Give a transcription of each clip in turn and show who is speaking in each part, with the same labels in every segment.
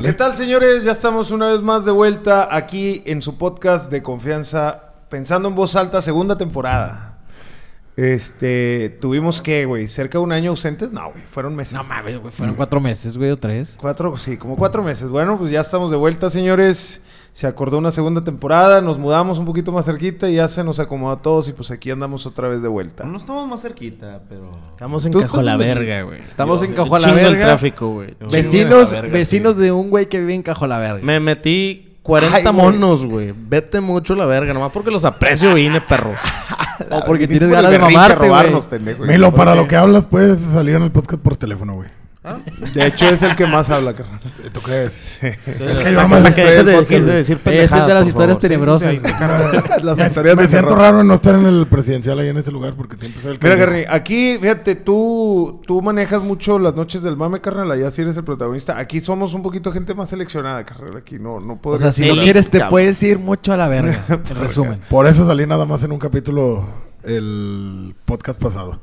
Speaker 1: ¿Qué tal, señores? Ya estamos una vez más de vuelta aquí en su podcast de confianza, pensando en voz alta, segunda temporada. Este, tuvimos que, güey, cerca de un año ausentes. No, güey, fueron meses.
Speaker 2: No mames, güey, fueron cuatro meses, güey, o tres.
Speaker 1: Cuatro, sí, como cuatro meses. Bueno, pues ya estamos de vuelta, señores. Se acordó una segunda temporada, nos mudamos un poquito más cerquita y ya se nos acomodó a todos y pues aquí andamos otra vez de vuelta.
Speaker 3: No estamos más cerquita, pero.
Speaker 2: Estamos en
Speaker 1: Tú
Speaker 2: Cajo la
Speaker 1: estás en-
Speaker 2: Verga, güey. Estamos en Cajo
Speaker 4: Chingo
Speaker 2: la
Speaker 4: el
Speaker 2: Verga.
Speaker 4: tráfico, güey.
Speaker 3: Chingo
Speaker 2: Vecinos,
Speaker 3: de la verga,
Speaker 2: vecinos de un güey que vive en Cajo la Verga.
Speaker 4: Me metí 40
Speaker 1: Ay, güey.
Speaker 4: monos, güey. Vete mucho la verga, nomás porque los aprecio vine, perro.
Speaker 2: O porque
Speaker 1: Viniste
Speaker 2: tienes
Speaker 1: por el
Speaker 2: ganas de
Speaker 1: berrinche a
Speaker 2: mamarte,
Speaker 1: robarnos,
Speaker 2: güey.
Speaker 1: pendejo.
Speaker 5: Melo, para
Speaker 1: Pues, Porque-
Speaker 5: lo que hablas puedes salir en el podcast por teléfono, güey.
Speaker 1: De hecho, es el que más habla, carnal.
Speaker 5: ¿Tú crees?
Speaker 1: Sí.
Speaker 5: Es que yo amo
Speaker 4: Para
Speaker 5: las
Speaker 4: que dejes de,
Speaker 5: historias
Speaker 4: dejes de decir
Speaker 2: Es el de las
Speaker 4: por
Speaker 2: historias
Speaker 4: favor.
Speaker 2: tenebrosas.
Speaker 4: Sí, sí, sí.
Speaker 1: Las
Speaker 5: podcast.
Speaker 1: historias
Speaker 5: Me
Speaker 1: de
Speaker 5: siento
Speaker 1: terror.
Speaker 5: raro no estar en el presidencial ahí en ese lugar porque siempre soy el
Speaker 1: Mira,
Speaker 5: que-
Speaker 1: Garni, aquí, fíjate, tú, tú manejas mucho las noches del mame, carnal. Allá sí eres el protagonista. Aquí somos un poquito gente más seleccionada, carnal. Aquí no, no puedo
Speaker 2: O sea, si no
Speaker 4: Sí,
Speaker 2: quieres, te
Speaker 4: cabrón.
Speaker 2: puedes ir mucho a la verga. En resumen.
Speaker 5: Por eso salí nada más en un capítulo el podcast pasado.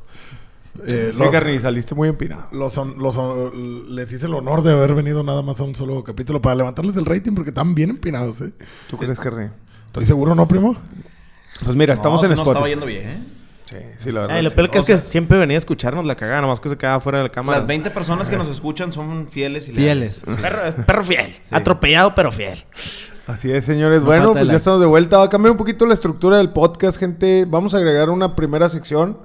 Speaker 5: Eh,
Speaker 1: Sí,
Speaker 5: los-
Speaker 1: Garni, saliste muy empinado.
Speaker 5: los hon- los hon- les hice el honor de haber venido nada más a un solo capítulo para levantarles el rating porque están bien empinados, ¿eh?
Speaker 1: ¿Tú crees, Garni?
Speaker 5: ¿Estoy seguro, no, primo?
Speaker 1: Pues mira, estamos
Speaker 3: No,
Speaker 1: en
Speaker 3: sí nos estaba
Speaker 1: Spotify.
Speaker 3: yendo bien, ¿eh?
Speaker 1: Sí, sí, la verdad.
Speaker 4: Ay, lo
Speaker 1: sí.
Speaker 4: peor que es que siempre venía a escucharnos la cagada, nomás que se quedaba fuera de la cámara.
Speaker 3: Las 20 personas que nos escuchan son fieles y
Speaker 2: Fieles.
Speaker 3: leales.
Speaker 4: Perro, es perro fiel. Atropellado, pero fiel.
Speaker 1: Así es, señores.
Speaker 2: No
Speaker 1: bueno,
Speaker 2: falta
Speaker 1: pues
Speaker 2: el
Speaker 1: ya
Speaker 2: like.
Speaker 1: estamos de vuelta. Va a cambiar un poquito la estructura del podcast, gente. Vamos a agregar una primera sección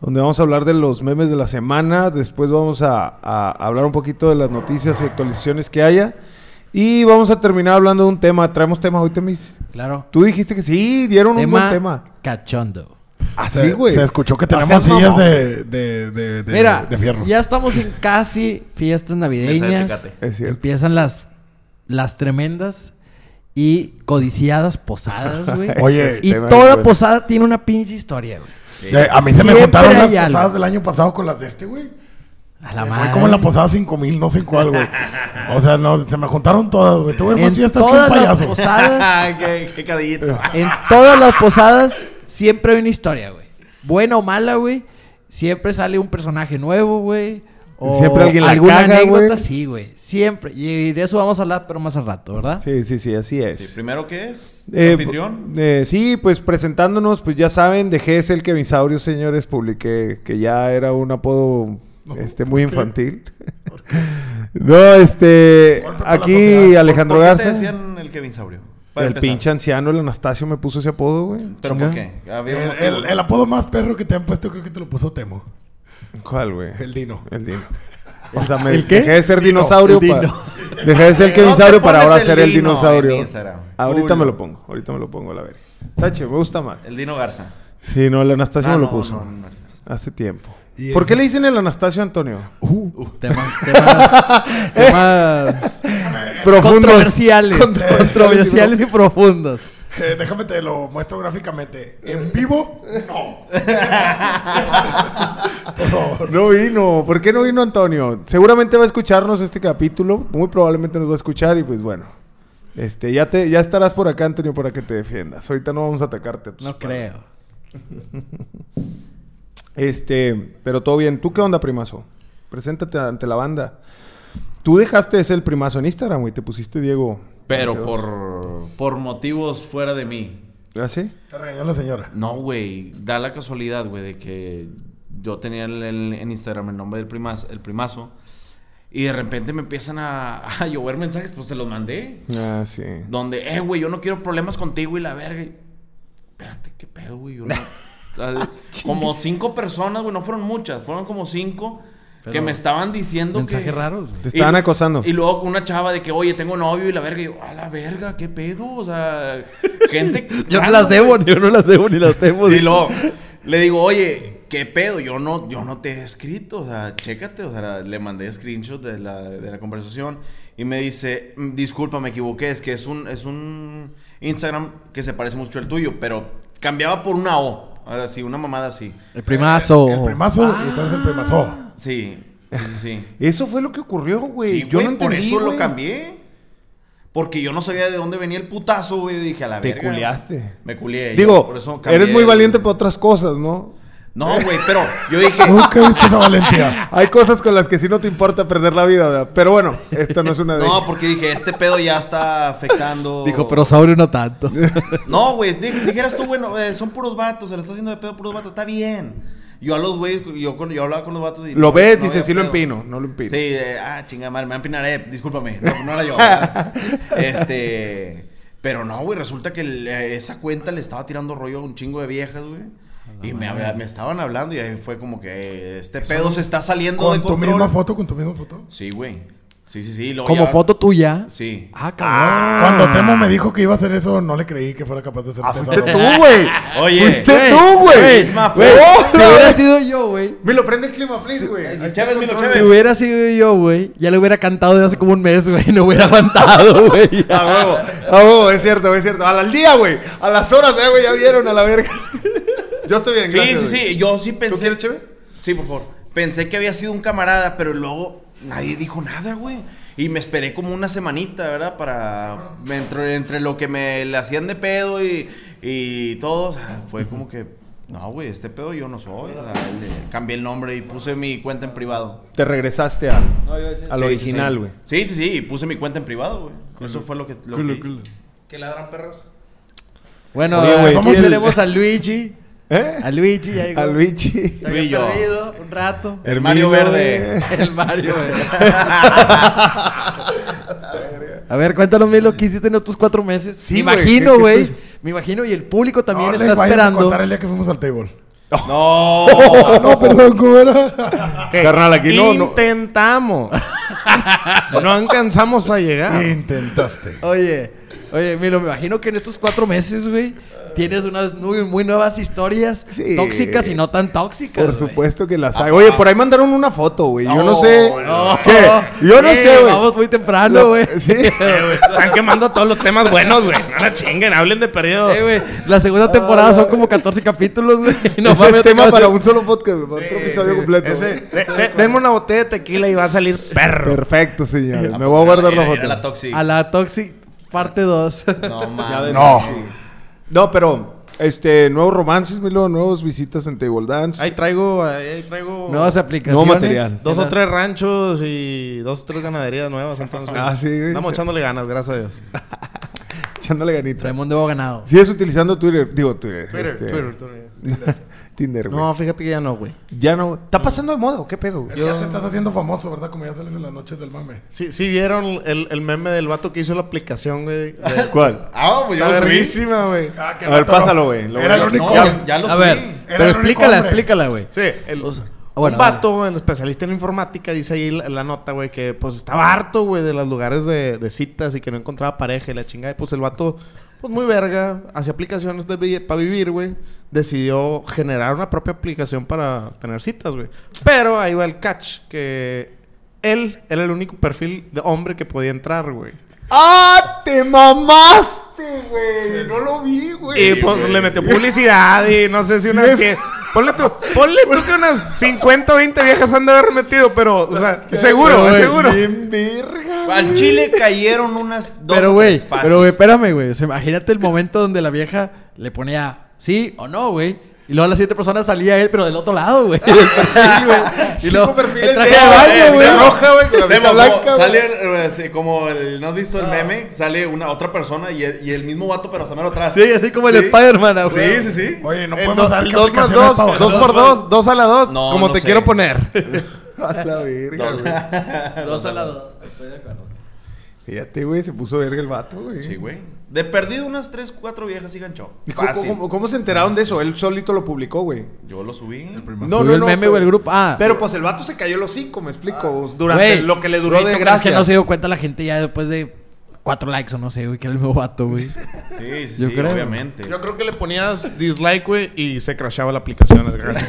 Speaker 1: donde vamos a hablar de los memes de la semana. Después vamos a, a hablar un poquito de las noticias y actualizaciones que haya. Y vamos a terminar hablando de un tema. Traemos temas hoy, Temis.
Speaker 2: Claro.
Speaker 1: Tú dijiste que sí, dieron un buen
Speaker 2: Tema,
Speaker 1: tema.
Speaker 2: cachondo.
Speaker 1: Así,
Speaker 5: Se-
Speaker 1: güey.
Speaker 5: Se escuchó que
Speaker 1: No
Speaker 5: tenemos
Speaker 1: seas
Speaker 5: sillas
Speaker 1: mamón.
Speaker 5: de, de, de,
Speaker 1: este,
Speaker 5: de-
Speaker 2: Mira,
Speaker 5: de fierro.
Speaker 2: ya estamos en casi fiestas navideñas.
Speaker 3: Mesa de tecate.
Speaker 1: Es cierto.
Speaker 2: Empiezan las, las tremendas y codiciadas posadas, güey.
Speaker 5: Oye,
Speaker 2: y
Speaker 1: tema es
Speaker 2: toda
Speaker 1: bueno.
Speaker 2: posada tiene una pinche historia, güey.
Speaker 5: Ya, a mí se me
Speaker 2: Siempre
Speaker 5: juntaron
Speaker 2: hay
Speaker 5: las
Speaker 2: algo.
Speaker 5: posadas del año pasado con las de este, güey.
Speaker 2: A la
Speaker 5: Fue
Speaker 2: madre.
Speaker 5: como en la posada 5000, no sé en cuál, güey. O sea, no, se me juntaron todas,
Speaker 1: Pues
Speaker 5: güey. Tuve más
Speaker 2: en
Speaker 5: fiestas que un
Speaker 2: todas las
Speaker 5: payaso.
Speaker 2: posadas,
Speaker 3: qué, qué cadillito.
Speaker 2: en todas las posadas siempre hay una historia, güey. Buena o mala, güey. Siempre sale un personaje nuevo, güey. O
Speaker 1: Siempre alguien la
Speaker 2: alguna
Speaker 1: caga, güey.
Speaker 2: anécdota, sí, güey. Siempre. Y de eso vamos a hablar, pero más al rato, ¿verdad?
Speaker 1: Sí, sí, sí, así es.
Speaker 3: Sí, primero, ¿qué es?
Speaker 1: Eh,
Speaker 3: ¿Anfitrión?
Speaker 1: eh, sí, pues presentándonos, pues ya saben, dejé ese el Kevinsaurio, señores, publiqué que ya era un apodo este, muy infantil. no, este,
Speaker 5: Golpe para la
Speaker 1: aquí
Speaker 5: sociedad.
Speaker 1: Alejandro
Speaker 3: ¿Por qué te
Speaker 1: Garza,
Speaker 3: decían el Kevin Saurio? Para
Speaker 1: el
Speaker 3: empezar.
Speaker 1: pinche anciano, el Anastasio me puso ese apodo, güey.
Speaker 3: ¿Pero
Speaker 1: Chinga.
Speaker 3: por qué?
Speaker 5: El,
Speaker 3: Había un motivo.
Speaker 5: el- el apodo más perro que te han puesto creo que te lo puso Temo.
Speaker 1: ¿Cuál, güey?
Speaker 5: El Dino.
Speaker 1: El Dino. O sea, me
Speaker 2: ¿El qué?
Speaker 1: dejé de ser
Speaker 2: Dino,
Speaker 1: dinosaurio.
Speaker 2: el
Speaker 1: pa-
Speaker 2: Dino.
Speaker 1: Dejé de ser el
Speaker 3: ¿Dónde
Speaker 1: Kevinsaurio
Speaker 3: pones
Speaker 1: para ahora
Speaker 3: el
Speaker 1: ser el
Speaker 3: Dino en
Speaker 1: dinosaurio.
Speaker 3: Instagram?
Speaker 1: Ahorita
Speaker 3: Julio.
Speaker 1: me lo pongo, ahorita me lo pongo a la verga. Tache, me gusta más.
Speaker 3: El Dino Garza.
Speaker 1: Sí, no, el Anastasio
Speaker 3: Ah,
Speaker 1: me lo
Speaker 3: no,
Speaker 1: puso.
Speaker 3: no, no, no, no.
Speaker 1: Hace tiempo.
Speaker 5: Y
Speaker 1: ¿Por
Speaker 5: el-
Speaker 1: qué le dicen el Anastasio Antonio?
Speaker 2: Uh, temas, temas, temas controversiales, controversiales y profundos.
Speaker 5: Eh, déjame te lo muestro gráficamente. En vivo, no. Por favor.
Speaker 1: No vino. ¿Por qué no vino Antonio? Seguramente va a escucharnos este capítulo. Muy probablemente nos va a escuchar y pues bueno. Este, ya, te, ya estarás por acá, Antonio, para que te defiendas. Ahorita no vamos a atacarte. a tus
Speaker 2: No
Speaker 1: palabras.
Speaker 2: creo.
Speaker 1: Este, pero todo bien. ¿Tú qué onda, primazo? Preséntate ante la banda. Tú dejaste de ser el primazo en Instagram, güey. Te pusiste Diego.
Speaker 6: Pero
Speaker 1: 22.
Speaker 6: por, por motivos fuera de mí.
Speaker 1: ¿Ah, sí?
Speaker 5: Te regañó la señora.
Speaker 6: No, güey. Da la casualidad, güey, de que yo tenía el- el- en Instagram el nombre del primazo, el primazo. Y de repente me empiezan a, a llover mensajes, pues te los mandé.
Speaker 1: Ah, sí.
Speaker 6: Donde, eh, güey, yo no quiero problemas contigo y la verga. Y, Espérate, qué pedo, güey. Yo no- o sea, como cinco personas, güey, no fueron muchas, fueron como cinco que me estaban diciendo
Speaker 2: Mensajes
Speaker 6: que.
Speaker 2: raros.
Speaker 1: Te estaban
Speaker 6: Y-
Speaker 1: acosando.
Speaker 6: Y luego una chava de que, oye, tengo novio y la verga. Y yo, a la verga, qué pedo. O sea, gente.
Speaker 2: Yo no
Speaker 6: random,
Speaker 2: las debo,
Speaker 6: güey.
Speaker 2: yo no las debo ni las debo.
Speaker 6: Y luego le digo, oye, qué pedo. Yo no, yo no te he escrito. O sea, chécate. O sea, le mandé screenshot de la, de la conversación. Y me dice, "Mm, disculpa, me equivoqué. Es que es un, es un Instagram que se parece mucho al tuyo, pero cambiaba por una O. Ahora sí, una mamada así.
Speaker 2: El primazo.
Speaker 5: El primazo, y entonces el primazo.
Speaker 6: Sí, sí, sí. sí.
Speaker 1: Eso fue lo que ocurrió, güey.
Speaker 6: Sí,
Speaker 1: Yo
Speaker 6: güey,
Speaker 1: no
Speaker 6: por
Speaker 1: entendí,
Speaker 6: eso lo
Speaker 1: güey.
Speaker 6: cambié. Porque yo no sabía de dónde venía el putazo, güey. Dije, a la
Speaker 1: Te
Speaker 6: verga.
Speaker 1: culeaste.
Speaker 6: Me culié. yo
Speaker 1: Digo,
Speaker 6: por eso cambié
Speaker 1: eres muy
Speaker 6: el-
Speaker 1: valiente para otras cosas, ¿no?
Speaker 6: No, güey, pero yo dije,
Speaker 5: Nunca he visto esa valentía.
Speaker 1: Hay cosas con las que sí no te importa perder la vida, ¿verdad? Pero bueno, esta no es una de ellas.
Speaker 6: no, porque dije, este pedo ya está afectando.
Speaker 2: Dijo, pero Saurio no tanto.
Speaker 6: No, güey, di- dijeras tú, bueno, eh, son puros vatos, se le está haciendo de pedo puros vatos, está bien. Yo a los güeyes, yo, cuando- yo hablaba con los vatos y...
Speaker 1: Lo
Speaker 6: no,
Speaker 1: ves,
Speaker 6: pues, no
Speaker 1: dice,
Speaker 6: había
Speaker 1: sí lo
Speaker 6: pedo".
Speaker 1: empino, no lo empino.
Speaker 6: Sí, eh, ah, chinga madre, me van a empinar, eh, discúlpame, no, no era yo. ¿verdad? este, pero no, güey, resulta que el- eh, esa cuenta le estaba tirando rollo a un chingo de viejas, güey. Y me, habla- me estaban hablando y ahí fue como que eh, este pedo se está saliendo de
Speaker 5: Con tu
Speaker 6: control.
Speaker 5: misma foto, con tu misma foto.
Speaker 6: Sí, güey. Sí, sí, sí. luego
Speaker 2: Como
Speaker 6: ya-
Speaker 2: foto tuya.
Speaker 6: Sí.
Speaker 2: Ah, cabrón.
Speaker 5: Cuando Temo me dijo que iba a hacer eso, no le creí que fuera capaz de hacer
Speaker 1: Ah,
Speaker 5: esa
Speaker 1: fuiste tú,
Speaker 5: broma.
Speaker 1: güey.
Speaker 6: Oye.
Speaker 1: Fuiste tú, güey. Oh.
Speaker 6: Misma
Speaker 1: Güey,
Speaker 6: foto.
Speaker 2: Si hubiera sido yo, güey.
Speaker 1: Me lo prende el clima, please, güey. Ahí está
Speaker 6: Chávez,
Speaker 1: el
Speaker 6: me lo
Speaker 1: control.
Speaker 6: Chávez.
Speaker 2: Si hubiera sido yo, güey, ya le hubiera cantado de hace como un mes, güey. No hubiera aguantado, güey.
Speaker 1: A Ah, huevo, a huevo, es cierto, es cierto. Al día, güey. A las horas, eh, güey, ya vieron a la verga. Yo estoy bien,
Speaker 6: Sí,
Speaker 1: gracias.
Speaker 6: sí,
Speaker 1: güey.
Speaker 6: sí. Yo sí pensé.
Speaker 1: quieres, Cheve?
Speaker 6: Sí, por favor. Pensé que había sido un camarada, pero luego nadie dijo nada, güey. Y me esperé como una semanita, ¿verdad? Para. Entre, entre lo que me le hacían de pedo y, y todo. o sea, fue como que. No, güey, este pedo yo no soy. o sea, le cambié el nombre y puse mi cuenta en privado.
Speaker 1: Te regresaste a- al
Speaker 6: Sí, sí,
Speaker 1: original,
Speaker 6: sí.
Speaker 1: güey.
Speaker 6: Sí, sí, sí. y puse mi cuenta en privado, güey. Eso fue lo que. Lo que-
Speaker 3: ¿Que ladran perros?
Speaker 2: Bueno,
Speaker 1: Oye, güey,
Speaker 2: así
Speaker 1: sí, el-
Speaker 2: tenemos a Luigi.
Speaker 1: ¿Eh?
Speaker 2: A Luigi ya llegó.
Speaker 1: A Luigi.
Speaker 2: Se había
Speaker 6: Luigi.
Speaker 2: perdido un rato.
Speaker 6: El Mario
Speaker 1: Hermino,
Speaker 6: Verde.
Speaker 1: güey.
Speaker 2: El Mario, güey. A ver, cuéntanos, Milo, ¿qué hiciste en estos cuatro meses?
Speaker 1: Sí, güey,
Speaker 2: me imagino,
Speaker 1: ¿qué- qué
Speaker 2: güey.
Speaker 1: estoy-
Speaker 2: Me imagino, y el público también
Speaker 5: no,
Speaker 2: está
Speaker 5: les vayas a
Speaker 2: esperando.
Speaker 5: contar el día que fuimos al table.
Speaker 6: ¡No!
Speaker 5: Ah, no, perdón, ¿cómo era?
Speaker 1: Carnal, aquí no, no.
Speaker 4: Intentamos. no alcanzamos a llegar.
Speaker 5: Intentaste.
Speaker 2: Oye, oye, Milo, me imagino que en estos cuatro meses, güey, tienes unas muy, muy nuevas historias
Speaker 1: Sí.
Speaker 2: tóxicas y no tan tóxicas.
Speaker 1: Por
Speaker 2: güey.
Speaker 1: supuesto que las hay. Oye, por ahí mandaron una foto, güey. Yo no sé.
Speaker 2: No.
Speaker 1: ¿Qué? Yo no
Speaker 2: Eh,
Speaker 1: sé, güey.
Speaker 2: Vamos muy
Speaker 1: La-
Speaker 2: temprano, güey.
Speaker 1: Sí.
Speaker 4: Están quemando todos los temas buenos, güey. No la chinguen, hablen de perdido.
Speaker 2: Eh, güey, la segunda temporada son como 14 capítulos, güey. No
Speaker 1: No
Speaker 2: mames,
Speaker 1: es tema
Speaker 2: tocado-
Speaker 1: para un solo podcast, güey, para otro episodio completo.
Speaker 4: Ese-
Speaker 1: güey.
Speaker 4: de- de- denme una botella de tequila y va a salir perro.
Speaker 1: Perfecto, señores. Me voy a guardar la
Speaker 6: Era-
Speaker 1: foto.
Speaker 6: era la toxic.
Speaker 2: A la Toxic parte 2.
Speaker 6: No,
Speaker 1: Ya
Speaker 6: mames.
Speaker 1: ves,
Speaker 5: No.
Speaker 1: sí. No, pero este nuevos romances, Milo, nuevos visitas en Table Dance.
Speaker 4: Ahí traigo, ahí traigo
Speaker 2: Nuevas aplicaciones.
Speaker 1: Nuevo material.
Speaker 4: dos
Speaker 2: En
Speaker 4: o
Speaker 2: las-
Speaker 4: tres ranchos y dos o tres ganaderías nuevas. Entonces,
Speaker 1: Ah, sí, güey.
Speaker 4: estamos
Speaker 1: Sí.
Speaker 4: echándole ganas, gracias a Dios.
Speaker 1: Echándole ganita.
Speaker 2: Raimundo Evo ganado.
Speaker 1: Sigues utilizando Twitter, digo Twitter.
Speaker 4: Twitter,
Speaker 1: este,
Speaker 4: Twitter, Twitter.
Speaker 1: Tinder, güey.
Speaker 4: No, fíjate que ya no, güey.
Speaker 1: Ya no. ¿Está pasando de moda o qué pedo? güey?
Speaker 5: Es que Ya te estás haciendo famoso, ¿verdad? Como ya sales en las noches del mame.
Speaker 4: Sí, sí vieron el, el meme del vato que hizo la aplicación, güey. De-
Speaker 1: ¿Cuál?
Speaker 6: Ah, pues yo
Speaker 4: Está
Speaker 6: lo subí.
Speaker 4: verguísima, güey.
Speaker 5: Ah, qué
Speaker 1: A ver,
Speaker 5: rato, no.
Speaker 1: pásalo, güey, lo
Speaker 5: Era el
Speaker 1: voy a-
Speaker 5: único.
Speaker 6: No, ya, ya lo
Speaker 2: A
Speaker 6: subí.
Speaker 2: ver,
Speaker 5: Era
Speaker 2: pero
Speaker 5: el único
Speaker 2: explícala,
Speaker 5: hombre.
Speaker 2: explícala, güey.
Speaker 4: Sí, el,
Speaker 2: bueno,
Speaker 4: un vato, el especialista en informática, dice ahí la, la nota, güey, que pues estaba harto, güey, de los lugares de, de citas y que no encontraba pareja y la chingada. Y pues el vato, pues muy verga, hacía aplicaciones para vivir, güey. Decidió generar una propia aplicación para tener citas, güey. Pero ahí va el catch, que él era el único perfil de hombre que podía entrar, güey.
Speaker 1: ¡Ah! ¡Te mamaste, güey! No lo vi, güey.
Speaker 4: Y pues le metió publicidad y no sé si unas 100. Ponle tú, ponle tú que unas 50 o 20 viejas han de haber metido, pero, o sea, seguro,
Speaker 2: güey,
Speaker 4: seguro.
Speaker 1: Bien verga.
Speaker 6: Al Chile cayeron unas dos
Speaker 2: Pero,
Speaker 6: o
Speaker 2: güey,
Speaker 6: tres fácil.
Speaker 2: pero, güey, espérame, güey. O sea, imagínate el momento donde la vieja le ponía sí o no, güey. Y luego las siete personas salía él, pero del otro lado, güey. Del perfil, güey. Y luego, el traje de
Speaker 1: de
Speaker 2: baño, güey.
Speaker 1: roja, güey, con la
Speaker 6: Demo,
Speaker 1: camisa
Speaker 6: como
Speaker 1: blanca. güey.
Speaker 6: sale eh, así como el, ¿no has visto el meme? Sale una otra persona y el, y el mismo vato pero hasta mero atrás.
Speaker 2: Sí, así como el Spider-Man, ah, güey.
Speaker 6: Sí, sí, sí.
Speaker 5: Oye, no
Speaker 4: El
Speaker 5: podemos
Speaker 4: dos-
Speaker 5: dar
Speaker 4: el
Speaker 5: que
Speaker 4: dos más
Speaker 5: aplicaciones
Speaker 4: dos,
Speaker 5: pa' bajar.
Speaker 4: dos por dos, dos a la dos,
Speaker 6: No,
Speaker 4: como
Speaker 6: no
Speaker 4: te
Speaker 6: sé.
Speaker 4: quiero poner.
Speaker 1: A la verga, güey.
Speaker 2: Dos a la dos. Estoy de acuerdo.
Speaker 1: Fíjate, güey, se puso verga el vato, güey.
Speaker 6: Sí, güey. De perdido unas tres, cuatro viejas y ganchó.
Speaker 1: ¿Y cómo-
Speaker 6: Fácil.
Speaker 1: cómo- cómo se enteraron de eso? Él solito lo publicó, güey.
Speaker 6: Yo lo subí.
Speaker 1: No,
Speaker 2: Subió el meme, güey, el grupo. Ah.
Speaker 1: Pero pues el vato se cayó el hocico, me explico. durante
Speaker 2: Güey,
Speaker 1: lo que le duró
Speaker 2: güey,
Speaker 1: de
Speaker 2: ¿tú crees
Speaker 1: gracia.
Speaker 2: que no se dio cuenta la gente ya después de cuatro likes o no sé, güey, que era el mismo vato, güey.
Speaker 6: Sí, sí,
Speaker 2: Yo
Speaker 6: sí,
Speaker 2: creo.
Speaker 6: obviamente.
Speaker 4: Yo creo que le ponías dislike, güey, y se crashaba la aplicación. se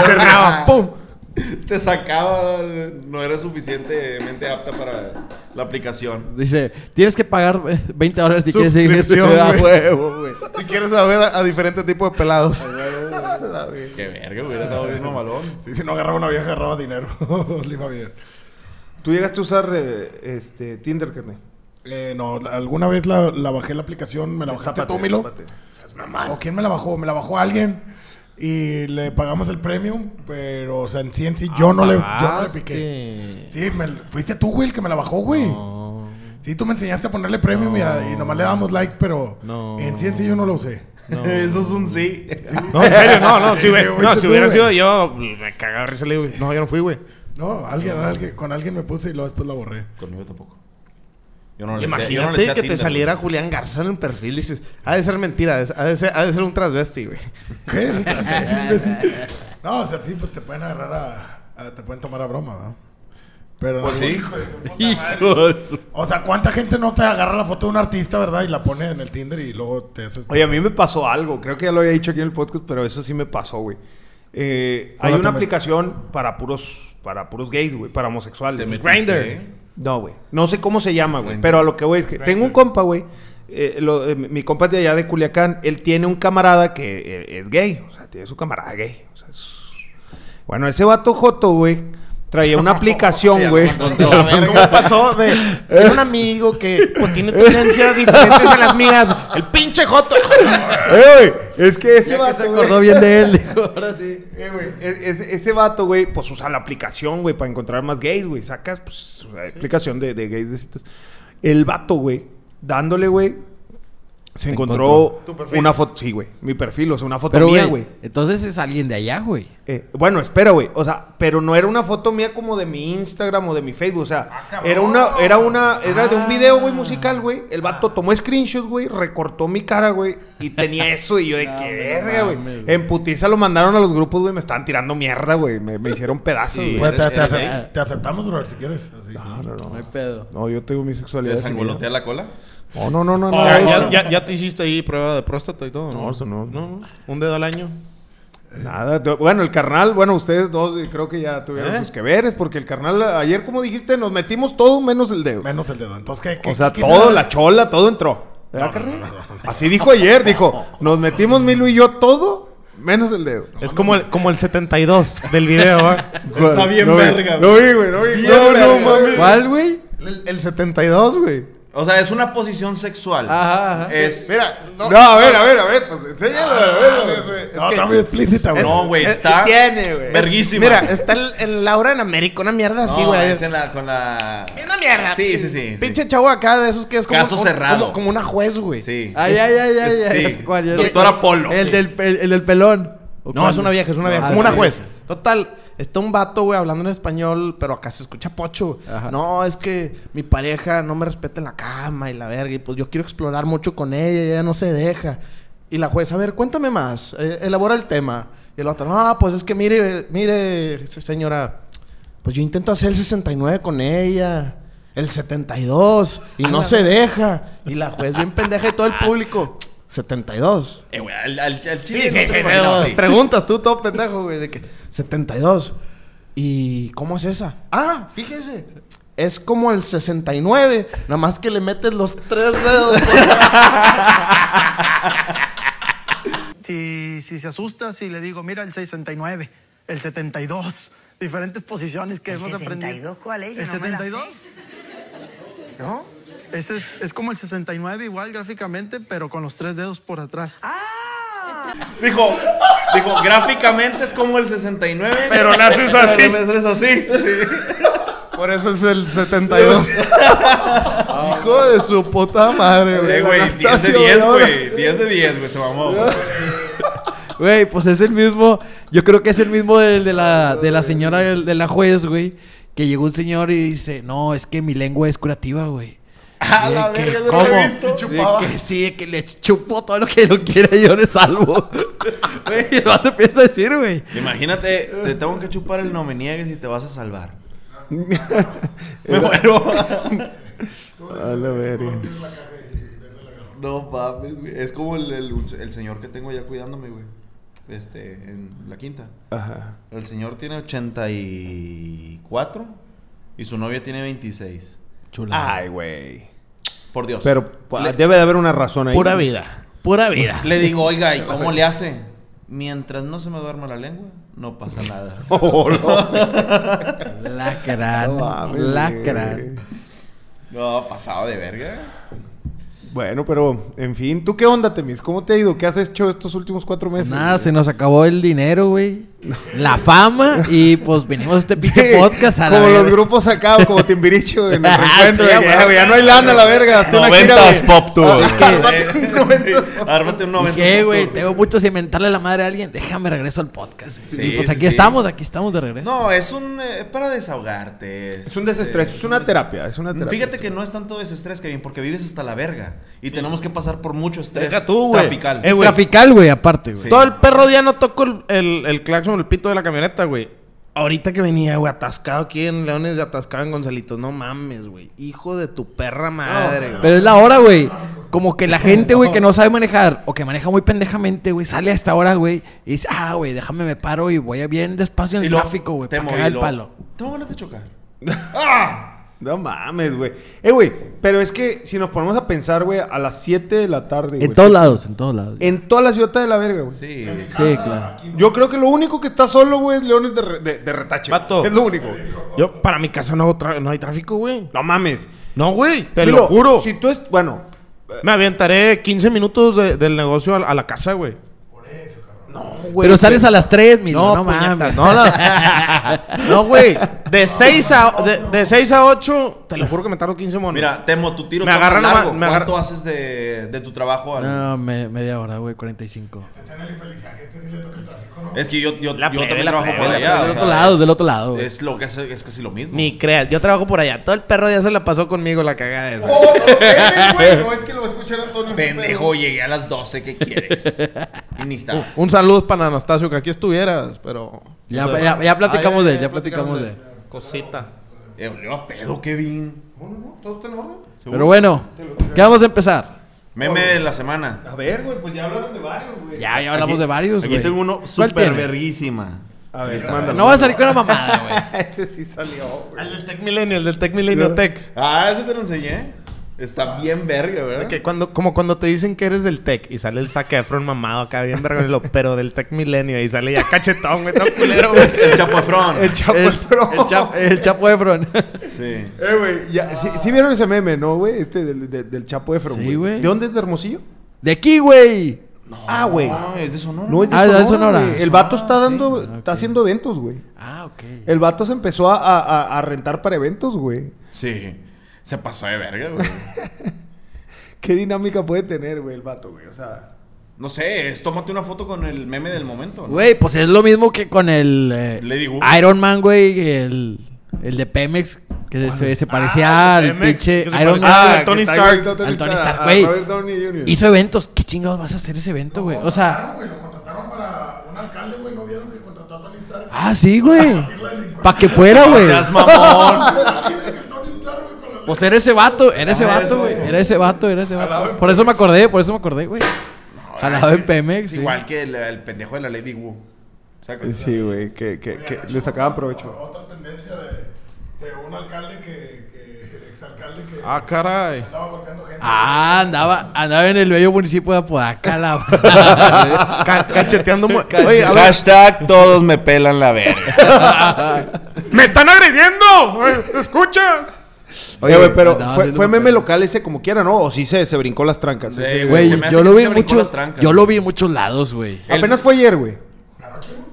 Speaker 4: cerraba, pum.
Speaker 6: Te sacaba, no era suficientemente apta para la aplicación.
Speaker 2: Dice, tienes que pagar eh, 20 dólares si quieres seguir
Speaker 4: Suscripción,
Speaker 2: a
Speaker 4: güey.
Speaker 2: huevo, güey.
Speaker 4: Si quieres saber a, a diferentes tipos de pelados.
Speaker 6: Qué verga, hubiera estado bien malón.
Speaker 5: Sí, si no agarraba una vieja, agarraba dinero. Le iba bien.
Speaker 1: Tú llegaste a usar eh, este, Tinder, carnal.
Speaker 5: Eh, no, la- alguna vez
Speaker 1: este,
Speaker 5: la, la bajé la aplicación, me la bajaste tú, Milo.
Speaker 1: Tápate.
Speaker 5: ¿O quién me la bajó? Me la bajó alguien. Y le pagamos el premium, pero, o sea, en sí, en sí,
Speaker 4: Ah,
Speaker 5: yo, no le, yo no le piqué. Sí, me, fuiste tú, güey, el que me la bajó, güey.
Speaker 4: No.
Speaker 5: Sí, tú me enseñaste a ponerle premium y, a- y nomás le damos likes, pero
Speaker 4: No.
Speaker 5: en sí, en sí, yo no lo usé.
Speaker 6: Eso es un sí.
Speaker 4: No, en serio, no, no. Si, hubiera- no,
Speaker 5: Sí, fuiste
Speaker 4: si
Speaker 5: tú,
Speaker 4: hubiera
Speaker 5: güey.
Speaker 4: sido yo, me cagaba de risa. Le digo, no, yo no fui, güey.
Speaker 5: No, alguien, alguien- con alguien me puse y luego después la borré.
Speaker 6: Conmigo tampoco. Yo no le sé- yo no le
Speaker 4: Imagínate
Speaker 6: sé a
Speaker 4: que te
Speaker 6: Tinder,
Speaker 4: saliera
Speaker 6: güey.
Speaker 4: Julián Garza en el perfil. Dices, ha de ser mentira, es- ha de ser, ha de ser un transvesti, güey.
Speaker 5: ¿Qué? no, o sea, sí, pues te pueden agarrar a... a- te pueden tomar a broma, ¿no? Pero...
Speaker 6: Pues sí.
Speaker 5: hijo de tu puta madre. O sea, ¿cuánta gente no te agarra la foto de un artista, verdad? Y la pone en el Tinder y luego te haces...
Speaker 1: Oye, a mí me pasó algo. Creo que ya lo había dicho aquí en el podcast, pero eso sí me pasó, güey. Eh, hay
Speaker 5: Cuéntame.
Speaker 1: una aplicación para puros, para puros gays, güey, para homosexuales.
Speaker 6: Te metiste,
Speaker 1: Grindr.
Speaker 6: ¿eh?
Speaker 1: No, güey. No sé cómo se llama, güey.
Speaker 6: Grindr.
Speaker 1: Pero a lo que voy es que tengo un compa, güey. eh, lo- eh, mi compa es de allá de Culiacán. Él tiene un camarada que eh, es gay. O sea, tiene su camarada gay. O sea, es- Bueno, ese vato Joto, güey, traía una aplicación, güey.
Speaker 4: A ver, ¿cómo pasó? De, tiene un amigo que pues, tiene tendencias diferentes a las mías. El pinche Joto.
Speaker 1: Eh, güey, es que ese
Speaker 2: Ya que
Speaker 1: vato,
Speaker 2: se
Speaker 1: güey.
Speaker 2: acordó bien de él, dijo, ahora sí.
Speaker 1: Eh, güey, e- ese, ese vato, güey, pues usa la aplicación, güey, para encontrar más gays, güey. Sacas, pues, la aplicación de, de gays de citas. El vato, güey, dándole, güey, se encontró, una foto, sí, güey, mi perfil, o sea, una foto
Speaker 2: Pero,
Speaker 1: mía, güey.
Speaker 2: güey, entonces es alguien de allá, güey.
Speaker 1: Eh, bueno, espera, güey. O sea, pero no era una foto mía como de mi Instagram o de mi Facebook. O sea, era una, era una, era de un video, güey, musical, güey. El vato tomó screenshots, güey, recortó mi cara, güey. Y tenía eso, y yo de qué verga, güey. En putiza lo mandaron a los grupos, güey. Me estaban tirando mierda, güey. Me, me hicieron pedazos,
Speaker 6: Sí.
Speaker 1: güey.
Speaker 5: Pues, te, te
Speaker 6: ¿Eres
Speaker 5: ace-
Speaker 6: gay?
Speaker 5: te aceptamos, bro, si quieres. Así.
Speaker 1: No, Ah, no, no.
Speaker 2: No hay pedo.
Speaker 1: No, yo tengo mi sexualidad.
Speaker 6: ¿Te
Speaker 1: definida.
Speaker 6: sangolotea la cola?
Speaker 1: No, no, no, no. no,
Speaker 4: Ya,
Speaker 1: eso
Speaker 4: ya-
Speaker 1: no.
Speaker 4: ya- ya te hiciste ahí prueba de próstata y todo.
Speaker 1: No, eso no.
Speaker 4: No, no. Un dedo al año.
Speaker 1: Nada, no, bueno, el carnal, bueno, ustedes dos eh, creo que ya tuvieron
Speaker 4: ¿Eh?
Speaker 1: sus que veres, porque el carnal, ayer, como dijiste, nos metimos todo menos el dedo.
Speaker 5: Menos el dedo. Entonces, ¿qué? qué
Speaker 1: O sea,
Speaker 5: qué-
Speaker 1: todo,
Speaker 5: qué-
Speaker 1: la chola, todo entró. ¿Verdad, carnal? Así dijo ayer, dijo, nos metimos Milo y yo todo, menos el dedo.
Speaker 4: Es como el, como el 72 del video, ¿ah?
Speaker 1: Está
Speaker 6: bien verga,
Speaker 1: No vi, güey, no vi.
Speaker 4: No, no, mames.
Speaker 2: ¿Cuál, güey?
Speaker 4: El, el 72, güey.
Speaker 6: O sea, es una posición sexual.
Speaker 2: Ajá, ajá.
Speaker 6: Es...
Speaker 4: Mira,
Speaker 1: No, a ver, a ver, a ver, pues enséñalo, a ver, a ver.
Speaker 5: No, está muy explícita, güey.
Speaker 6: No, güey, está...
Speaker 4: tiene, güey.
Speaker 6: verguísima.
Speaker 4: Mira, está el, el Laura en América, una mierda así,
Speaker 6: No,
Speaker 4: güey.
Speaker 6: es en la- con la...
Speaker 4: Una mierda.
Speaker 6: Sí, sí, sí, sí.
Speaker 4: Pinche chavo acá de esos que es como.
Speaker 6: Caso
Speaker 4: un-
Speaker 6: cerrado.
Speaker 4: Como, como una juez, güey.
Speaker 6: Sí.
Speaker 2: Ay, ay, ay, ay,
Speaker 6: es-
Speaker 2: ay.
Speaker 6: sí.
Speaker 2: ya sé cuál, ya sé
Speaker 6: Doctora
Speaker 2: cuál.
Speaker 6: Polo.
Speaker 2: El del, el, el del pelón. ¿O
Speaker 4: No,
Speaker 2: cuál?
Speaker 4: es una vieja, es una vieja.
Speaker 2: Ah,
Speaker 4: como una
Speaker 2: sí.
Speaker 4: juez. Total, está un vato, güey, hablando en español, pero acá se escucha pocho.
Speaker 2: Ajá.
Speaker 4: No, es que mi pareja no me respeta en la cama y la verga. Y pues yo quiero explorar mucho con ella, y ella no se deja. Y la juez, a ver, cuéntame más, eh, elabora el tema. Y el otro, no, pues es que mire, mire, señora, pues yo intento hacer el 69 con ella. El 72 y no se deja. Y la juez bien pendeja y todo el público. 72.
Speaker 6: Eh, güey, al, al, al
Speaker 4: Sí,
Speaker 6: chile
Speaker 4: sí,
Speaker 6: no te
Speaker 4: sí, sí,
Speaker 6: imaginas,
Speaker 4: no,
Speaker 6: sí.
Speaker 4: Preguntas tú, todo pendejo, güey, de que 72. ¿Y cómo es esa? Ah, fíjese. Es como el 69, nada más que le metes los tres dedos.
Speaker 7: si, si se asusta, si le digo, mira el 69, el 72, diferentes posiciones que
Speaker 8: ¿El
Speaker 7: hemos aprendido.
Speaker 8: 72 cuál es? Yo
Speaker 7: ¿El
Speaker 8: no me la
Speaker 7: 72?
Speaker 8: ¿No?
Speaker 7: Ese es, es como el 69 igual gráficamente, pero con los tres dedos por atrás.
Speaker 6: Dijo, dijo, gráficamente es como el 69.
Speaker 4: Pero le haces así.
Speaker 6: Pero le haces así.
Speaker 4: Por eso es el 72. Hijo de su puta madre,
Speaker 6: Eh,
Speaker 4: güey.
Speaker 6: güey, 10 de
Speaker 4: Anastasio,
Speaker 6: 10,
Speaker 4: ahora.
Speaker 6: güey. 10 de 10, güey, se mamó. güey.
Speaker 2: Güey, pues es el mismo. Yo creo que es el mismo del de la, de la señora del- de la juez, güey. Que llegó un señor y dice: No, es que mi lengua es curativa, güey.
Speaker 6: A
Speaker 2: Y de
Speaker 6: la
Speaker 2: que,
Speaker 6: verga, yo
Speaker 2: ¿cómo?
Speaker 6: no lo he visto.
Speaker 2: De que sí, de que le chupo todo lo que no quiera y yo le salvo. Güey, y el vato empieza a decir, güey.
Speaker 6: Imagínate, te tengo que chupar el no me niegues y te vas a salvar. Me muero.
Speaker 1: A la verga.
Speaker 6: No mames, güey. Es como el, el- el señor que tengo ya cuidándome, güey. Este, en la quinta.
Speaker 1: Ajá.
Speaker 6: El señor tiene 84 y su novia tiene 26.
Speaker 1: Ay, güey.
Speaker 6: Por Dios.
Speaker 1: Pero pa-
Speaker 2: ah,
Speaker 1: debe de haber una razón ahí.
Speaker 4: Pura vida. Pura vida.
Speaker 6: Le digo, oiga, ¿y cómo le hace? Mientras no se me duerma la lengua, no pasa nada.
Speaker 1: Oh, no.
Speaker 2: Lacran.
Speaker 1: No mames,
Speaker 2: lacran.
Speaker 1: güey.
Speaker 6: No, pasado de verga.
Speaker 1: Bueno, pero en fin, ¿tú qué onda, Temis? ¿Cómo te ha ido? ¿Qué has hecho estos últimos cuatro meses?
Speaker 2: Nada, se nos acabó el dinero, güey. La fama y pues venimos a este pinche
Speaker 1: Sí,
Speaker 2: podcast a la
Speaker 1: Como los
Speaker 2: verga.
Speaker 1: grupos sacados, como Timbiricho, en el reencuentro.
Speaker 2: Sí,
Speaker 1: de que,
Speaker 2: güey.
Speaker 1: "Eh, güey, ya no hay lana, la verga. tú una gira,
Speaker 9: Noventas
Speaker 1: güey".
Speaker 9: pop tour.
Speaker 6: Ármate un 90.
Speaker 2: ¿Qué, güey? Tengo mucho sin mentarle la madre a alguien. Déjame regreso al podcast. güey.
Speaker 6: Sí,
Speaker 2: y pues
Speaker 6: sí,
Speaker 2: aquí
Speaker 6: sí.
Speaker 2: estamos, aquí estamos de regreso.
Speaker 6: No, es un. eh, es para desahogarte.
Speaker 1: Es un desestrés, es una terapia, es una terapia.
Speaker 6: Fíjate que no es tanto desestrés, Kevin, porque vives hasta la verga. Y tenemos que pasar por mucho estrés
Speaker 4: Deja tú, güey.
Speaker 6: trafical.
Speaker 4: Eh, güey.
Speaker 2: Trafical, güey, aparte, güey.
Speaker 6: Sí.
Speaker 4: Todo el perro día no toco el, el, el claxon, el pito de la camioneta, güey. Ahorita que venía, güey, atascado aquí en Leones y atascado en Gonzalitos. No mames, güey. Hijo de tu perra madre, güey.
Speaker 2: Pero es la hora, güey. Como que la gente, güey, que no sabe manejar o que maneja muy pendejamente, güey, sale a esta hora, güey, y dice, ah, güey, déjame me paro y voy a bien despacio en el
Speaker 6: luego
Speaker 2: tráfico, güey, para
Speaker 6: Temo,
Speaker 2: cagar
Speaker 6: y
Speaker 2: el
Speaker 6: luego-
Speaker 2: palo.
Speaker 6: Tengo ganas de chocar.
Speaker 1: No mames, güey. Eh, güey, pero es que si nos ponemos a pensar, güey, a las 7 de la tarde, güey. Eh,
Speaker 2: En todos lados, en todos lados.
Speaker 1: En toda la ciudad de la verga, güey.
Speaker 6: Sí.
Speaker 2: Sí, claro.
Speaker 1: Yo creo que lo único que está solo, güey, es Leones de, re- de- de retache. güey.
Speaker 4: Vato.
Speaker 1: Es lo único. güey.
Speaker 4: Yo, para mi casa no, hago tra- no hay tráfico, güey.
Speaker 1: No mames.
Speaker 4: No, güey. Te
Speaker 1: Milo,
Speaker 4: lo juro.
Speaker 1: Si tú es. Bueno.
Speaker 4: Me aventaré 15 minutos de- del negocio a, a la casa, güey.
Speaker 1: güey,
Speaker 2: Pero sales a las 3, mi
Speaker 4: No,
Speaker 2: no,
Speaker 4: puñetas,
Speaker 2: mames.
Speaker 4: no, no. No, güey. De 6 a, de, 6 a 8, te lo juro que me tardo 15 monos.
Speaker 6: Mira, Temo, tu tiro
Speaker 4: Me
Speaker 6: está muy
Speaker 4: agarran la ma-
Speaker 6: largo.
Speaker 4: me
Speaker 6: ¿Cuánto
Speaker 4: agarra-
Speaker 6: haces de, de tu trabajo? al-
Speaker 2: No, me- media hora, güey, 45.
Speaker 6: Es que yo, yo,
Speaker 4: La
Speaker 6: yo
Speaker 4: plebe,
Speaker 6: también
Speaker 4: la
Speaker 6: trabajo
Speaker 4: plebe,
Speaker 6: por
Speaker 4: la
Speaker 6: allá.
Speaker 4: plebe,
Speaker 6: o
Speaker 2: del
Speaker 6: sea,
Speaker 2: otro lado,
Speaker 6: es-
Speaker 2: del otro lado, güey.
Speaker 6: Es lo que es, es casi lo mismo.
Speaker 4: Ni creas. Yo trabajo por allá. Todo el perro día se la pasó conmigo la cagada esa.
Speaker 5: Oh, no, espérame, güey, no, es que lo escucharon todos nuestros
Speaker 6: Pendejo, llegué a las 12, ¿qué quieres? y ni estabas.
Speaker 4: Un saludo para Anastasio, que aquí estuvieras, pero...
Speaker 2: Ya- ya- ya platicamos de él, ya platicamos de él.
Speaker 4: Cosita.
Speaker 6: Eh, olió a pedo, Kevin.
Speaker 5: No, no, no, todo está en orden.
Speaker 2: Pero bueno, ¿qué vamos a empezar?
Speaker 6: Meme de la semana.
Speaker 1: A ver, güey, pues ya hablaron de varios, güey.
Speaker 2: Ya, ya hablamos de varios,
Speaker 6: Aquí
Speaker 2: güey.
Speaker 6: tengo uno
Speaker 2: ¿Cuál
Speaker 6: súper
Speaker 2: tienes?
Speaker 6: verguísima.
Speaker 1: A ver, mándalo.
Speaker 2: No va a salir con una mamada, güey.
Speaker 1: Ese sí salió, güey.
Speaker 4: El del Tech Milenio, el del Tech Milenio Tech.
Speaker 6: Ah, ese te lo enseñé. Está bien verga, ¿verdad?
Speaker 4: Que cuando, como cuando te dicen que eres del Tech y sale el saque Efron mamado acá bien vergón, y lo, pero del Tech Milenio y sale ya cachetón, güey, todo culero, güey.
Speaker 6: El chapafrón.
Speaker 1: El chapo
Speaker 2: El,
Speaker 1: el tronco.
Speaker 2: el Chapo- el Chapo Efron.
Speaker 6: Sí.
Speaker 1: Eh, güey, ya, sí, sí vieron ese meme, ¿no, güey? Este del, de- del Chapo Efron,
Speaker 2: Sí,
Speaker 1: güey.
Speaker 2: güey.
Speaker 1: ¿De dónde es de Hermosillo?
Speaker 2: De aquí, güey.
Speaker 1: ah, güey.
Speaker 6: No, es de Sonora.
Speaker 1: No, es de
Speaker 2: Ah,
Speaker 1: Sonora, Ah,
Speaker 2: es Sonora.
Speaker 1: güey. El
Speaker 2: Sonora,
Speaker 1: vato está dando, está haciendo eventos, güey.
Speaker 2: Ah, ok.
Speaker 1: El vato se empezó a, a- a- a rentar para eventos, güey.
Speaker 6: Sí. Se pasó de verga, güey.
Speaker 1: ¿Qué dinámica puede tener, güey, el vato, güey? O sea,
Speaker 6: No sé, es tómate una foto con el meme del momento. ¿no?
Speaker 2: Güey, pues es lo mismo que con el eh,
Speaker 6: Lady Wu.
Speaker 2: Iron Man, güey, el, el de Pemex, que se, se parecía
Speaker 4: Ah,
Speaker 2: al
Speaker 4: el Pemex,
Speaker 2: pinche
Speaker 4: que se
Speaker 2: Iron
Speaker 4: parecía
Speaker 2: Man.
Speaker 4: al de Tony
Speaker 1: Ah, que está
Speaker 4: Stark.
Speaker 1: igualito a
Speaker 2: Al Ah, Tony Stark,
Speaker 1: a
Speaker 2: güey.
Speaker 1: Ah, Robert Downey Jr.
Speaker 2: Hizo eventos. ¿Qué chingados vas a hacer ese evento, güey? O sea,
Speaker 5: Claro, güey, lo contrataron para un alcalde, güey, no vieron que contrató a Tony Stark.
Speaker 2: ah, sí, güey.
Speaker 5: la delincuencia.
Speaker 2: Para que fuera,
Speaker 6: No
Speaker 2: güey.
Speaker 6: seas mamón.
Speaker 5: El Tony Stark, güey, con la
Speaker 2: Pues era ese vato, era
Speaker 6: Ah,
Speaker 2: ese vato, güey. Era ese vato, era ese vato. Por eso me acordé, por eso me acordé, güey. Jalado en Pemex,
Speaker 6: Es
Speaker 2: sí.
Speaker 6: Igual que el, el pendejo de la Lady Wu. O sea, que-
Speaker 1: Sí, güey, que, que, que le sacaban provecho.
Speaker 5: otra tendencia de, de un alcalde que, que el exalcalde que
Speaker 4: Ah, caray.
Speaker 5: estaba golpeando gente.
Speaker 2: Ah, andaba, andaba en el bello municipio de Apodaca, la
Speaker 4: Ca- cacheteando. mu- Oye, a ver,
Speaker 6: Hashtag todos me pelan la verga.
Speaker 4: ¡Me están agrediendo! Ay, ¿Escuchas?
Speaker 1: Oye, güey, pero
Speaker 2: andaba
Speaker 1: fue,
Speaker 2: haciendo
Speaker 1: fue
Speaker 2: un
Speaker 1: meme
Speaker 2: pedo.
Speaker 1: local ese como quiera, ¿no? O sí se, se brincó las trancas.
Speaker 6: Sí,
Speaker 1: ese,
Speaker 6: güey.
Speaker 2: Güey,
Speaker 6: Se me hace
Speaker 2: yo
Speaker 6: que
Speaker 2: lo
Speaker 6: sí
Speaker 2: vi
Speaker 6: se
Speaker 2: en
Speaker 6: brincó
Speaker 2: muchos.
Speaker 6: las trancas.
Speaker 2: Yo lo vi en muchos lados, güey.
Speaker 1: Apenas fue ayer, güey.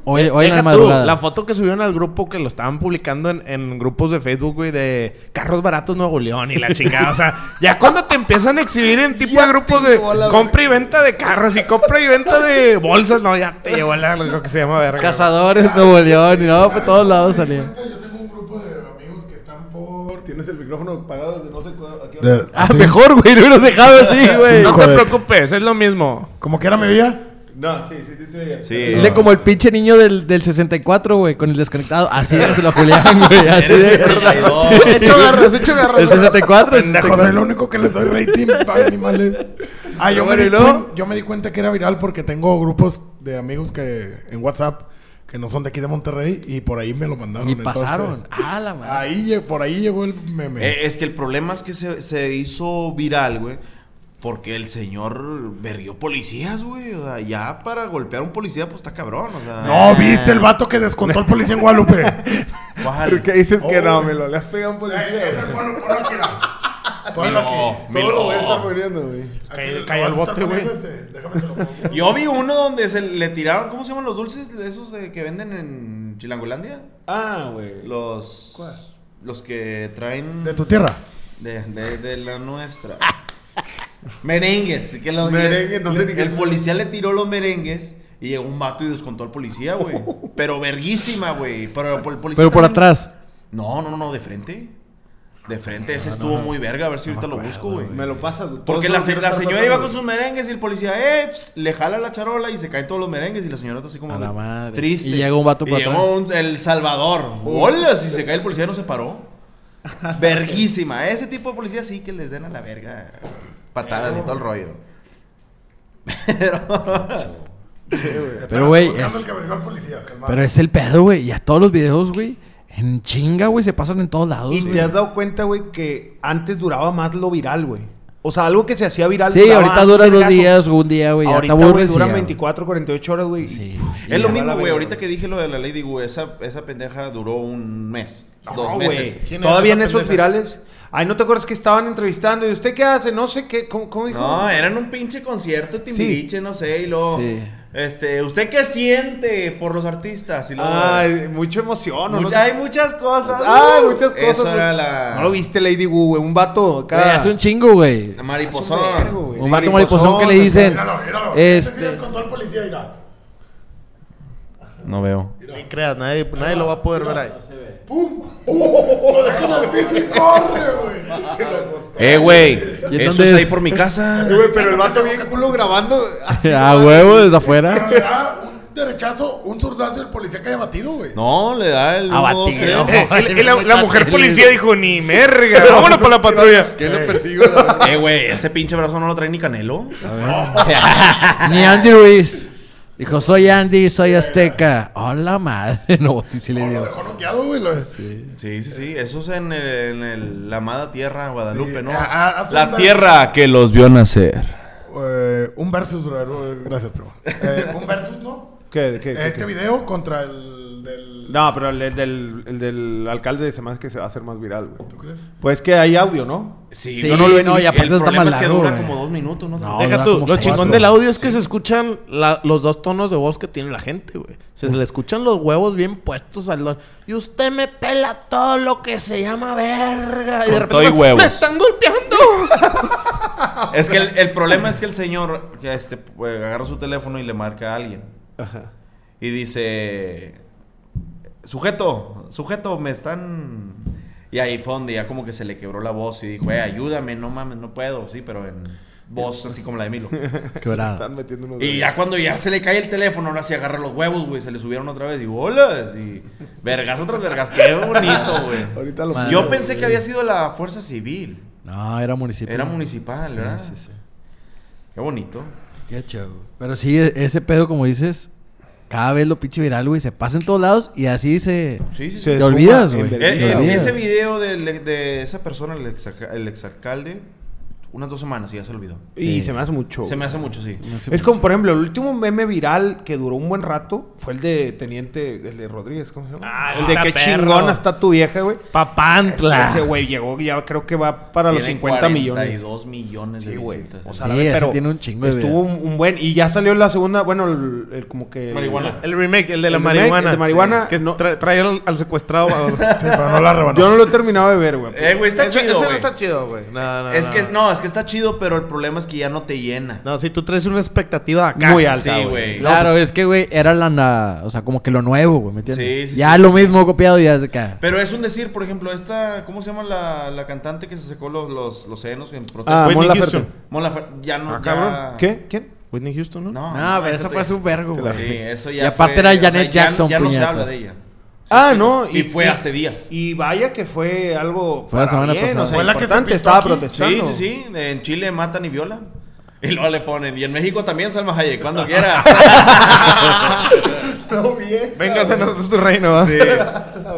Speaker 2: Hoy, hoy en
Speaker 4: Deja
Speaker 2: la
Speaker 4: tú,
Speaker 2: madrugada.
Speaker 4: la foto que subieron al grupo que lo estaban publicando en, en grupos de Facebook, güey, de carros baratos Nuevo León y la chingada. o sea, ya cuando te empiezan a exhibir en tipo de grupos de compra y venta de carros y compra y venta de bolsas, no, ya te llevó la lo que se llama verga. güey.
Speaker 2: Cazadores, Nuevo León, y no, por todos lados salía.
Speaker 5: Yo tengo un grupo de amigos que están por
Speaker 1: Tienes el micrófono pagado desde no sé cuándo.
Speaker 2: Ah, mejor, güey, no hubieras dejado así, güey.
Speaker 4: No
Speaker 5: Hijo
Speaker 4: te
Speaker 5: de-
Speaker 4: preocupes, es lo mismo.
Speaker 5: Como que era mi vida.
Speaker 1: No, sí, sí, sí, sí.
Speaker 6: Sí.
Speaker 2: Dile como el pinche niño del, del 64, güey, con el desconectado. Así es lo Julián, güey, así de
Speaker 4: hecho garras, hecho
Speaker 2: El 64, el
Speaker 5: Pendejo,
Speaker 2: 64.
Speaker 5: soy lo único que les doy rating para animales. Ah, yo me,
Speaker 2: Bueno, ¿y
Speaker 5: di
Speaker 2: luego?
Speaker 5: cuen- yo me di cuenta que era viral porque tengo grupos de amigos que en WhatsApp que no son de aquí de Monterrey y por ahí me lo mandaron.
Speaker 2: Y
Speaker 5: entonces,
Speaker 2: pasaron. Ah, la madre.
Speaker 5: ahí, lle- por ahí llegó el meme.
Speaker 6: Eh, es que el problema es que se, se hizo viral, güey. Porque el señor verguió policías, güey. O sea, ya para golpear a un policía, pues está cabrón. O sea,
Speaker 2: Ah.
Speaker 5: no, viste el vato que descontó al policía en Guadalupe.
Speaker 6: ¿cuál?
Speaker 1: ¿Por qué dices que
Speaker 5: Oh,
Speaker 1: no,
Speaker 5: güey. Eh,
Speaker 1: me lo le has pegado a un policía? güey?
Speaker 5: Ese Guadalupe no quiera. Ponlo aquí.
Speaker 6: Milo.
Speaker 1: Todo lo voy a estar poniendo, güey.
Speaker 4: Cae-
Speaker 5: lo
Speaker 4: cae
Speaker 5: vas
Speaker 4: al
Speaker 5: a estar
Speaker 4: bote, güey.
Speaker 5: poniendo, este, Déjame te lo pongo.
Speaker 6: Yo vi uno donde se le tiraron, ¿cómo se llaman los dulces de esos de- que venden en Chilangolandia?
Speaker 1: Ah, güey.
Speaker 6: Los
Speaker 5: ¿Cuál?
Speaker 6: los que traen
Speaker 5: De tu tierra.
Speaker 6: de, de- de la nuestra. merengues, que los
Speaker 1: Ah. Merengue, no sé ni
Speaker 6: el,
Speaker 1: qué
Speaker 6: el
Speaker 1: son.
Speaker 6: policía le tiró los merengues y llegó un vato y descontó al policía, güey. Pero verguísima, güey. Pero por el policía
Speaker 2: Pero por
Speaker 6: también-
Speaker 2: atrás.
Speaker 6: No, no, no, no, de frente. De
Speaker 1: Ah,
Speaker 6: frente, ese estuvo muy verga, a ver si ahorita lo busco, güey.
Speaker 1: Me lo pasas, güey.
Speaker 6: Porque
Speaker 1: Por
Speaker 6: la,
Speaker 1: eso
Speaker 6: se-
Speaker 1: lo quiero
Speaker 6: la
Speaker 1: estar
Speaker 6: señora
Speaker 1: pasando,
Speaker 6: iba
Speaker 1: güey.
Speaker 6: con sus merengues y el policía, eh, pss, le jala la charola y se caen todos los merengues y la señora está así como
Speaker 2: A la
Speaker 6: que
Speaker 2: madre.
Speaker 6: triste.
Speaker 2: Y llega un vato
Speaker 6: Y
Speaker 2: por
Speaker 6: llegó
Speaker 2: atrás.
Speaker 6: un- el Salvador. ¡Bolas! Y se cae el policía y no se paró. Verguísima. Ese tipo de policía sí que les den a la verga patadas y todo el rollo. Pero...
Speaker 5: Espera,
Speaker 2: güey,
Speaker 5: buscando
Speaker 2: es-
Speaker 5: el que averiguó al policía, calmado.
Speaker 2: Pero es el pedo, güey. Y a todos los videos, güey. En chinga, güey. Se pasan en todos lados.
Speaker 1: Y
Speaker 2: güey.
Speaker 1: te has dado cuenta, güey, que antes duraba más lo viral, güey. O sea, algo que se hacía viral.
Speaker 2: Sí,
Speaker 1: duraba
Speaker 2: ahorita
Speaker 1: un
Speaker 2: dura dos
Speaker 1: vergazo.
Speaker 2: días, un día, güey. Ya te
Speaker 1: Ahorita,
Speaker 2: aburres.
Speaker 1: güey,
Speaker 2: y
Speaker 1: dura
Speaker 2: ya, güey.
Speaker 1: 24, 48 horas, güey.
Speaker 2: Sí.
Speaker 1: Y
Speaker 6: Es lo
Speaker 1: ya.
Speaker 6: mismo,
Speaker 1: La
Speaker 6: güey.
Speaker 1: verga,
Speaker 6: Ahorita
Speaker 1: güey.
Speaker 6: que dije lo de la Lady Wu, esa, esa pendeja duró un mes.
Speaker 1: No,
Speaker 6: dos
Speaker 1: güey.
Speaker 6: meses.
Speaker 4: ¿Quién es
Speaker 1: Todavía en
Speaker 4: esa
Speaker 1: esos
Speaker 4: pendeja?
Speaker 1: virales. Ay, ¿no te acuerdas que estaban entrevistando? ¿Y usted qué hace? No sé qué. ¿Cómo, cómo dijo?
Speaker 6: No, eh, eran un pinche concierto de Timbiriche, no sé, y luego.
Speaker 2: Sí.
Speaker 6: Este, ¿usted qué siente por los artistas? Y luego,
Speaker 1: Ay, mucha emoción. ¿no?
Speaker 6: mucha-
Speaker 1: No sé.
Speaker 6: hay muchas cosas.
Speaker 1: Ay, muchas cosas.
Speaker 6: Eso era
Speaker 1: güey.
Speaker 6: la.
Speaker 1: No lo viste, Lady Wu, güey. Un vato
Speaker 2: Güey,
Speaker 1: acá.
Speaker 2: hace un chingo, güey.
Speaker 6: La
Speaker 1: Hace vergo,
Speaker 6: maripozón.
Speaker 1: güey.
Speaker 2: Un vato mariposón que le dicen.
Speaker 5: Míralo, míralo.
Speaker 2: Este-
Speaker 5: Este. Con todo el policía, mira.
Speaker 6: No veo.
Speaker 5: Mira.
Speaker 4: Ni creas, nadie, nadie lo va a poder ver ahí.
Speaker 5: ¡Pum! ¡Oh! Lo dejan al piso y corre, güey. Te lo mostré.
Speaker 6: Eh, güey.
Speaker 2: ¿Y
Speaker 6: Eso
Speaker 2: entonces?
Speaker 6: es ahí por mi casa.
Speaker 1: Sí, güey, pero el vato bien culo grabando.
Speaker 2: A huevo desde afuera.
Speaker 5: Pero le da Ah, un derechazo, un zurdazo y el policía cae abatido, güey.
Speaker 6: No, le da el.
Speaker 1: Ah,
Speaker 6: uno, dos,
Speaker 2: Abatido.
Speaker 6: tres.
Speaker 4: Eh, la, mujer policía dijo, ni merga, vámonos para la patrulla.
Speaker 5: ¿Qué lo persigue?
Speaker 6: Eh, güey, ese pinche brazo no lo trae ni Canelo.
Speaker 2: Ni Andy Ruiz. Dijo, soy Andy, soy azteca. Hola, madre. No, sí, sí le
Speaker 5: Lo
Speaker 2: dio.
Speaker 5: dejó noqueado, güey. Lo...
Speaker 6: Sí, sí, sí. Eso es en, el- en el- la amada tierra Guadalupe,
Speaker 5: Sí,
Speaker 6: ¿no?
Speaker 5: a- a- haz
Speaker 6: la
Speaker 5: un-
Speaker 6: tierra que los vio nacer.
Speaker 5: Eh, un versus, bro. eh, Gracias, primo. Eh, un versus, ¿no?
Speaker 1: ¿Qué? ¿Qué? qué,
Speaker 5: Este
Speaker 1: qué?
Speaker 5: video contra el del...
Speaker 1: No, pero el, el del, el del alcalde se me hace que se va a hacer más viral, güey.
Speaker 5: ¿Tú crees?
Speaker 1: Pues que hay audio, ¿no?
Speaker 2: Sí, yo no lo he no, ni- y aparte
Speaker 6: el
Speaker 2: está
Speaker 6: problema
Speaker 2: mal
Speaker 6: es que
Speaker 2: largo,
Speaker 6: dura
Speaker 2: güey.
Speaker 6: como dos minutos, ¿no?
Speaker 2: No,
Speaker 4: Deja
Speaker 2: dura
Speaker 4: tú,
Speaker 2: como
Speaker 4: lo
Speaker 2: seis,
Speaker 4: chingón
Speaker 2: cuatro.
Speaker 4: del audio es que se escuchan la- los dos tonos de voz que tiene la gente, güey. Se le escuchan los huevos bien puestos al don. Y usted me pela todo lo que se llama verga. Y de repente,
Speaker 6: todo y huevos.
Speaker 4: ¡me están golpeando!
Speaker 6: Es que el, el problema es que el señor que este, pues, agarra su teléfono y le marca a alguien. Y dice: Sujeto, sujeto, me están. Y ahí fue donde ya como que se le quebró la voz y dijo: "Eh, ayúdame, no mames, no puedo. Sí, pero en voz así como la de Milo.
Speaker 2: Quebrada.
Speaker 1: Están metiendo unos.
Speaker 6: Y ya cuando ya se le cae el teléfono, ahora sí agarra los huevos, güey. Se le subieron otra vez. Digo, hola. Y vergas, otras vergas. Qué bonito, güey.
Speaker 1: Ahorita lo.
Speaker 2: Madre.
Speaker 6: Yo pensé que había sido la fuerza civil.
Speaker 2: No, era municipio.
Speaker 6: Era municipal, ¿verdad?
Speaker 2: Sí, sí, sí.
Speaker 6: Qué bonito.
Speaker 2: Qué show. Pero sí, e- ese pedo, como dices, cada vez lo pinche viral, güey. Se pasa en todos lados y así se.
Speaker 6: Sí, sí, sí.
Speaker 1: Se
Speaker 2: Te
Speaker 1: suma
Speaker 2: olvidas,
Speaker 1: en
Speaker 2: güey.
Speaker 6: El- el-
Speaker 1: vergüenza, güey.
Speaker 6: ese video del- de, esa persona, el, exalca- el exalcalde, unas dos semanas y ya se olvidó.
Speaker 1: Y
Speaker 2: Sí.
Speaker 1: se me hace mucho.
Speaker 6: Se
Speaker 1: güey.
Speaker 6: me hace mucho, sí.
Speaker 1: Es como, por ejemplo, el último meme viral que duró un buen rato fue el de Teniente, el de Rodríguez, ¿cómo se llama?
Speaker 4: Ah,
Speaker 1: el de
Speaker 4: está
Speaker 1: qué
Speaker 4: perro.
Speaker 1: chingona está tu vieja, güey. Ese
Speaker 4: ¡Papantla!
Speaker 1: güey llegó, ya creo que va para los
Speaker 6: Tiene
Speaker 1: 50 millones.
Speaker 6: 42 millones
Speaker 1: Sí,
Speaker 6: de
Speaker 1: güey.
Speaker 6: visitas.
Speaker 1: O sea,
Speaker 2: Sí,
Speaker 1: la verdad,
Speaker 2: ese
Speaker 1: pero
Speaker 2: tiene un chingo de
Speaker 1: Estuvo un, un buen. Y ya salió la segunda, bueno, el, el como que.
Speaker 6: Marihuana.
Speaker 4: El remake, el de la
Speaker 1: El remake,
Speaker 4: marihuana.
Speaker 1: el de marihuana,
Speaker 4: Que
Speaker 1: no-
Speaker 4: tra- trae al, al secuestrado. a-
Speaker 5: Sí, pero no la rebanó.
Speaker 1: Yo no lo he terminado de ver, güey.
Speaker 6: eh, güey, está
Speaker 4: ese
Speaker 6: chido.
Speaker 4: ese no
Speaker 6: güey.
Speaker 4: está chido, güey. No, no,
Speaker 6: es que no, es que está chido, pero el problema es que ya no te llena.
Speaker 4: No, si tú traes una expectativa de acá.
Speaker 1: Muy alta,
Speaker 6: sí,
Speaker 1: güey.
Speaker 6: güey.
Speaker 2: Claro, es que, güey, era la, na- O sea, como que lo nuevo, güey, ¿me
Speaker 6: Sí,
Speaker 2: entiendes?
Speaker 6: sí,
Speaker 2: ya
Speaker 6: sí,
Speaker 2: lo
Speaker 6: sí.
Speaker 2: mismo copiado y ya se cae.
Speaker 6: Pero es un decir, por ejemplo, esta, ¿cómo se llama la, la cantante que se secó los, los, los senos en
Speaker 1: Ah,
Speaker 6: protesta?
Speaker 4: Pues, Whitney
Speaker 1: Mon Laferte.
Speaker 4: Houston.
Speaker 6: Mon Laferte, ya no, ya-
Speaker 4: Ah, cabrón.
Speaker 1: ¿Qué? ¿Quién?
Speaker 4: Whitney Houston, ¿no?
Speaker 6: No,
Speaker 2: No, pero
Speaker 6: esa
Speaker 2: eso
Speaker 6: te-
Speaker 2: fue su vergo, güey.
Speaker 6: Sí, eso ya
Speaker 2: Y aparte
Speaker 6: fue-
Speaker 2: era
Speaker 6: o sea,
Speaker 2: Janet
Speaker 6: ya-
Speaker 2: Jackson,
Speaker 6: Ya, no se
Speaker 2: puñetas.
Speaker 6: habla de ella.
Speaker 1: Ah, no.
Speaker 6: Y, fue hace días.
Speaker 1: Y vaya que fue algo.
Speaker 2: Fue la
Speaker 1: para
Speaker 2: semana
Speaker 1: bien,
Speaker 2: pasada.
Speaker 1: O sea,
Speaker 5: Fue la que se
Speaker 1: importante,
Speaker 5: pintó
Speaker 1: estaba
Speaker 5: aquí.
Speaker 1: protestando.
Speaker 6: Sí, sí, sí. En Chile matan y violan. Y luego le ponen. Y en México también, Salma Hayek, cuando quieras.
Speaker 5: No vi esa,
Speaker 4: Véngase,
Speaker 5: güey.
Speaker 4: nosotros tu reino, ¿va?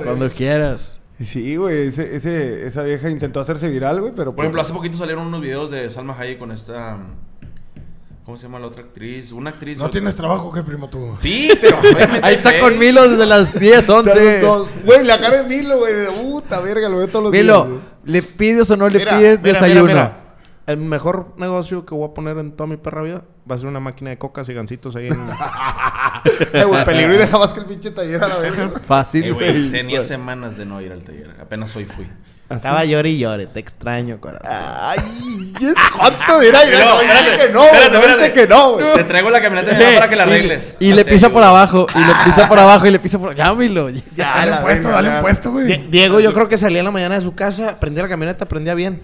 Speaker 2: Cuando quieras.
Speaker 1: Sí, güey, ese, ese- esa vieja intentó hacerse viral, güey, pero... pues,
Speaker 6: Por ejemplo, hace poquito salieron unos videos de Salma Hayek con esta. mm, ¿Cómo se llama la otra actriz? Una actriz.
Speaker 5: No tienes trabajo, ¿qué, primo, tú?
Speaker 6: Sí, pero.
Speaker 2: Ahí está con
Speaker 6: conmigo
Speaker 2: Milo desde las 10,
Speaker 1: Tardan
Speaker 2: 11.
Speaker 1: todos- Güey, la cara de Milo, güey, de puta verga, lo veo todos los días.
Speaker 2: Milo,
Speaker 1: güey.
Speaker 2: ¿Le pides o no le
Speaker 4: Mira,
Speaker 2: pides
Speaker 4: mira, mira,
Speaker 2: desayuno?
Speaker 4: mira. El mejor negocio que voy a poner en toda mi perra vida va a ser una máquina de cocas y gancitos ahí en...
Speaker 5: Eh, güey, peligro y deja más que el pinche taller a la verga.
Speaker 2: Fácil,
Speaker 6: Eh, güey,
Speaker 2: güey.
Speaker 6: tenía semanas de no ir al taller. Apenas hoy fui.
Speaker 4: Estaba llore y llore. Te extraño, corazón. Ay,
Speaker 5: ¿Cuánto dirá? Dirá,
Speaker 6: No,
Speaker 5: no, dice
Speaker 6: Ah, espérate,
Speaker 5: que no, güey,
Speaker 6: espérate,
Speaker 5: no dice
Speaker 6: espérate.
Speaker 5: que no, güey.
Speaker 6: Te traigo la camioneta de mi mamá para que la
Speaker 2: Eh, Y-
Speaker 6: arregles.
Speaker 2: Y, le
Speaker 6: Te
Speaker 2: pisa
Speaker 6: ayudo.
Speaker 2: por abajo, y le pisa por abajo, y le pisa por... Llámelo.
Speaker 5: Dale un puesto, dale un puesto, güey.
Speaker 4: Diego, yo creo que salía en la mañana de su casa, prendía la camioneta, prendía bien.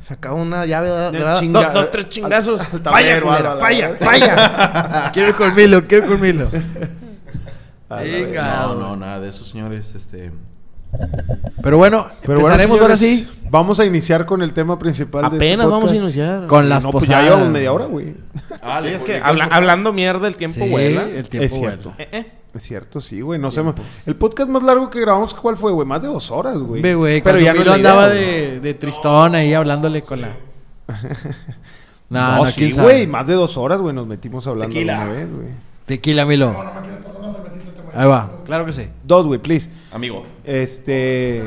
Speaker 4: Sacaba una llave, da- le daba
Speaker 5: chinga-
Speaker 4: dos, dos, tres chingazos.
Speaker 5: al
Speaker 4: falla,
Speaker 5: tablero,
Speaker 4: culera,
Speaker 5: a la-
Speaker 4: falla, falla.
Speaker 2: quiero ir con Milo, quiero ir con Milo.
Speaker 6: No, no, nada de eso, señores. Este.
Speaker 2: Pero bueno,
Speaker 1: Pero bueno,
Speaker 2: empezaremos ahora sí.
Speaker 1: señores, Vamos a iniciar con el tema principal de este
Speaker 4: Apenas vamos a
Speaker 1: podcast.
Speaker 4: iniciar.
Speaker 2: Con las
Speaker 1: no, pues ya
Speaker 2: posadas.
Speaker 1: llevamos media hora, güey.
Speaker 6: Ah, le
Speaker 4: Es que
Speaker 6: publiqué
Speaker 4: habla-
Speaker 6: su-
Speaker 4: hablando mierda, el tiempo
Speaker 2: Sí,
Speaker 4: vuela.
Speaker 2: el tiempo
Speaker 1: Es
Speaker 2: vuela.
Speaker 1: cierto.
Speaker 4: Eh, eh.
Speaker 1: Es cierto, sí, güey. No sé. ma- El podcast más largo que grabamos, ¿cuál fue, güey? Más de dos horas, güey.
Speaker 2: Ve, güey,
Speaker 1: Pero ya no
Speaker 2: Milo
Speaker 1: es la idea,
Speaker 2: andaba
Speaker 1: güey.
Speaker 2: de, de tristón ahí hablándole con la... No,
Speaker 1: No,
Speaker 2: no,
Speaker 1: sí,
Speaker 2: quién sabe.
Speaker 1: güey. Más de dos horas, güey. Nos metimos hablando de
Speaker 6: Tequila.
Speaker 1: una vez, güey.
Speaker 2: Tequila, Milo. Ahí va, claro que sí.
Speaker 1: Dos, güey, please.
Speaker 6: Amigo.
Speaker 1: Este.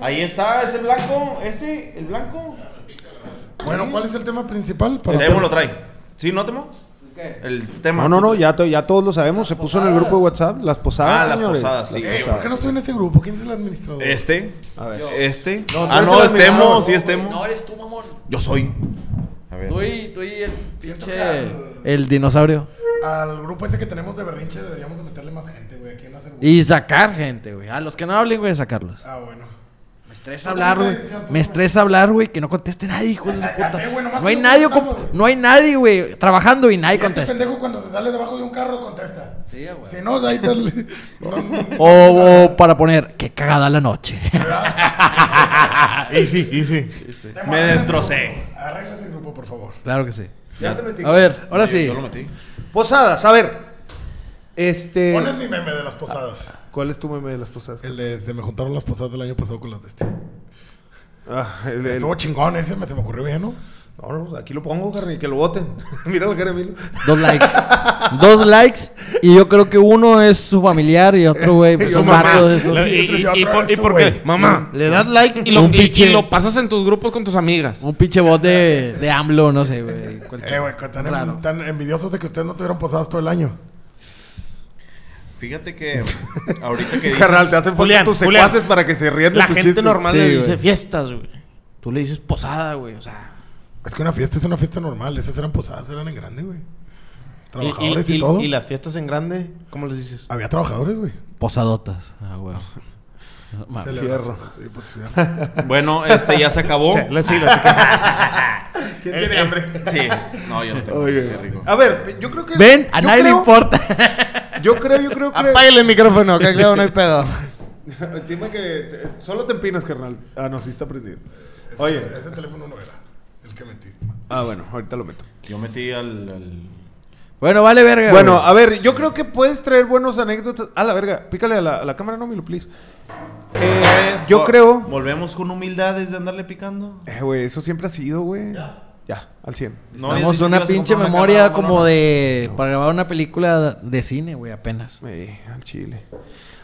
Speaker 6: Ahí está, ese blanco, ese, el blanco.
Speaker 5: Bueno, ¿cuál es el tema principal?
Speaker 6: El
Speaker 5: Para
Speaker 6: Temo lo trae. ¿Sí, no, Temo? El tema.
Speaker 1: No, no, no. Ya, to- ya todos lo sabemos. Se puso en el grupo de WhatsApp. Las posadas.
Speaker 6: Ah, las
Speaker 1: señores.
Speaker 6: posadas, sí.
Speaker 5: Eh, ¿Por qué no estoy en ese grupo? ¿Quién es el administrador?
Speaker 6: Este.
Speaker 1: A ver.
Speaker 6: Este.
Speaker 1: No, tú
Speaker 6: ah,
Speaker 1: eres
Speaker 6: no,
Speaker 1: el
Speaker 6: es Temo,
Speaker 1: admirador.
Speaker 6: sí es Temo.
Speaker 2: eres tú, mamón.
Speaker 6: Yo soy. A ver.
Speaker 2: Tú y, tú y el pinche... El dinosaurio.
Speaker 5: Al grupo este que tenemos de berrinche deberíamos de meterle más gente, güey. Aquí en la cerveza.
Speaker 2: Y sacar gente, güey. A los que no hablen, güey, sacarlos.
Speaker 5: Ah, bueno.
Speaker 2: Me estresa hablar, güey. Me estresa hablar, güey, que no conteste nadie, hijo de su
Speaker 5: Ah, Ya
Speaker 2: puta.
Speaker 5: sé, güey, nomás
Speaker 2: No hay
Speaker 5: nos
Speaker 2: nadie,
Speaker 5: contestamos,
Speaker 2: compa-
Speaker 5: güey.
Speaker 2: no hay nadie, güey, trabajando y nadie
Speaker 5: Y este
Speaker 2: contesta.
Speaker 5: pendejo cuando se sale debajo de un carro contesta.
Speaker 2: Sí, güey. Oh,
Speaker 5: Si no, ahí dale. No, no, no.
Speaker 2: O, o para poner, qué cagada la noche.
Speaker 4: Y sí, y sí.
Speaker 6: Me destrocé.
Speaker 5: Arregla ese grupo, por favor.
Speaker 2: claro que sí.
Speaker 1: Ya te metí.
Speaker 2: A ver, ahora sí.
Speaker 6: Yo lo metí.
Speaker 1: Posadas, a ver.
Speaker 2: Eh.
Speaker 1: Este.
Speaker 5: ¿Cuál es mi meme de las posadas?
Speaker 1: ¿Cuál es tu meme de las posadas?
Speaker 5: El de se me juntaron las posadas del año pasado con las de este.
Speaker 1: Ah, el- el-
Speaker 5: Estuvo chingón, ese me, se me ocurrió bien, ¿no?
Speaker 1: No, no, aquí lo pongo, carnal, y que lo voten. Mira la cara de Milo.
Speaker 2: Dos likes. Dos likes. Y yo creo que uno es su familiar y otro, güey, pues,
Speaker 5: Y
Speaker 2: son
Speaker 5: su mamá.
Speaker 2: varios de esos.
Speaker 5: La- Sí,
Speaker 4: Y, y,
Speaker 5: otra
Speaker 4: y por,
Speaker 5: vez
Speaker 4: y
Speaker 5: tú,
Speaker 4: por qué,
Speaker 5: güey.
Speaker 4: mamá, le das like y lo,
Speaker 2: Un
Speaker 4: y- y
Speaker 2: pinche-
Speaker 4: lo pasas en tus grupos con tus amigas.
Speaker 2: Un pinche bot de, de AMLO, no sé, güey. cualquier-
Speaker 5: Eh, güey, tan,
Speaker 2: raro.
Speaker 5: tan envidiosos de que ustedes no tuvieron posadas todo el año.
Speaker 6: Fíjate que ahorita que dices.
Speaker 1: Carnal, te hacen falta
Speaker 4: Julián,
Speaker 1: tus
Speaker 4: Julián.
Speaker 1: secuaces para que se rían de
Speaker 4: La
Speaker 1: tus
Speaker 4: gente
Speaker 1: chistes.
Speaker 4: normal
Speaker 2: Sí,
Speaker 4: le
Speaker 2: güey.
Speaker 4: dice fiestas, güey. Tú le dices posada, güey. O sea,
Speaker 5: Es que una fiesta es una fiesta normal. Esas eran posadas, eran en grande, güey.
Speaker 4: y-
Speaker 5: Trabajadores y,
Speaker 4: y, y-
Speaker 5: todo. Ah,
Speaker 4: y las fiestas en grande, ¿cómo les dices?
Speaker 5: Había trabajadores, güey.
Speaker 2: Posadotas. Ah, güey. Ma-
Speaker 5: Celebración. Sí, pues, fierro.
Speaker 6: Bueno, este ya se acabó.
Speaker 5: ¿Quién tiene hambre?
Speaker 6: Sí. No, yo no tengo.
Speaker 1: Eh, Oye.
Speaker 6: Qué rico.
Speaker 1: A ver, yo creo que.
Speaker 2: Ven, a
Speaker 1: yo
Speaker 2: nadie le
Speaker 1: creo-
Speaker 2: importa.
Speaker 1: Yo creo, yo creo que.
Speaker 4: Apáguele el micrófono, que creo no hay pedo.
Speaker 1: Encima que. te- solo te empinas, carnal. Ah, no, sí está prendido. Oye.
Speaker 5: Ese teléfono no era el que metiste.
Speaker 1: Ah, bueno, ahorita lo meto.
Speaker 6: Yo metí al. al-
Speaker 2: Bueno, vale verga.
Speaker 1: Bueno,
Speaker 6: ah,
Speaker 2: güey.
Speaker 1: a ver, yo creo que puedes traer buenos anécdotas. Ah, la verga, pícale a la, a la cámara, no, Milo, please. Eh,
Speaker 6: ¿Sabes?
Speaker 1: yo
Speaker 6: Vol-
Speaker 1: creo.
Speaker 6: Volvemos con humildades de andarle picando.
Speaker 1: Eh, güey, eso siempre ha sido, güey. Ya. al 100.
Speaker 6: No,
Speaker 2: Tenemos
Speaker 6: yo dije que
Speaker 2: una
Speaker 6: ibas a
Speaker 2: pinche
Speaker 6: comprar una
Speaker 2: memoria
Speaker 6: cámara,
Speaker 2: como
Speaker 6: mamona.
Speaker 2: de... Para grabar una película de cine, güey, apenas.
Speaker 1: Eh, al chile.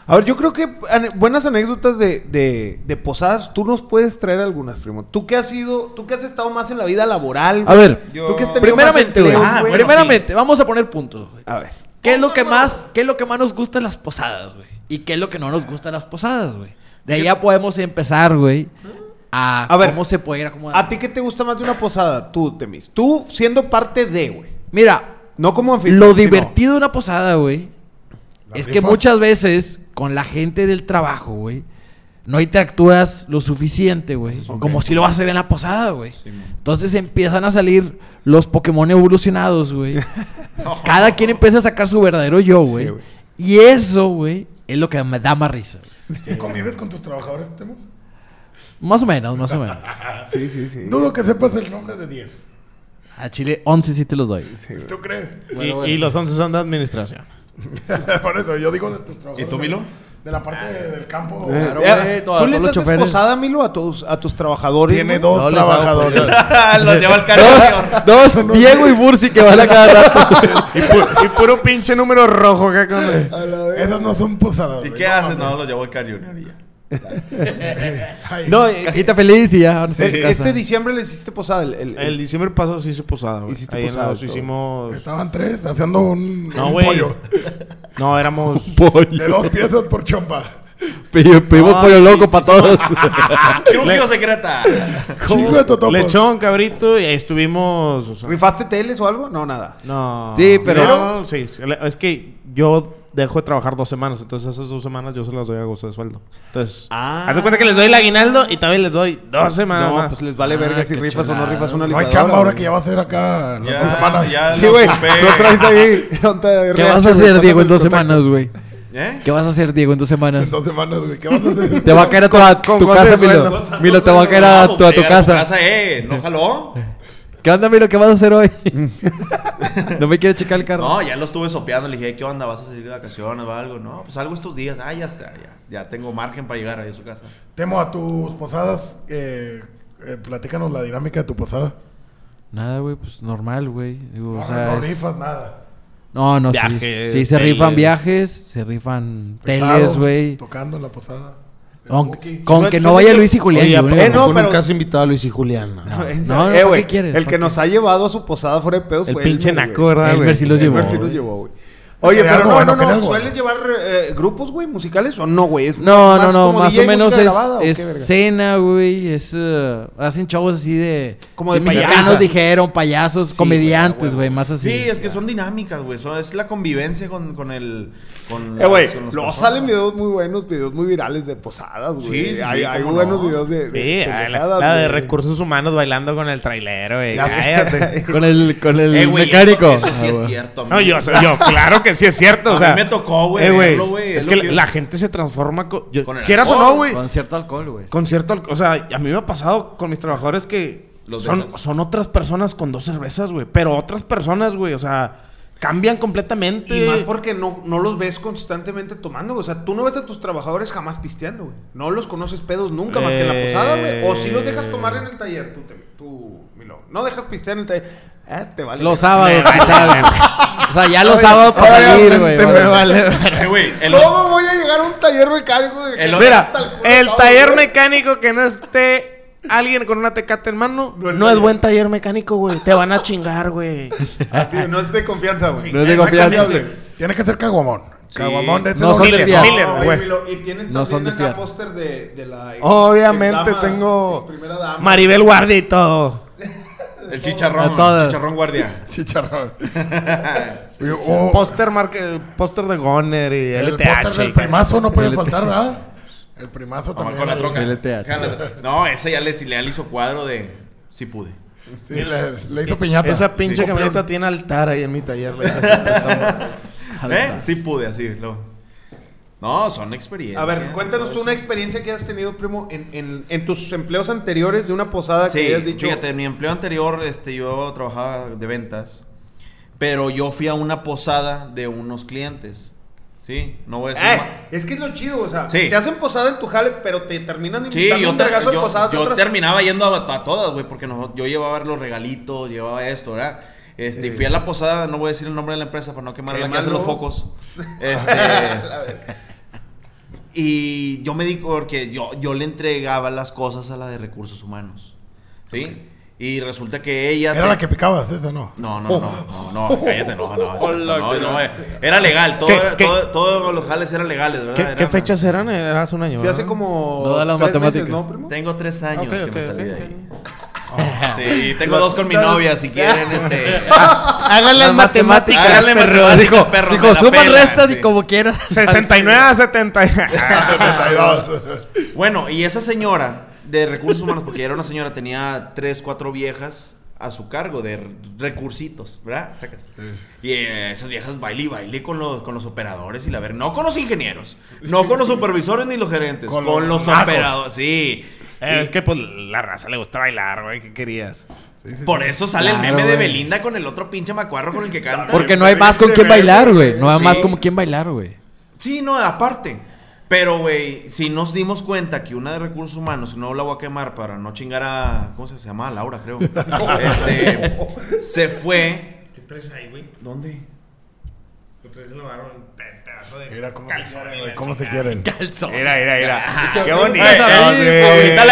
Speaker 1: A ver, yo creo que ane- buenas anécdotas de, de- de posadas, tú nos puedes traer algunas, primo. Tú que has sido, tú que has estado más en la vida laboral.
Speaker 2: A
Speaker 1: güey.
Speaker 2: ver,
Speaker 1: tú que has tenido más
Speaker 2: primeramente, güey.
Speaker 1: empleos,
Speaker 2: Ah,
Speaker 1: güey.
Speaker 2: primeramente, vamos a poner puntos, güey.
Speaker 1: A ver.
Speaker 2: ¿Qué es lo que más, qué es lo que más nos gusta en las posadas, güey? ¿Y qué es lo que no nos gusta en las posadas, güey? De ahí ya podemos empezar, güey, a,
Speaker 1: A ver,
Speaker 2: cómo se puede ir acomodando.
Speaker 1: ¿A ti qué te gusta más de una posada? Tú, Temis. Tú siendo parte de, güey.
Speaker 2: Mira,
Speaker 1: No como anfitrión.
Speaker 2: lo
Speaker 1: sino-
Speaker 2: divertido de una posada, güey,
Speaker 5: Las
Speaker 2: es que
Speaker 5: rifas.
Speaker 2: muchas veces con la gente del trabajo, güey, no interactúas lo suficiente, güey, como si lo vas a hacer en la posada, güey. Entonces empiezan a salir los Pokémon evolucionados, güey. Cada quien empieza a sacar su verdadero yo, güey.
Speaker 1: güey.
Speaker 2: y eso, güey, es lo que me da más risa. güey.
Speaker 5: ¿Sí convives con tus trabajadores, Temo?
Speaker 2: Más o menos, más o menos.
Speaker 1: Sí, sí, sí.
Speaker 5: Dudo que sepas el nombre de 10.
Speaker 2: A Chile 11 sí te los doy.
Speaker 5: ¿Tú crees?
Speaker 4: y, y los 11 son de administración.
Speaker 5: Por eso, yo digo de tus trabajadores.
Speaker 6: ¿Y tú, Milo?
Speaker 5: De la parte de- del campo.
Speaker 2: Claro,
Speaker 1: Eh, ¿Tú
Speaker 2: güey, todo- todos
Speaker 1: les
Speaker 2: los
Speaker 1: haces
Speaker 2: choferes.
Speaker 1: posada, Milo, a tus, a tus trabajadores?
Speaker 5: Tiene
Speaker 1: güey?
Speaker 5: dos
Speaker 2: No les hago
Speaker 5: trabajadores.
Speaker 6: Los lleva al cariño.
Speaker 2: Dos, dos, Diego y Bursi que van a cada rato.
Speaker 4: Y, pu- y puro pinche número rojo acá con...
Speaker 5: Esas no son posadas.
Speaker 6: ¿Y
Speaker 5: güey,
Speaker 6: qué
Speaker 5: no
Speaker 6: haces?
Speaker 5: mames.
Speaker 6: No, los llevo al cariño.
Speaker 5: Ay,
Speaker 1: No, eh,
Speaker 2: Cajita feliz y ya. ahora sí
Speaker 1: es-
Speaker 2: se casa.
Speaker 1: este diciembre les hiciste posada. El, el-
Speaker 4: El diciembre pasado sí hizo posada, güey.
Speaker 1: Hiciste
Speaker 4: Ahí en
Speaker 1: posada
Speaker 4: Laos
Speaker 1: y todo.
Speaker 4: hicimos...
Speaker 5: Pues, Estaban tres haciendo un,
Speaker 4: No,
Speaker 5: un
Speaker 4: güey.
Speaker 5: pollo.
Speaker 4: No, éramos...
Speaker 5: De dos piezas por chompa.
Speaker 2: Pedimos pedimos
Speaker 4: No,
Speaker 2: pollo
Speaker 4: sí,
Speaker 2: loco para todos.
Speaker 6: Trujillo secreta.
Speaker 5: Chingo de totopos.
Speaker 4: Lechón, cabrito, y ahí estuvimos... o sea,
Speaker 1: ¿Rifaste teles o algo? No, nada.
Speaker 4: No.
Speaker 2: Sí, pero-
Speaker 4: No, sí, sí, le- es que yo dejo de trabajar dos semanas, entonces esas dos semanas yo se las doy a gozo de sueldo. Entonces,
Speaker 1: Ah.
Speaker 4: haz de cuenta que les doy el aguinaldo y también les doy dos semanas.
Speaker 1: No,
Speaker 4: más.
Speaker 1: pues les vale verga si rifas o no rifas una
Speaker 5: Ah, No hay
Speaker 1: licuadora.
Speaker 5: chamba ahora
Speaker 1: güey.
Speaker 5: que ya va a ser acá las dos
Speaker 6: Ya,
Speaker 5: semanas.
Speaker 6: ya
Speaker 1: Sí,
Speaker 6: lo
Speaker 1: güey.
Speaker 6: ocupé.
Speaker 1: Lo traes ahí.
Speaker 2: ¿Qué vas a hacer, Diego, en dos semanas, güey?
Speaker 6: ¿Eh?
Speaker 2: ¿Qué vas a hacer, Diego, en dos
Speaker 5: En
Speaker 2: semanas?
Speaker 5: dos semanas, güey. ¿Qué vas a
Speaker 2: Te
Speaker 5: hacer?
Speaker 2: va a caer a tu, a tu
Speaker 4: con
Speaker 2: casa,
Speaker 4: goce de
Speaker 2: Milo.
Speaker 4: sueldo.
Speaker 2: Milo, te va a caer a tu, a tu casa.
Speaker 6: eh, ¿no jaló?
Speaker 2: ¿Qué onda, Milo? ¿Qué vas a hacer hoy? no me quieres checar el carro.
Speaker 6: No, ya lo estuve sopeando. Le dije, ¿qué onda? ¿Vas a salir de vacaciones o algo? No, pues algo estos días. Ah, ya está, ya. Ya tengo margen para llegar ahí a su casa.
Speaker 5: Temo a tus posadas. Eh, eh, platícanos la dinámica de tu posada.
Speaker 2: Nada, güey, pues normal, güey. Digo,
Speaker 5: No,
Speaker 2: o sea,
Speaker 5: no
Speaker 2: es-
Speaker 5: rifas nada.
Speaker 2: No, no, sí,
Speaker 4: Viajes,
Speaker 2: sí, se rifan
Speaker 4: teles.
Speaker 2: viajes, se rifan teles,
Speaker 5: Pesado,
Speaker 2: güey.
Speaker 5: Tocando en la posada. El
Speaker 2: Con,
Speaker 5: Buki.
Speaker 2: con que no vaya Luis y Julián.
Speaker 4: Oye,
Speaker 2: yo,
Speaker 4: ¿a poco
Speaker 2: güey.
Speaker 1: Eh, no,
Speaker 4: nunca
Speaker 1: pero-
Speaker 4: has invitado a Luis y Julián. No.
Speaker 2: No, no,
Speaker 1: eh,
Speaker 2: ¿para
Speaker 1: güey.
Speaker 2: qué quieres?
Speaker 1: El
Speaker 2: ¿Para
Speaker 1: que
Speaker 2: qué?
Speaker 1: nos ha llevado a su posada fuera de pedos
Speaker 4: El
Speaker 1: fue
Speaker 4: pinche
Speaker 1: Elmer,
Speaker 4: naco,
Speaker 1: güey.
Speaker 4: ¿verdad,
Speaker 2: Elmer
Speaker 4: güey?
Speaker 2: sí los llevó.
Speaker 1: Elmer sí
Speaker 2: güey.
Speaker 1: nos llevó, güey. Oye,
Speaker 5: Quería
Speaker 1: pero
Speaker 5: algo
Speaker 1: no,
Speaker 5: bueno,
Speaker 1: no, no.
Speaker 5: quería algo
Speaker 1: ¿Sueles llevar eh, grupos, güey, musicales o no, güey? ¿Es
Speaker 2: No, no, no,
Speaker 1: como
Speaker 2: más
Speaker 1: DJ
Speaker 2: o menos
Speaker 1: música
Speaker 2: es,
Speaker 1: grabada o
Speaker 2: es
Speaker 1: qué verga?
Speaker 2: cena, güey. Es, eh, hacen shows así de.
Speaker 1: Como
Speaker 2: sí,
Speaker 1: de
Speaker 2: mexicanos
Speaker 1: payaso.
Speaker 2: dijeron, payasos, comediantes, güey, más así.
Speaker 6: Sí, es que son dinámicas, güey. Son- Es la convivencia con, con el. Con
Speaker 1: Eh, güey,
Speaker 6: las- con las
Speaker 1: luego
Speaker 6: personas.
Speaker 1: salen videos muy buenos, videos muy virales de posadas, güey.
Speaker 6: Sí, sí, sí,
Speaker 1: hay hay
Speaker 6: cómo
Speaker 1: buenos
Speaker 6: no.
Speaker 1: videos de. de
Speaker 4: Sí, a la,
Speaker 1: pendejadas,
Speaker 4: la de
Speaker 1: güey.
Speaker 4: recursos humanos bailando con el trailero, güey.
Speaker 5: Ya sé.
Speaker 4: Cállate.
Speaker 2: Con el, con el
Speaker 6: Eh, güey,
Speaker 2: mecánico.
Speaker 6: Eso, eso sí
Speaker 2: Ah,
Speaker 6: es
Speaker 2: güey.
Speaker 6: cierto,
Speaker 4: No,
Speaker 6: amigo.
Speaker 4: yo, yo, claro que sí es cierto.
Speaker 6: A
Speaker 4: o sea,
Speaker 6: mí me tocó, güey,
Speaker 4: eh,
Speaker 6: verlo, güey,
Speaker 4: Es
Speaker 6: es
Speaker 4: que
Speaker 6: lo que-
Speaker 4: la gente se transforma. Con, yo-
Speaker 6: Con el
Speaker 4: quieras o
Speaker 6: alcohol,
Speaker 4: no, güey.
Speaker 2: Con cierto alcohol, güey.
Speaker 4: Con cierto alco- O sea, a mí me ha pasado con mis trabajadores que
Speaker 6: Los
Speaker 4: son,
Speaker 6: besas.
Speaker 4: son otras personas con dos cervezas, güey. Pero otras personas, güey. O sea, cambian completamente.
Speaker 1: Y más
Speaker 2: Este,
Speaker 1: porque no, no los ves constantemente tomando, güey. O sea, tú no ves a tus trabajadores jamás pisteando, güey. No los conoces pedos nunca más que en la posada, güey. O si los dejas tomar en el taller, tú, te, tú Milo. No dejas pistear en el taller. Ah, te vale.
Speaker 2: Los
Speaker 1: verga.
Speaker 2: sábados, quizás, güey. O sea, ya los
Speaker 1: Oiga,
Speaker 2: sábados para salir, güey.
Speaker 4: Obviamente
Speaker 2: vale.
Speaker 4: me vale.
Speaker 6: Eh, güey, el-
Speaker 1: ¿Cómo voy a llegar a un taller mecánico? de que
Speaker 6: El-
Speaker 1: no
Speaker 6: Mira,
Speaker 1: está culo
Speaker 4: El
Speaker 1: sábado,
Speaker 4: taller
Speaker 1: güey?
Speaker 4: mecánico que no esté alguien con una tecata en mano no es, buen taller mecánico, güey. Te van a chingar, güey.
Speaker 1: Así, no es de confianza, güey.
Speaker 2: No es de confianza.
Speaker 1: Exactamente.
Speaker 5: Tienes que ser caguamón. Caguamón de este
Speaker 2: No son
Speaker 5: doble.
Speaker 2: de fiar.
Speaker 4: Miller,
Speaker 1: No, oye,
Speaker 4: güey.
Speaker 1: Milo, y tienes
Speaker 2: No son
Speaker 1: también
Speaker 2: de
Speaker 1: acá
Speaker 2: fiar.
Speaker 1: póster de, de la ex-
Speaker 4: Obviamente
Speaker 1: ex dama,
Speaker 4: tengo
Speaker 1: ex primera dama.
Speaker 4: Maribel Guardia y todo.
Speaker 6: el chicharrón.
Speaker 2: A todas.
Speaker 6: Chicharrón guardia.
Speaker 5: Chicharrón. Oye, o-
Speaker 4: Póster marca- póster de Goner y
Speaker 5: el
Speaker 4: LTH.
Speaker 5: póster del primazo no puede faltar, ¿verdad? El primazo
Speaker 6: Nomás
Speaker 5: también.
Speaker 6: con la
Speaker 5: ahí.
Speaker 6: troca.
Speaker 2: LTH.
Speaker 6: Jala- No, ese ya le, si le hizo cuadro de. Sí pude.
Speaker 5: Sí, le, le hizo piñata.
Speaker 4: Esa pinche
Speaker 6: Sí.
Speaker 4: camioneta tiene altar ahí en mi taller. güey.
Speaker 6: ¿Eh? Sí pude, así. luego. No, son experiencias.
Speaker 1: A ver, cuéntanos tú una experiencia que has tenido, primo, en, en, en tus empleos anteriores de una posada
Speaker 6: Sí,
Speaker 1: que hayas dicho. "Eh,
Speaker 6: fíjate, en mi empleo anterior este, yo trabajaba de ventas, pero yo fui a una posada de unos clientes. Sí, no voy a decir
Speaker 1: Eh,
Speaker 6: más.
Speaker 1: es que es lo chido, o sea,
Speaker 6: Sí.
Speaker 1: te hacen posada en tu jale, pero te terminan
Speaker 6: Sí,
Speaker 1: invitando
Speaker 6: yo,
Speaker 1: un
Speaker 6: ter-
Speaker 1: vergazo de
Speaker 6: yo-
Speaker 1: posadas de
Speaker 6: yo
Speaker 1: otras-
Speaker 6: terminaba yendo a, a todas, güey, porque no- yo llevaba los regalitos, llevaba esto, ¿verdad? Este, y fui a la posada, no voy a decir el nombre de la empresa para no quemar la que hace los
Speaker 1: Quémalos.
Speaker 6: focos. Este, y yo me di porque yo, yo le entregaba las cosas a la de recursos humanos. ¿Sí? Y resulta que ella.
Speaker 5: Era
Speaker 6: te-
Speaker 5: la que picabas, esa no.
Speaker 6: No, no,
Speaker 4: Oh.
Speaker 6: no, no, no, cállate, no, no, eso- eso no, no, eh, era legal, todo,
Speaker 4: ¿Qué-
Speaker 6: era-
Speaker 4: qué-
Speaker 6: todo- todos los jales eran legales, ¿verdad?
Speaker 4: ¿Qué,
Speaker 6: Ah, Era-
Speaker 4: qué fechas eran? Era hace un año.
Speaker 1: Sí, hace
Speaker 4: ¿verdad?
Speaker 1: como.
Speaker 2: No da las
Speaker 1: tres
Speaker 2: matemáticas.
Speaker 1: meses, ¿no, primo?
Speaker 6: Tengo tres años
Speaker 4: Ok,
Speaker 6: que
Speaker 4: ok,
Speaker 6: me salí
Speaker 4: ok,
Speaker 6: de
Speaker 4: ok.
Speaker 6: ahí. Sí, tengo dos con mi
Speaker 1: Las-
Speaker 6: novia, si quieren, este...
Speaker 4: Háganle
Speaker 2: Las matemáticas.
Speaker 6: Háganle
Speaker 2: perro.
Speaker 6: matemáticas,
Speaker 2: Dijo,
Speaker 6: perro, me
Speaker 2: dijo
Speaker 6: la
Speaker 2: suman
Speaker 6: pelan,
Speaker 2: restas
Speaker 6: sí.
Speaker 2: y como quieras.
Speaker 4: 69 a 70.
Speaker 5: 72.
Speaker 6: Bueno, y esa señora de recursos humanos, porque era una señora, tenía tres, cuatro viejas a su cargo de r- recursitos, ¿verdad? Sacas. Y eh, esas viejas bailé y bailé con los, con los operadores y la ver, no con los ingenieros, no con los supervisores ni los gerentes,
Speaker 5: Con
Speaker 6: con,
Speaker 5: los
Speaker 6: los
Speaker 5: nacos.
Speaker 6: operadores, sí.
Speaker 4: Eh, es que pues la raza le gusta bailar, güey. ¿Qué querías?
Speaker 6: Por eso sale el
Speaker 2: Claro,
Speaker 6: meme de
Speaker 2: güey.
Speaker 6: Belinda con el otro pinche macuarro con el que canta.
Speaker 2: Porque no hay más con quién bailar, güey. No hay
Speaker 6: Sí.
Speaker 2: más con quién bailar, güey.
Speaker 6: Sí, no, aparte. Pero, güey, si nos dimos cuenta que una de recursos humanos, no la voy a quemar para no chingar a. ¿Cómo se llama? Laura, creo. este, se fue.
Speaker 4: ¿Qué traes ahí, güey?
Speaker 6: ¿Dónde?
Speaker 4: traes en la barba un pedazo de
Speaker 5: Mira cómo se
Speaker 4: calzón.
Speaker 5: quieren,
Speaker 4: y
Speaker 5: güey,
Speaker 4: la
Speaker 5: cómo se
Speaker 4: chingada.
Speaker 5: quieren.
Speaker 2: Calzón.
Speaker 6: Mira, mira, mira. Ah, Qué
Speaker 2: bonito.
Speaker 6: bonito.
Speaker 4: Ahorita
Speaker 6: Ahorita
Speaker 4: le
Speaker 6: le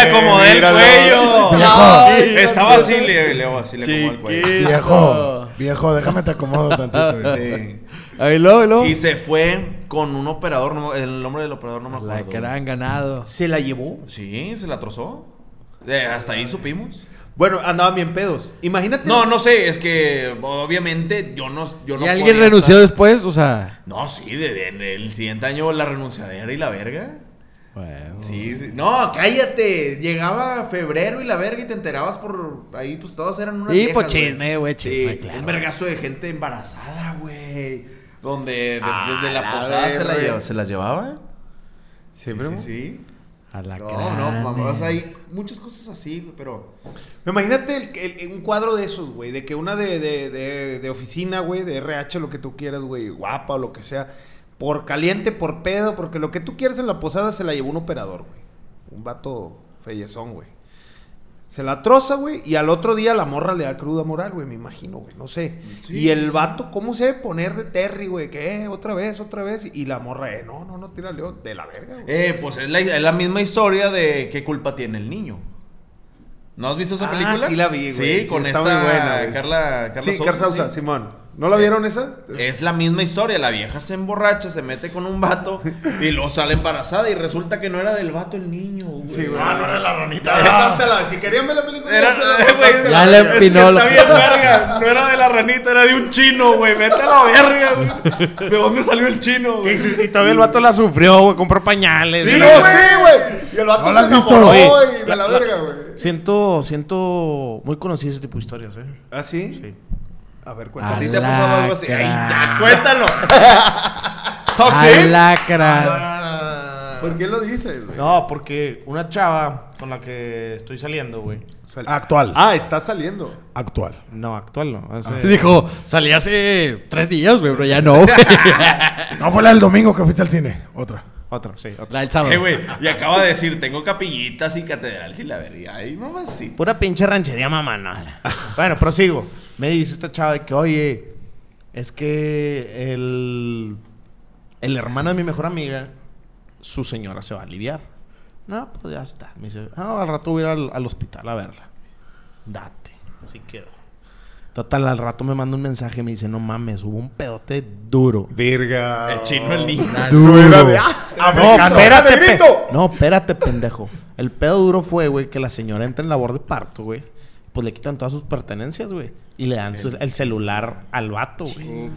Speaker 6: acomodé
Speaker 4: acomodé el
Speaker 6: el cuello.
Speaker 5: Ay,
Speaker 6: Estaba así, le, le, así le acomodé el cuello.
Speaker 5: Viejo, viejo, déjame te acomodo tantito. güey.
Speaker 6: Sí.
Speaker 2: Ahí lo, ahí lo.
Speaker 6: Y se fue con un operador, no- el nombre del operador no me acuerdo.
Speaker 2: La que han ganado.
Speaker 3: ¿Se la llevó?
Speaker 6: Sí, se la trozó. Eh, hasta ahí supimos.
Speaker 4: Bueno, andaban bien pedos. Imagínate.
Speaker 6: No, no sé, es que obviamente yo no. Yo no
Speaker 2: ¿Y alguien
Speaker 6: podía
Speaker 2: renunció
Speaker 6: estar-
Speaker 2: después? O sea.
Speaker 6: No, sí, de, de- en el siguiente año la renunciadera y la verga.
Speaker 2: bueno.
Speaker 6: Sí, sí. No, cállate. Llegaba febrero y la verga y te enterabas por ahí, pues todas eran una.
Speaker 2: Y, pues, chisme, güey, chisme,
Speaker 6: Sí,
Speaker 2: claro.
Speaker 6: un vergazo de gente embarazada, güey. Donde des- desde la
Speaker 2: la
Speaker 6: posada se, la
Speaker 2: verga.
Speaker 6: lleva- se las llevaban.
Speaker 4: Siempre.
Speaker 6: Sí, sí.
Speaker 2: A la
Speaker 6: No, no, mamá. O sea, hay muchas cosas así, güey, pero.
Speaker 4: Pero imagínate el- el- un cuadro de esos, güey. De que una de, de- de- de oficina, güey, de RH, lo que tú quieras, güey, guapa o lo que sea. Por caliente, por pedo, porque lo que tú quieras en la posada se la llevó un operador, güey. Un vato fellezón, güey. Se la troza, güey, y al otro día la morra le da cruda moral, güey, me imagino, güey, no sé.
Speaker 6: Sí,
Speaker 4: y el
Speaker 6: sí.
Speaker 4: vato, ¿cómo se debe poner de Terry, güey? Que eh, otra vez, otra vez. Y la morra, eh, no, no, no, tira león, de la verga, güey.
Speaker 6: Eh, pues es la, es la misma historia de qué culpa tiene el niño. ¿No has visto esa
Speaker 4: Ah,
Speaker 6: película?
Speaker 4: sí la vi, güey.
Speaker 6: Sí,
Speaker 4: Sí,
Speaker 6: con
Speaker 4: está
Speaker 6: esta
Speaker 4: muy buena, güey.
Speaker 6: Carla, Carla
Speaker 4: sí,
Speaker 6: Sousa,
Speaker 4: Carzauza,
Speaker 6: sí. Eh,
Speaker 4: Simón. ¿No la vieron esas?
Speaker 6: Es la misma historia, la vieja se emborracha, se mete con un vato y luego sale embarazada y resulta que no era del vato el niño, güey.
Speaker 4: Sí, güey.
Speaker 5: Ah, no era la ranita.
Speaker 4: Pástala, Si querían ver la película,
Speaker 6: Era-
Speaker 4: se la voy a
Speaker 6: güey,
Speaker 4: pasar.
Speaker 2: Ya le empinó lo
Speaker 6: Está bien verga, no era de la ranita, era de un chino, güey. Vete a la verga, güey. ¿De dónde salió el chino, güey?
Speaker 4: Y todavía el vato la sufrió, güey. Compró pañales.
Speaker 6: Sí,
Speaker 4: güey.
Speaker 6: no, sí,
Speaker 5: güey. Y el vato
Speaker 4: No
Speaker 5: se
Speaker 4: la has visto,
Speaker 5: enamoró
Speaker 4: güey.
Speaker 5: y de la verga, güey.
Speaker 4: Siento, siento muy conocido ese tipo de historias, ¿eh? ¿Ah, sí? Sí. A ver, cuéntame.
Speaker 2: A
Speaker 4: ¿A
Speaker 2: ti
Speaker 4: te ha pasado algo así?
Speaker 2: Ay, ya,
Speaker 1: Ah.
Speaker 4: cuéntalo.
Speaker 2: Alacra.
Speaker 5: ¿Por qué lo dices, güey?
Speaker 4: No, porque una chava con la que estoy saliendo, güey.
Speaker 5: Actual.
Speaker 1: Ah, está saliendo.
Speaker 5: Actual.
Speaker 4: No, actual no. hace-
Speaker 2: Dijo, salí hace tres días, güey, pero ya no, güey.
Speaker 5: No fue la del domingo que fuiste al cine. Otra.
Speaker 4: Otra, sí, otra.
Speaker 2: La del sábado.
Speaker 6: Eh, güey, y acaba de decir, tengo capillitas y catedrales y la verga. Ay, mamacita.
Speaker 4: Pura pinche ranchería mamana. bueno, prosigo. Me dice esta chava de que, oye, es que el, el hermano de mi mejor amiga, su señora se va a aliviar. No, pues ya está. Me dice, ah, al rato voy a ir al, al hospital a verla. Date. Así quedó. Total, al rato me manda un mensaje y me dice, no mames, hubo un pedote duro.
Speaker 5: Virga.
Speaker 6: El chino el niño.
Speaker 5: Duro.
Speaker 1: ah,
Speaker 4: No,
Speaker 5: Africano.
Speaker 4: espérate, pe-
Speaker 5: Negrito.
Speaker 4: no, espérate, pendejo. El pedo duro fue, güey, que la señora entra en labor de parto, güey. Pues le quitan todas sus pertenencias, güey. Y le dan su- el celular al vato, güey.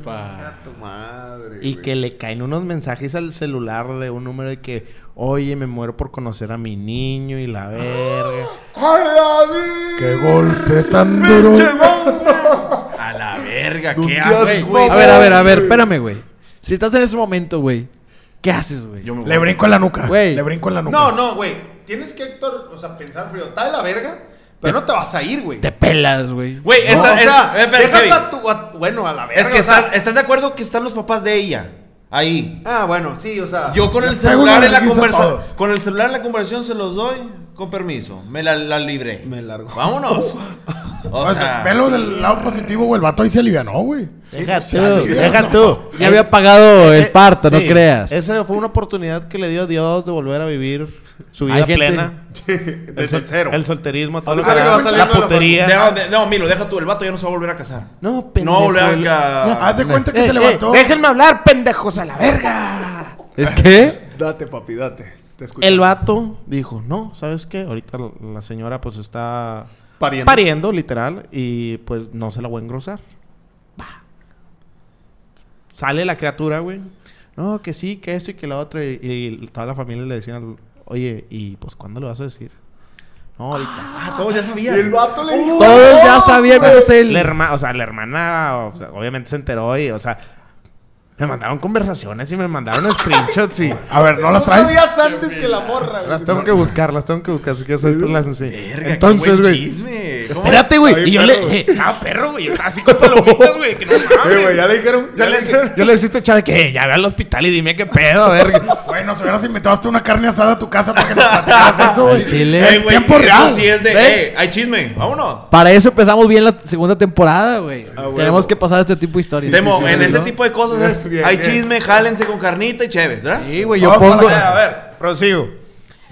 Speaker 4: Y que le caen unos mensajes al celular de un número de que, oye, me muero por conocer a mi niño y la verga.
Speaker 5: Qué golpe tan duro.
Speaker 6: A la verga,
Speaker 5: Los
Speaker 6: ¿qué
Speaker 5: días,
Speaker 6: haces,
Speaker 2: Güey,
Speaker 6: güey?
Speaker 2: A ver, a ver, a ver, espérame, güey. Si estás en ese momento, güey, ¿qué haces, güey?
Speaker 6: Yo me voy.
Speaker 5: Le brinco en la nuca.
Speaker 2: Güey.
Speaker 5: Le brinco en la nuca.
Speaker 1: No, no, güey. Tienes que, Héctor, o sea, pensar frío. Está de la verga, pero no te vas a ir, güey.
Speaker 2: Te pelas, güey.
Speaker 6: Güey,
Speaker 1: No,
Speaker 6: esta-
Speaker 1: o
Speaker 6: es-
Speaker 1: sea,
Speaker 6: eh, espera,
Speaker 1: dejas
Speaker 6: Kevin.
Speaker 1: a tu... a- bueno, a la verga.
Speaker 6: Es que
Speaker 1: o sea-
Speaker 6: estás, estás de acuerdo que están los papás de ella. Ahí.
Speaker 1: Ah, bueno, sí, o sea...
Speaker 6: Yo con el
Speaker 5: Les pego
Speaker 6: celular
Speaker 5: una
Speaker 6: en la
Speaker 5: vergüenza a todos.
Speaker 6: conversación. Con el celular en la conversación se los doy. Con permiso. Me la, la libré.
Speaker 1: Me largo.
Speaker 6: Vámonos. O
Speaker 5: O sea,
Speaker 6: sea.
Speaker 5: velo del lado positivo, güey. El vato ahí se alivianó, güey.
Speaker 4: Deja tú,
Speaker 5: alivianó.
Speaker 4: deja tú.
Speaker 6: Eh,
Speaker 4: Eh,
Speaker 2: Ya había pagado el parto, no
Speaker 4: Sí,
Speaker 2: creas.
Speaker 4: Esa fue una oportunidad que le dio Dios de volver a vivir su vida
Speaker 2: Hay gente-
Speaker 4: plena.
Speaker 1: Desde
Speaker 4: el, sol-
Speaker 1: el cero.
Speaker 4: el solterismo, todo lo que
Speaker 1: Ahorita que va
Speaker 4: la,
Speaker 1: saliendo de la
Speaker 4: putería.
Speaker 6: de- de- no, miro, deja tú. El vato ya no se va a volver a casar.
Speaker 4: No,
Speaker 6: No,
Speaker 4: pendejo.
Speaker 6: volver
Speaker 4: el-
Speaker 6: a.
Speaker 5: Haz de cuenta que
Speaker 4: Eh,
Speaker 5: se
Speaker 4: eh,
Speaker 5: levantó.
Speaker 4: déjenme hablar, pendejos, a la verga.
Speaker 2: ¿Es que?
Speaker 1: Date, papi, date. Te escucho.
Speaker 4: El vato dijo, no, ¿sabes qué? Ahorita l- la señora pues está
Speaker 1: Pariendo.
Speaker 4: literal, y pues no se la voy a engrosar. Pa. Sale la criatura, güey. No, que sí, que esto y que la otra. Y, y toda la familia le decían, oye, ¿y pues cuándo lo vas a decir? No, ahorita.
Speaker 6: Ah, todos ya sabían.
Speaker 1: el vato le dijo...
Speaker 2: Todos ya sabían menos
Speaker 4: La
Speaker 2: él.
Speaker 4: herma- o sea, la hermana o sea, obviamente se enteró y, o sea, me mandaron conversaciones y me mandaron screenshots y...
Speaker 5: A ver, ¿no las
Speaker 1: Tú
Speaker 5: traes?
Speaker 1: sabías antes que la morra, güey.
Speaker 4: Las tengo que buscar, las tengo que buscar. Si quieres, ahorita las enseño.
Speaker 6: Verga, qué
Speaker 4: Entonces,
Speaker 6: buen
Speaker 4: güey.
Speaker 6: chisme. güey. ¿Cómo
Speaker 2: Espérate, güey.
Speaker 5: Está
Speaker 2: Y yo
Speaker 5: bien
Speaker 2: le.
Speaker 5: perro, güey.
Speaker 2: eh,
Speaker 4: Ah, perro, güey. Está así con palomitas, güey. Que no mames.
Speaker 1: Eh,
Speaker 5: Oye, güey, ya le dijeron. Ya le dijeron.
Speaker 4: Yo le deciste, Chávez, que "Eh, ya ve al hospital y dime qué pedo, a ver.
Speaker 5: Güey, nos hubieras invitado hasta una carne asada a tu casa para que nos platicaras eso, güey.
Speaker 2: Al chile.
Speaker 5: En
Speaker 6: Eh, güey,
Speaker 5: tiempo
Speaker 6: eso
Speaker 5: real.
Speaker 6: sí es de,
Speaker 2: Ven.
Speaker 6: eh, hay chisme, vámonos.
Speaker 2: Para eso empezamos bien la segunda temporada, güey.
Speaker 6: huevo.
Speaker 2: Tenemos que pasar este tipo de historias.
Speaker 6: Ah, Temo, en
Speaker 2: ¿no?
Speaker 6: ese tipo de cosas es,
Speaker 5: Bien,
Speaker 6: hay
Speaker 5: bien.
Speaker 6: chisme, jálense con carnita y chéves, ¿verdad?
Speaker 2: Sí, güey, yo
Speaker 5: Vamos para
Speaker 2: pongo.
Speaker 5: acá.
Speaker 4: A ver, prosigo.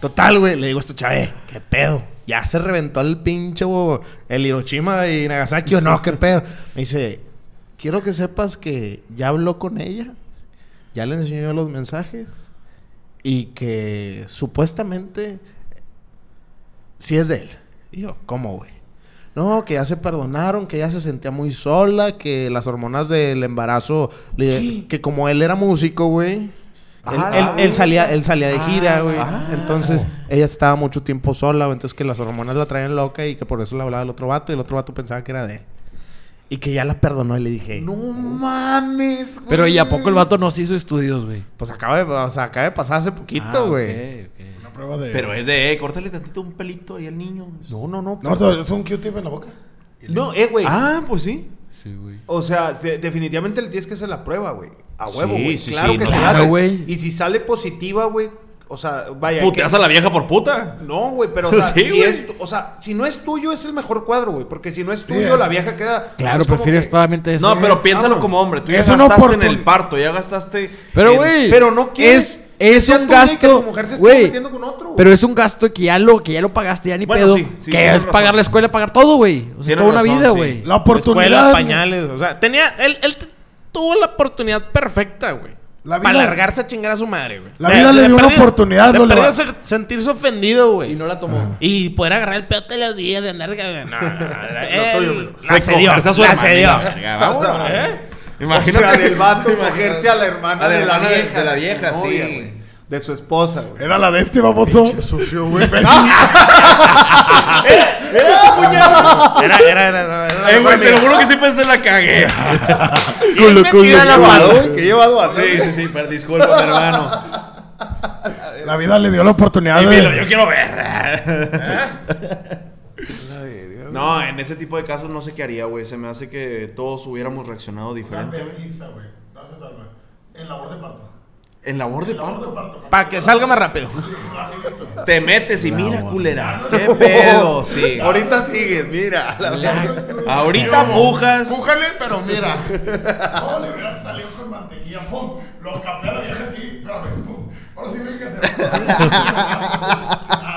Speaker 4: Total, güey. Le digo esto, Chávez, qué pedo. Ya se reventó el pinche bo- el Hiroshima y Nagasaki o no, qué pedo. Me dice, quiero que sepas que ya habló con ella, ya le enseñó los mensajes y que supuestamente sí es de él. Y yo, ¿cómo, güey? No, que ya se perdonaron, que ya se sentía muy sola, que las hormonas del embarazo, le- que como él era músico, güey, él, él- él salía, él salía de gira, güey. entonces, ella estaba mucho tiempo sola, güey, entonces que las hormonas la traían loca y que por eso le hablaba el otro vato y el otro vato pensaba que era de él. Y que ya la perdonó y le dije,
Speaker 5: No mames, güey.
Speaker 2: Pero ¿y a poco el vato nos hizo estudios, güey?
Speaker 4: pues acaba de, o sea, acaba de pasar hace
Speaker 1: Ah,
Speaker 4: poquito, güey.
Speaker 5: Una prueba de.
Speaker 6: Pero es de, eh, córtale tantito un pelito ahí al niño.
Speaker 1: No, no, no.
Speaker 5: No, eso es un Q-tip en la boca.
Speaker 1: No, eh, güey.
Speaker 6: Ah, pues sí.
Speaker 1: O sea, de- definitivamente le tienes que hacer la prueba, güey. A huevo,
Speaker 6: Sí,
Speaker 1: güey.
Speaker 6: sí,
Speaker 1: claro
Speaker 6: sí,
Speaker 1: que
Speaker 6: no.
Speaker 1: se la
Speaker 2: Claro,
Speaker 1: haces.
Speaker 2: güey.
Speaker 1: Y si sale positiva, güey. O sea, vaya.
Speaker 6: Puteas
Speaker 1: que-
Speaker 6: a la vieja por puta.
Speaker 1: No, güey, pero o sea,
Speaker 6: Sí,
Speaker 1: si
Speaker 6: güey.
Speaker 1: es, tu- o sea, si no es tuyo, es el mejor cuadro, güey. Porque si no es tuyo,
Speaker 5: es.
Speaker 1: la vieja queda.
Speaker 2: Claro,
Speaker 1: es como
Speaker 2: prefieres
Speaker 1: que-
Speaker 2: totalmente eso.
Speaker 6: No, pero piénsalo
Speaker 1: cabrón.
Speaker 6: como hombre. Tú ya
Speaker 5: Es una
Speaker 6: gastaste en
Speaker 5: oportun-
Speaker 6: el parto, ya gastaste.
Speaker 2: Pero,
Speaker 6: en-
Speaker 2: güey.
Speaker 1: Pero no quieres-
Speaker 2: Es, es
Speaker 1: sea
Speaker 2: un
Speaker 1: tú, güey, que
Speaker 2: gasto.
Speaker 1: tu mujer se esté
Speaker 2: güey,
Speaker 1: metiendo con otro, güey.
Speaker 2: Pero es un gasto que ya lo, que ya lo pagaste, ya ni
Speaker 6: Bueno,
Speaker 2: pedo.
Speaker 6: sí,
Speaker 2: que
Speaker 6: sí, tienes
Speaker 2: es
Speaker 6: razón.
Speaker 2: pagar la escuela, pagar todo, güey. O sea,
Speaker 6: Tienes
Speaker 2: toda una
Speaker 6: razón,
Speaker 2: vida,
Speaker 6: sí.
Speaker 2: güey.
Speaker 5: La
Speaker 4: Escuela,
Speaker 5: oportunidad.
Speaker 4: pañales, o sea, tenía, él, él t- tuvo la oportunidad perfecta, güey.
Speaker 5: La
Speaker 4: Para
Speaker 5: vida-
Speaker 4: largarse a chingar a su madre, güey.
Speaker 5: La vida le dio una oportunidad,
Speaker 4: Le
Speaker 5: Lola.
Speaker 4: perdió ser- sentirse ofendido, güey.
Speaker 2: Y
Speaker 4: Y,
Speaker 2: no la tomó.
Speaker 4: poder agarrar el pedo todos los días de andar... No, no, no,
Speaker 5: tuyo,
Speaker 4: él
Speaker 5: pero-
Speaker 4: la cedió,
Speaker 6: Recogerse a su
Speaker 4: la
Speaker 6: hermana,
Speaker 4: cedió.
Speaker 6: la verga, vámonos, ¿eh?
Speaker 1: O sea, del vato cogerse a la hermana
Speaker 6: A la
Speaker 1: de la
Speaker 6: hermana de-
Speaker 1: vieja.
Speaker 6: de la vieja,
Speaker 1: su novia,
Speaker 6: sí.
Speaker 1: güey, De su esposa, güey.
Speaker 5: Era la de este baboso.
Speaker 1: Sucio, güey.
Speaker 4: Era, era, era, era- era-
Speaker 6: Eh, güey, te lo juro que sí pensé en la cagué.
Speaker 1: Ah,
Speaker 4: Bien metida la mano.
Speaker 6: Que he llevado a. Sí, sí, sí, per- disculpa, mi hermano.
Speaker 5: La vida le dio la oportunidad
Speaker 6: Y Milo, yo
Speaker 5: de.
Speaker 6: quiero ver. No, en ese tipo de casos no sé qué haría, güey. Se me hace que todos hubiéramos reaccionado diferente. güey.
Speaker 5: güey. No se salva. En labor de parto.
Speaker 6: En labor de parto.
Speaker 4: Para que salga más rápido.
Speaker 6: Te metes y mira, culera. Qué pedo, sí.
Speaker 1: Ahorita sigues, mira. La-
Speaker 6: Ahorita pujas.
Speaker 5: Pújale, pero mira. No, le hubiera salido con mantequilla. ¡Fum! Lo capé a la vieja aquí. Espérame. ¡Pum! Ahora sí, fíjate.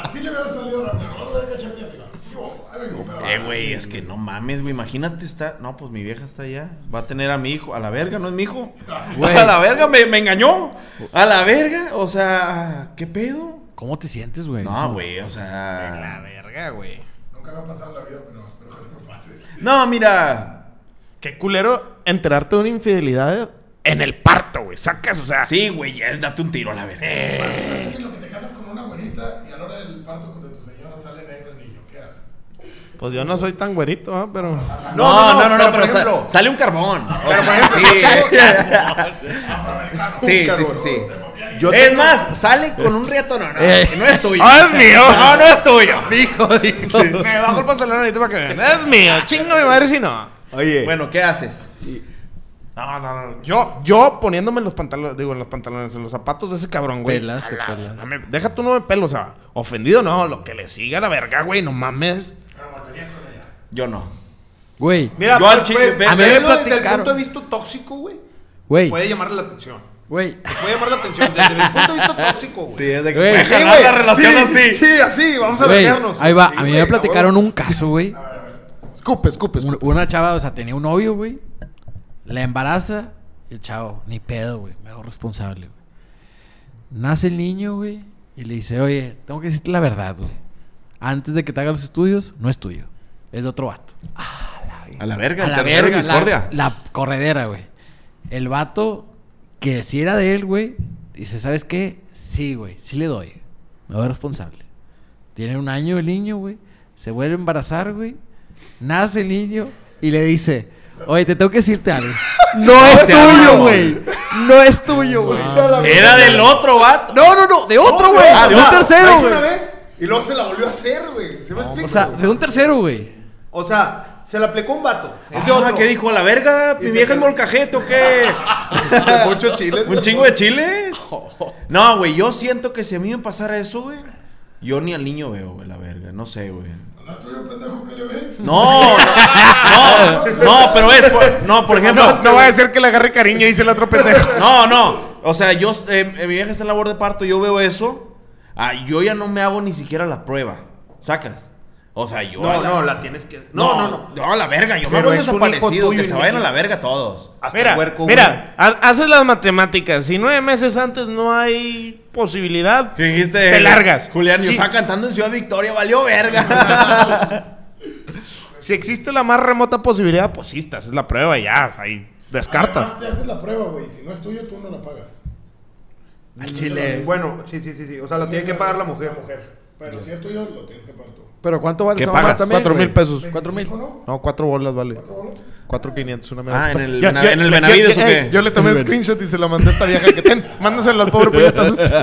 Speaker 5: Así le hubiera salido rápido. No lo hubiera cachado aquí arriba. Yo, ahí vengo, espérame.
Speaker 6: Eh, güey, es que no mames, güey. Imagínate, está. No, pues mi vieja está allá. Va a tener a mi hijo. A la verga, ¿no es mi hijo?
Speaker 2: Güey.
Speaker 6: A la verga, me, me engañó. A la verga, o sea, ¿qué pedo?
Speaker 2: ¿Cómo te sientes, güey?
Speaker 6: No,
Speaker 2: Eso.
Speaker 6: güey, o
Speaker 4: La
Speaker 6: sea.
Speaker 4: verga, güey.
Speaker 5: Nunca me ha pasado en la vida, pero espero que no me pase.
Speaker 6: No, mira.
Speaker 4: Qué culero enterarte de una infidelidad en el parto, güey. Sacas, o sea...
Speaker 6: Sí, güey, ya es date un tiro a la verga.
Speaker 5: Es que lo que te casas con una güerita y a la hora del parto de tu señora sale negro el niño. ¿Qué haces?
Speaker 4: Pues yo no soy tan güerito, ¿ah? Pero...
Speaker 6: No, no, no, no, pero,
Speaker 1: por
Speaker 6: sa-
Speaker 1: ejemplo-
Speaker 6: sale un carbón. Pero por ejemplo, sí. sí, sí, sí, sí. es más, sale con un riato, no, no, que no Eh. es tuyo.
Speaker 4: Ah, es mío.
Speaker 6: No, no es tuyo.
Speaker 4: Me bajo el pantalón ahorita para que vean. Es mío. Chingo mi madre si no.
Speaker 1: Oye.
Speaker 6: Bueno, ¿qué haces?
Speaker 4: No, no, no. Yo, yo poniéndome en los pantalones, digo, en los pantalones, en los zapatos de ese cabrón, güey.
Speaker 2: Pelas, te
Speaker 4: A la-
Speaker 2: pelas.
Speaker 4: no me- Deja tú no me pelo, o sea, ofendido no, lo que le siga la verga, güey, no mames.
Speaker 6: Yo no.
Speaker 2: Güey,
Speaker 1: Mira,
Speaker 6: Yo al
Speaker 1: pues,
Speaker 6: chile,
Speaker 1: güey,
Speaker 6: ve-
Speaker 2: a mí me
Speaker 1: verlo Desde el
Speaker 2: platicaron.
Speaker 1: punto de vista tóxico, güey,
Speaker 2: güey,
Speaker 1: puede llamarle la atención.
Speaker 2: güey.
Speaker 1: Puede llamar la atención. Desde el punto de vista tóxico, güey.
Speaker 6: Sí, es de que
Speaker 2: Güey,
Speaker 6: puede
Speaker 2: sí,
Speaker 6: jalar
Speaker 1: güey,
Speaker 6: la relación
Speaker 1: sí,
Speaker 6: así.
Speaker 1: Sí, así, vamos a
Speaker 2: Güey,
Speaker 1: vernos.
Speaker 2: ahí va.
Speaker 1: Sí,
Speaker 2: A mí
Speaker 1: güey,
Speaker 2: me platicaron
Speaker 1: huevo.
Speaker 2: un caso, güey.
Speaker 4: Escupe, escupe.
Speaker 2: Un- Una chava, o sea, tenía un novio, güey. La embaraza. El chavo, ni pedo, güey. Me hago responsable, güey. Nace el niño, güey. Y le dice, oye, tengo que decirte la verdad, güey. Antes de que te haga los estudios, no es tuyo. Es de otro vato.
Speaker 6: A la verga,
Speaker 2: A
Speaker 6: el
Speaker 2: la
Speaker 6: tercero en
Speaker 2: verga,
Speaker 6: discordia.
Speaker 2: la, la corredera, güey. El vato que si era de él, güey, dice, ¿sabes qué? Sí, güey, sí le doy. Me voy responsable. Tiene un año el niño, güey. Se vuelve a embarazar, güey. Nace el niño y le dice, oye, te tengo que decirte algo. No es
Speaker 6: sea
Speaker 2: tuyo,
Speaker 6: mamón.
Speaker 2: güey. No es tuyo, güey.
Speaker 6: Era del otro vato.
Speaker 2: No, no, no, de otro, güey.
Speaker 1: Ah,
Speaker 2: de
Speaker 1: va,
Speaker 2: un
Speaker 1: la
Speaker 2: tercero,
Speaker 1: hizo una
Speaker 2: güey.
Speaker 1: vez y luego se la volvió a hacer, güey. ¿Se me explica?
Speaker 2: O sea, de un tercero, güey.
Speaker 1: O sea, se la aplicó un vato. Es de
Speaker 6: Ah,
Speaker 1: otro.
Speaker 6: ¿Qué dijo? ¿A la verga? ¿Mi
Speaker 1: se
Speaker 6: vieja es
Speaker 1: quedó.
Speaker 6: molcajete o qué?
Speaker 1: Muchos chiles.
Speaker 6: ¿Un chingo de chile? No, güey, yo siento que si a mí me pasara eso, güey, yo ni al niño veo, güey, la verga. No sé, güey.
Speaker 5: No es tuyo, pendejo, que le ves.
Speaker 6: No, no, no, no, pero es, por- no, por ejemplo.
Speaker 4: No, no va a decir que le agarre cariño y dice el otro pendejo.
Speaker 6: No, no. O sea, yo, eh, mi vieja está en labor de parto, yo veo eso. Ah, yo ya no me hago ni siquiera la prueba. ¿Sacas? O sea, yo. a
Speaker 1: No,
Speaker 6: la-
Speaker 1: no, la tienes que.
Speaker 6: no, no, no. No, a la verga. Yo me
Speaker 1: Pero
Speaker 6: hago
Speaker 1: es un hijo
Speaker 6: desaparecido.
Speaker 1: tuyo
Speaker 6: Que se
Speaker 1: y
Speaker 6: vayan
Speaker 1: mío.
Speaker 6: a la verga todos.
Speaker 1: Hasta
Speaker 4: Mira,
Speaker 1: huerco, güey.
Speaker 4: mira, ha- haces las matemáticas. Si nueve meses antes no hay posibilidad,
Speaker 6: ¿Qué dijiste?
Speaker 4: Te largas.
Speaker 6: Julián, yo
Speaker 4: Sí.
Speaker 6: estaba cantando en Ciudad Victoria, valió verga.
Speaker 4: si existe la más remota posibilidad, pues sí, estás, es la prueba ya. Ahí descartas.
Speaker 5: Además, te haces la prueba, güey. Si no es tuyo, tú no la pagas.
Speaker 1: Al chile. Bueno, sí, sí, sí, sí. O sea, la tiene que pagar la mujer.
Speaker 5: La mujer. Pero si es tuyo, lo tienes que pagar tú.
Speaker 2: Pero ¿cuánto vale
Speaker 4: ¿Qué
Speaker 2: esa mamá
Speaker 4: pagas?
Speaker 2: también,
Speaker 4: Cuatro
Speaker 2: güey?
Speaker 4: mil pesos.
Speaker 2: Cuatro mil.
Speaker 5: ¿Cinco, no?
Speaker 4: No, cuatro bolas vale.
Speaker 5: ¿Cuatro bolas?
Speaker 4: Cuatro quinientos, una
Speaker 6: Ah, en el Bena- en el Benavides,
Speaker 4: yo,
Speaker 6: ¿o qué?
Speaker 4: ey, yo le tomé screenshot y se lo mandé a esta vieja que ten. Mándaselo al pobre puñetas este.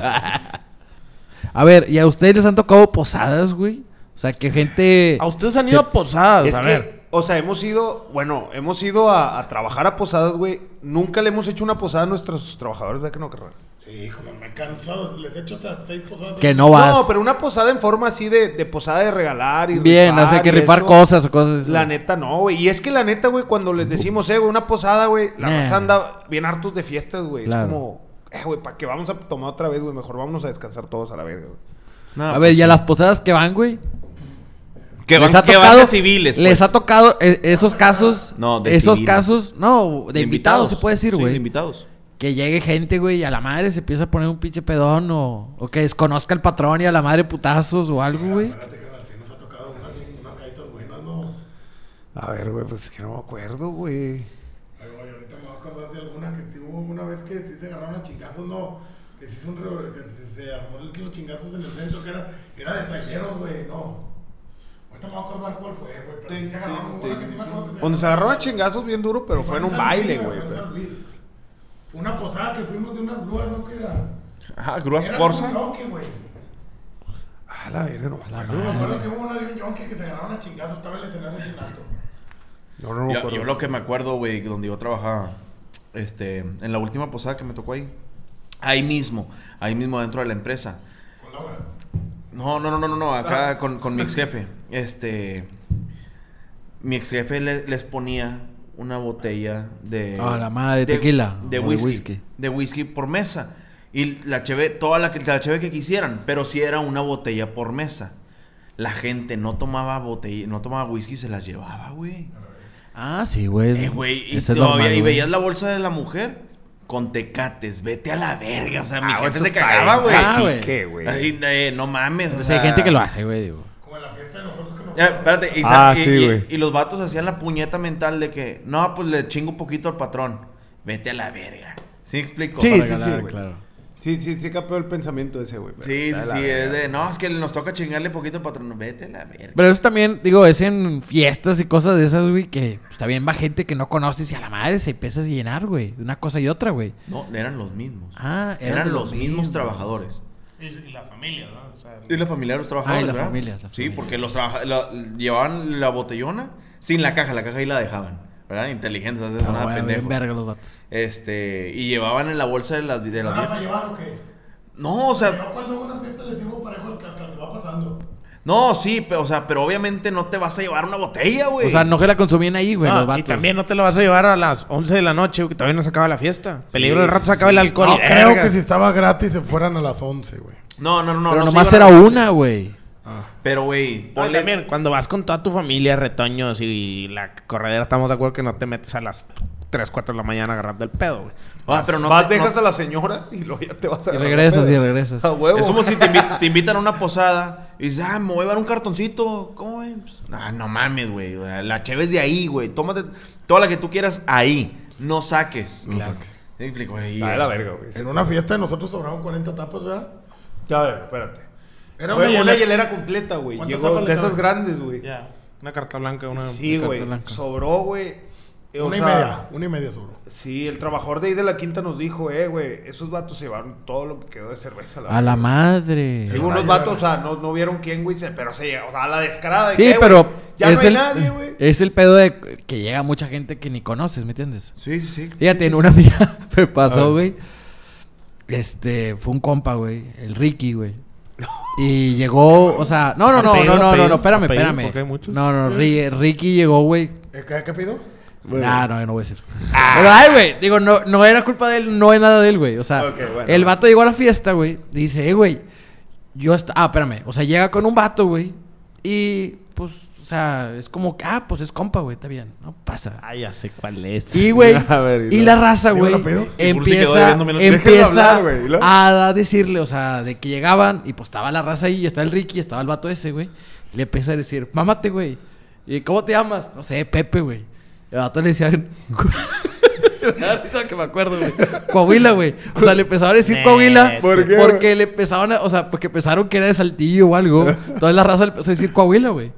Speaker 2: A ver, ¿y a ustedes les han tocado posadas, güey? O sea, que gente...
Speaker 4: A ustedes han ido a posadas,
Speaker 1: Es
Speaker 4: a
Speaker 1: que,
Speaker 4: ver.
Speaker 1: o sea, hemos ido, bueno, hemos ido a, a trabajar a posadas, güey. Nunca le hemos hecho una posada a nuestros trabajadores, ¿verdad que no, carnal?
Speaker 5: Sí, como me he cansado. Les he hecho hasta seis posadas.
Speaker 2: Que no vas.
Speaker 1: No, pero una posada en forma así de, de posada de regalar y
Speaker 2: Bien, o sea, que
Speaker 1: y
Speaker 2: rifar
Speaker 1: eso.
Speaker 2: cosas o cosas. así.
Speaker 1: La neta no, güey. Y es que la neta, güey, cuando les decimos, eh, güey, una posada, güey, la
Speaker 2: Nah.
Speaker 1: raza anda bien hartos de fiestas, güey.
Speaker 2: Claro.
Speaker 1: Es como, eh, güey, ¿para qué vamos a tomar otra vez, güey? Mejor vámonos a descansar todos a la verga, güey.
Speaker 2: A ver, ¿y a las posadas que van, güey?
Speaker 6: pues Que
Speaker 2: les ha
Speaker 6: van, que van
Speaker 2: tocado
Speaker 6: de civiles.
Speaker 2: Les
Speaker 6: pues. Ah,
Speaker 2: ha tocado eh, esos casos.
Speaker 6: No, de
Speaker 2: Esos
Speaker 6: civiles.
Speaker 2: casos, no, de, invitados, se puede decir,
Speaker 6: Sí, de
Speaker 2: güey.
Speaker 6: invitados.
Speaker 2: que llegue gente, güey, y a la madre se empieza a poner un pinche pedón o, o que desconozca al patrón y a la madre putazos o algo, güey.
Speaker 5: Espérate, carnal, si nos ha tocado unas, unas gaitas buenas, no.
Speaker 1: A ver, güey, pues es que no me acuerdo, güey.
Speaker 5: Ay, güey, ahorita me voy a acordar de alguna que sí hubo una vez que sí se agarraron a chingazos, no. Que sí se, un, re- que se, se armó los chingazos en el centro, que era, era de traileros, güey, no. Ahorita me voy a acordar cuál fue, güey, pero sí se agarraron una que sí me acuerdo que
Speaker 1: Donde se agarró a chingazos bien duro, pero fue en un
Speaker 5: San Luis,
Speaker 1: baile, güey.
Speaker 5: Fue en San Luis. Fue una posada que fuimos de unas grúas, ¿no? Que era.
Speaker 6: Ah, grúas
Speaker 5: Era
Speaker 6: Corsa.
Speaker 5: un yonque, güey.
Speaker 1: A la verga, no, me acuerdo.
Speaker 5: Me acuerdo que hubo una de un yonque que se agarraron a chingazos, estaba el escenario en alto.
Speaker 1: No, no me
Speaker 6: Yo,
Speaker 1: acuerdo.
Speaker 6: yo lo que me acuerdo, güey, donde yo trabajaba, este, en la última posada que me tocó ahí, ahí mismo, ahí mismo dentro de la empresa.
Speaker 5: Con Laura. Ah.
Speaker 6: No, no, no, no, no, no, acá con, con mi ex jefe. Este, mi ex jefe le- les ponía una botella de.
Speaker 2: Ah, la madre, tequila,
Speaker 6: De
Speaker 2: o de
Speaker 6: whisky, de
Speaker 2: whisky.
Speaker 6: whisky. por mesa. Y la cheve, toda la, que- la cheve que quisieran, pero si era una botella por mesa. La gente no tomaba botella, no tomaba whisky, se las llevaba, güey.
Speaker 2: Ah, sí, güey.
Speaker 6: Eh, güey, y
Speaker 2: Eso es
Speaker 6: todavía,
Speaker 2: normal, güey.
Speaker 6: y veías la bolsa de la mujer con tecates, vete a la verga. O sea, mi
Speaker 1: Ah,
Speaker 6: jefe
Speaker 1: eso
Speaker 6: se
Speaker 1: está
Speaker 6: cagaba,
Speaker 1: bien
Speaker 6: güey.
Speaker 2: Ah,
Speaker 1: cacique,
Speaker 2: güey.
Speaker 1: güey.
Speaker 6: Ay, eh, no mames. o
Speaker 2: Pues hay
Speaker 6: sea,
Speaker 2: gente que lo hace, güey, digo.
Speaker 5: Como en la fiesta de nosotros que nos.
Speaker 6: Ya, espérate, y,
Speaker 1: Ah,
Speaker 6: sa- y-
Speaker 1: sí,
Speaker 6: y-
Speaker 1: güey.
Speaker 6: y los vatos hacían la puñeta mental de que, no, pues le chingo un poquito al patrón. Vete a la verga. ¿Sí me explico?
Speaker 1: Sí,
Speaker 6: Para
Speaker 1: sí,
Speaker 6: ganar.
Speaker 1: sí, güey. Sí, sí, sí, capeo el pensamiento ese, güey. pero
Speaker 6: Sí, sí,
Speaker 1: está
Speaker 6: sí,
Speaker 1: la
Speaker 6: es
Speaker 1: verga.
Speaker 6: de, no, es que nos toca chingarle poquito al patrón. Vete a la verga.
Speaker 2: Pero eso también, digo, es en fiestas y cosas de esas, güey, que pues, también va gente que no conoces y a la madre se empieza a llenar, güey, de una cosa y otra, güey.
Speaker 6: No, eran los mismos.
Speaker 2: Ah,
Speaker 6: eran,
Speaker 2: eran los
Speaker 6: los, mismos,
Speaker 2: mismos.
Speaker 6: trabajadores.
Speaker 4: Y, la familia, ¿no?
Speaker 6: Y la familia de los
Speaker 2: Ah,
Speaker 6: trabajadores,
Speaker 2: y la
Speaker 6: ¿verdad?
Speaker 2: familia, la
Speaker 6: Sí,
Speaker 2: familia.
Speaker 6: porque los trabaja- la- llevaban la botellona sin la caja, la caja ahí la dejaban, ¿verdad? Inteligentes, no
Speaker 2: Ah,
Speaker 6: nada
Speaker 2: güey, bien
Speaker 6: pendejos.
Speaker 2: verga los vatos.
Speaker 6: Este, y llevaban en la bolsa de las
Speaker 1: Ah,
Speaker 6: de las
Speaker 5: ¿Nada para
Speaker 6: viejas.
Speaker 5: llevar o qué?
Speaker 6: No, o sea,
Speaker 5: Yo cuando hago una fiesta le sirvo parejo al que hasta le va pasando.
Speaker 6: no, sí, pero, o sea, pero obviamente no te vas a llevar una botella, güey.
Speaker 2: O sea, no que la consumían ahí, güey, los
Speaker 4: No,
Speaker 2: vatos.
Speaker 4: Ah, y también no te lo vas a llevar a las 11 de la noche, que todavía no se acaba la fiesta. Peligro
Speaker 6: Sí,
Speaker 4: del rato
Speaker 6: sí,
Speaker 4: se acaba
Speaker 6: sí.
Speaker 4: el alcohol.
Speaker 5: No,
Speaker 4: y
Speaker 5: creo
Speaker 4: verga.
Speaker 5: que si estaba gratis se fueran a las 11, güey.
Speaker 6: No, no, no, no.
Speaker 2: Pero
Speaker 6: no se
Speaker 2: nomás
Speaker 6: iban a
Speaker 2: era
Speaker 6: la bolsa.
Speaker 2: una, güey.
Speaker 6: Pero
Speaker 1: Ah,
Speaker 6: güey,
Speaker 4: No, y
Speaker 6: ponle-
Speaker 4: también, cuando vas con toda tu familia, retoños y la corredera, estamos de acuerdo que no te metes a las 3, 4 de la mañana agarrando el pedo, güey.
Speaker 6: Ah, pero no
Speaker 1: Vas,
Speaker 6: te- no-
Speaker 1: dejas a la señora y luego ya te vas a
Speaker 2: Y
Speaker 1: agarrar
Speaker 2: regresas,
Speaker 1: pedo.
Speaker 2: y regresas.
Speaker 1: A huevo.
Speaker 6: Es como si te, invi- te invitan a una posada y dices, ah, me voy a llevar un cartoncito. ¿Cómo ven? Pues, ah, no mames, güey. O sea, La chévere es de ahí, güey. Tómate toda la que tú quieras ahí. No saques. Claro. Te explico, güey.
Speaker 1: Está de la verga, güey.
Speaker 5: En una fiesta de nosotros sobraban 40 tapas, ¿verdad?
Speaker 1: Ya, a ver, espérate.
Speaker 5: Era
Speaker 1: Güey,
Speaker 5: una
Speaker 1: una
Speaker 5: hielera.
Speaker 1: hielera completa, güey.
Speaker 5: ¿Cuántas
Speaker 1: Llegó
Speaker 5: tapas le
Speaker 1: de esas
Speaker 5: caben?
Speaker 1: grandes, güey.
Speaker 4: Una carta blanca, una.
Speaker 1: Sí,
Speaker 2: de carta
Speaker 1: güey.
Speaker 2: blanca.
Speaker 1: Sobró, güey. eh, o
Speaker 5: Una y
Speaker 1: sea,
Speaker 5: media, una y media seguro.
Speaker 1: Sí, el trabajador de ahí de la quinta nos dijo, eh, güey, esos vatos se llevaron todo lo que quedó de cerveza. a la
Speaker 2: A la
Speaker 1: verga".
Speaker 2: madre.
Speaker 1: Sí, unos vatos, o sea, no, no vieron quién, güey, se- pero se o sea, a la descarada. de
Speaker 2: Sí,
Speaker 1: que, "Eh,
Speaker 2: pero
Speaker 1: güey, Ya
Speaker 2: es,
Speaker 1: no hay
Speaker 2: el,
Speaker 1: nadie, güey.
Speaker 2: es el pedo de que llega mucha gente que ni conoces, ¿me entiendes?
Speaker 6: Sí, sí, sí.
Speaker 2: Fíjate, en una amiga me pasó, güey. Este, fue un compa, güey. El Ricky, güey. Y llegó, o sea, no, no, no,
Speaker 4: Apellido,
Speaker 2: no, no, no,
Speaker 4: apellido,
Speaker 2: no, espérame,
Speaker 4: apellido,
Speaker 2: espérame.
Speaker 4: porque hay muchos.
Speaker 2: No, no, Ri- Ricky llegó, güey.
Speaker 5: Eh, ¿Qué, qué pido?
Speaker 2: Nah, no, yo no voy a decir. Pero ay, güey, digo, no, no era culpa de él, no es nada de él, güey. O sea,
Speaker 1: Ok, bueno.
Speaker 2: el vato llegó a la fiesta, güey. Dice, eh, güey, yo hasta. Ah, espérame. O sea, llega con un vato, güey. Y pues, o sea, es como, que, ah, pues es compa, güey, está bien. No pasa.
Speaker 4: Ah, ya sé cuál es.
Speaker 2: Y, güey,
Speaker 1: A ver, y
Speaker 2: y
Speaker 1: luego.
Speaker 2: la raza,
Speaker 5: Digo,
Speaker 2: güey,
Speaker 5: ¿lo pedo?
Speaker 6: Y Bursi quedó
Speaker 2: empieza,
Speaker 6: debiendo menos-
Speaker 1: Déjenlo
Speaker 2: empieza
Speaker 1: hablar, güey, y luego.
Speaker 2: a decirle, o sea, de que llegaban y pues estaba la raza ahí, y estaba el Ricky, estaba el vato ese, güey. y Le empieza a decir, mámate, güey. ¿Y cómo te llamas? No sé, Pepe, güey. El vato le decían... Me da risa que me acuerdo, güey. Coahuila, güey. O sea, le empezaron a decir
Speaker 4: Neta.
Speaker 2: Coahuila
Speaker 1: ¿Por qué,
Speaker 2: porque le empezaban a, o sea, porque pensaron que era de Saltillo o algo. Entonces la raza le empezó a decir Coahuila, güey.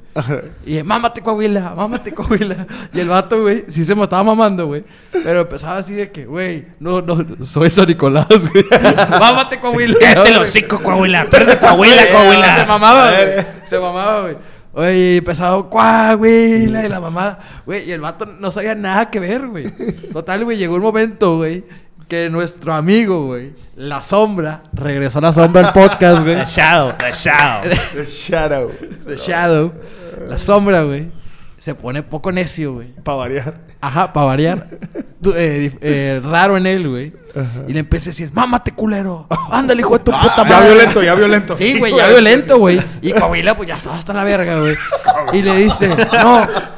Speaker 2: Y de, mámate Coahuila, mámate Coahuila. Y el vato, güey, sí se me estaba mamando, güey. Pero empezaba así de que, güey, no, no, soy San Nicolás, güey. mámate Coahuila.
Speaker 4: Cállate
Speaker 2: güey.
Speaker 4: los cinco, Coahuila. Tú eres de Coahuila,
Speaker 2: Eh, Se
Speaker 4: Coahuila.
Speaker 2: mamaba, güey. Se mamaba, güey. Oye, y empezaba, ¡cuá, güey! La de la mamada. Güey, y el vato no sabía nada que ver, güey. Total, güey, llegó un momento, güey, que nuestro amigo, güey, La Sombra, regresó La Sombra al podcast, güey.
Speaker 4: The Shadow, The Shadow.
Speaker 1: The Shadow.
Speaker 2: The Shadow. La Sombra, güey. Se pone poco necio, güey.
Speaker 1: Para variar.
Speaker 2: Ajá, para variar. Du- eh, dif- eh, raro en él, güey. Y le empecé a decir, mámate, culero. Ándale, hijo de tu puta
Speaker 1: Ya
Speaker 2: madre.
Speaker 1: Ah, violento, ya violento.
Speaker 2: Ah. Sí, güey, ya violento, güey. Y Coahuila, pues ya estaba hasta la verga, güey. Y le dice, no.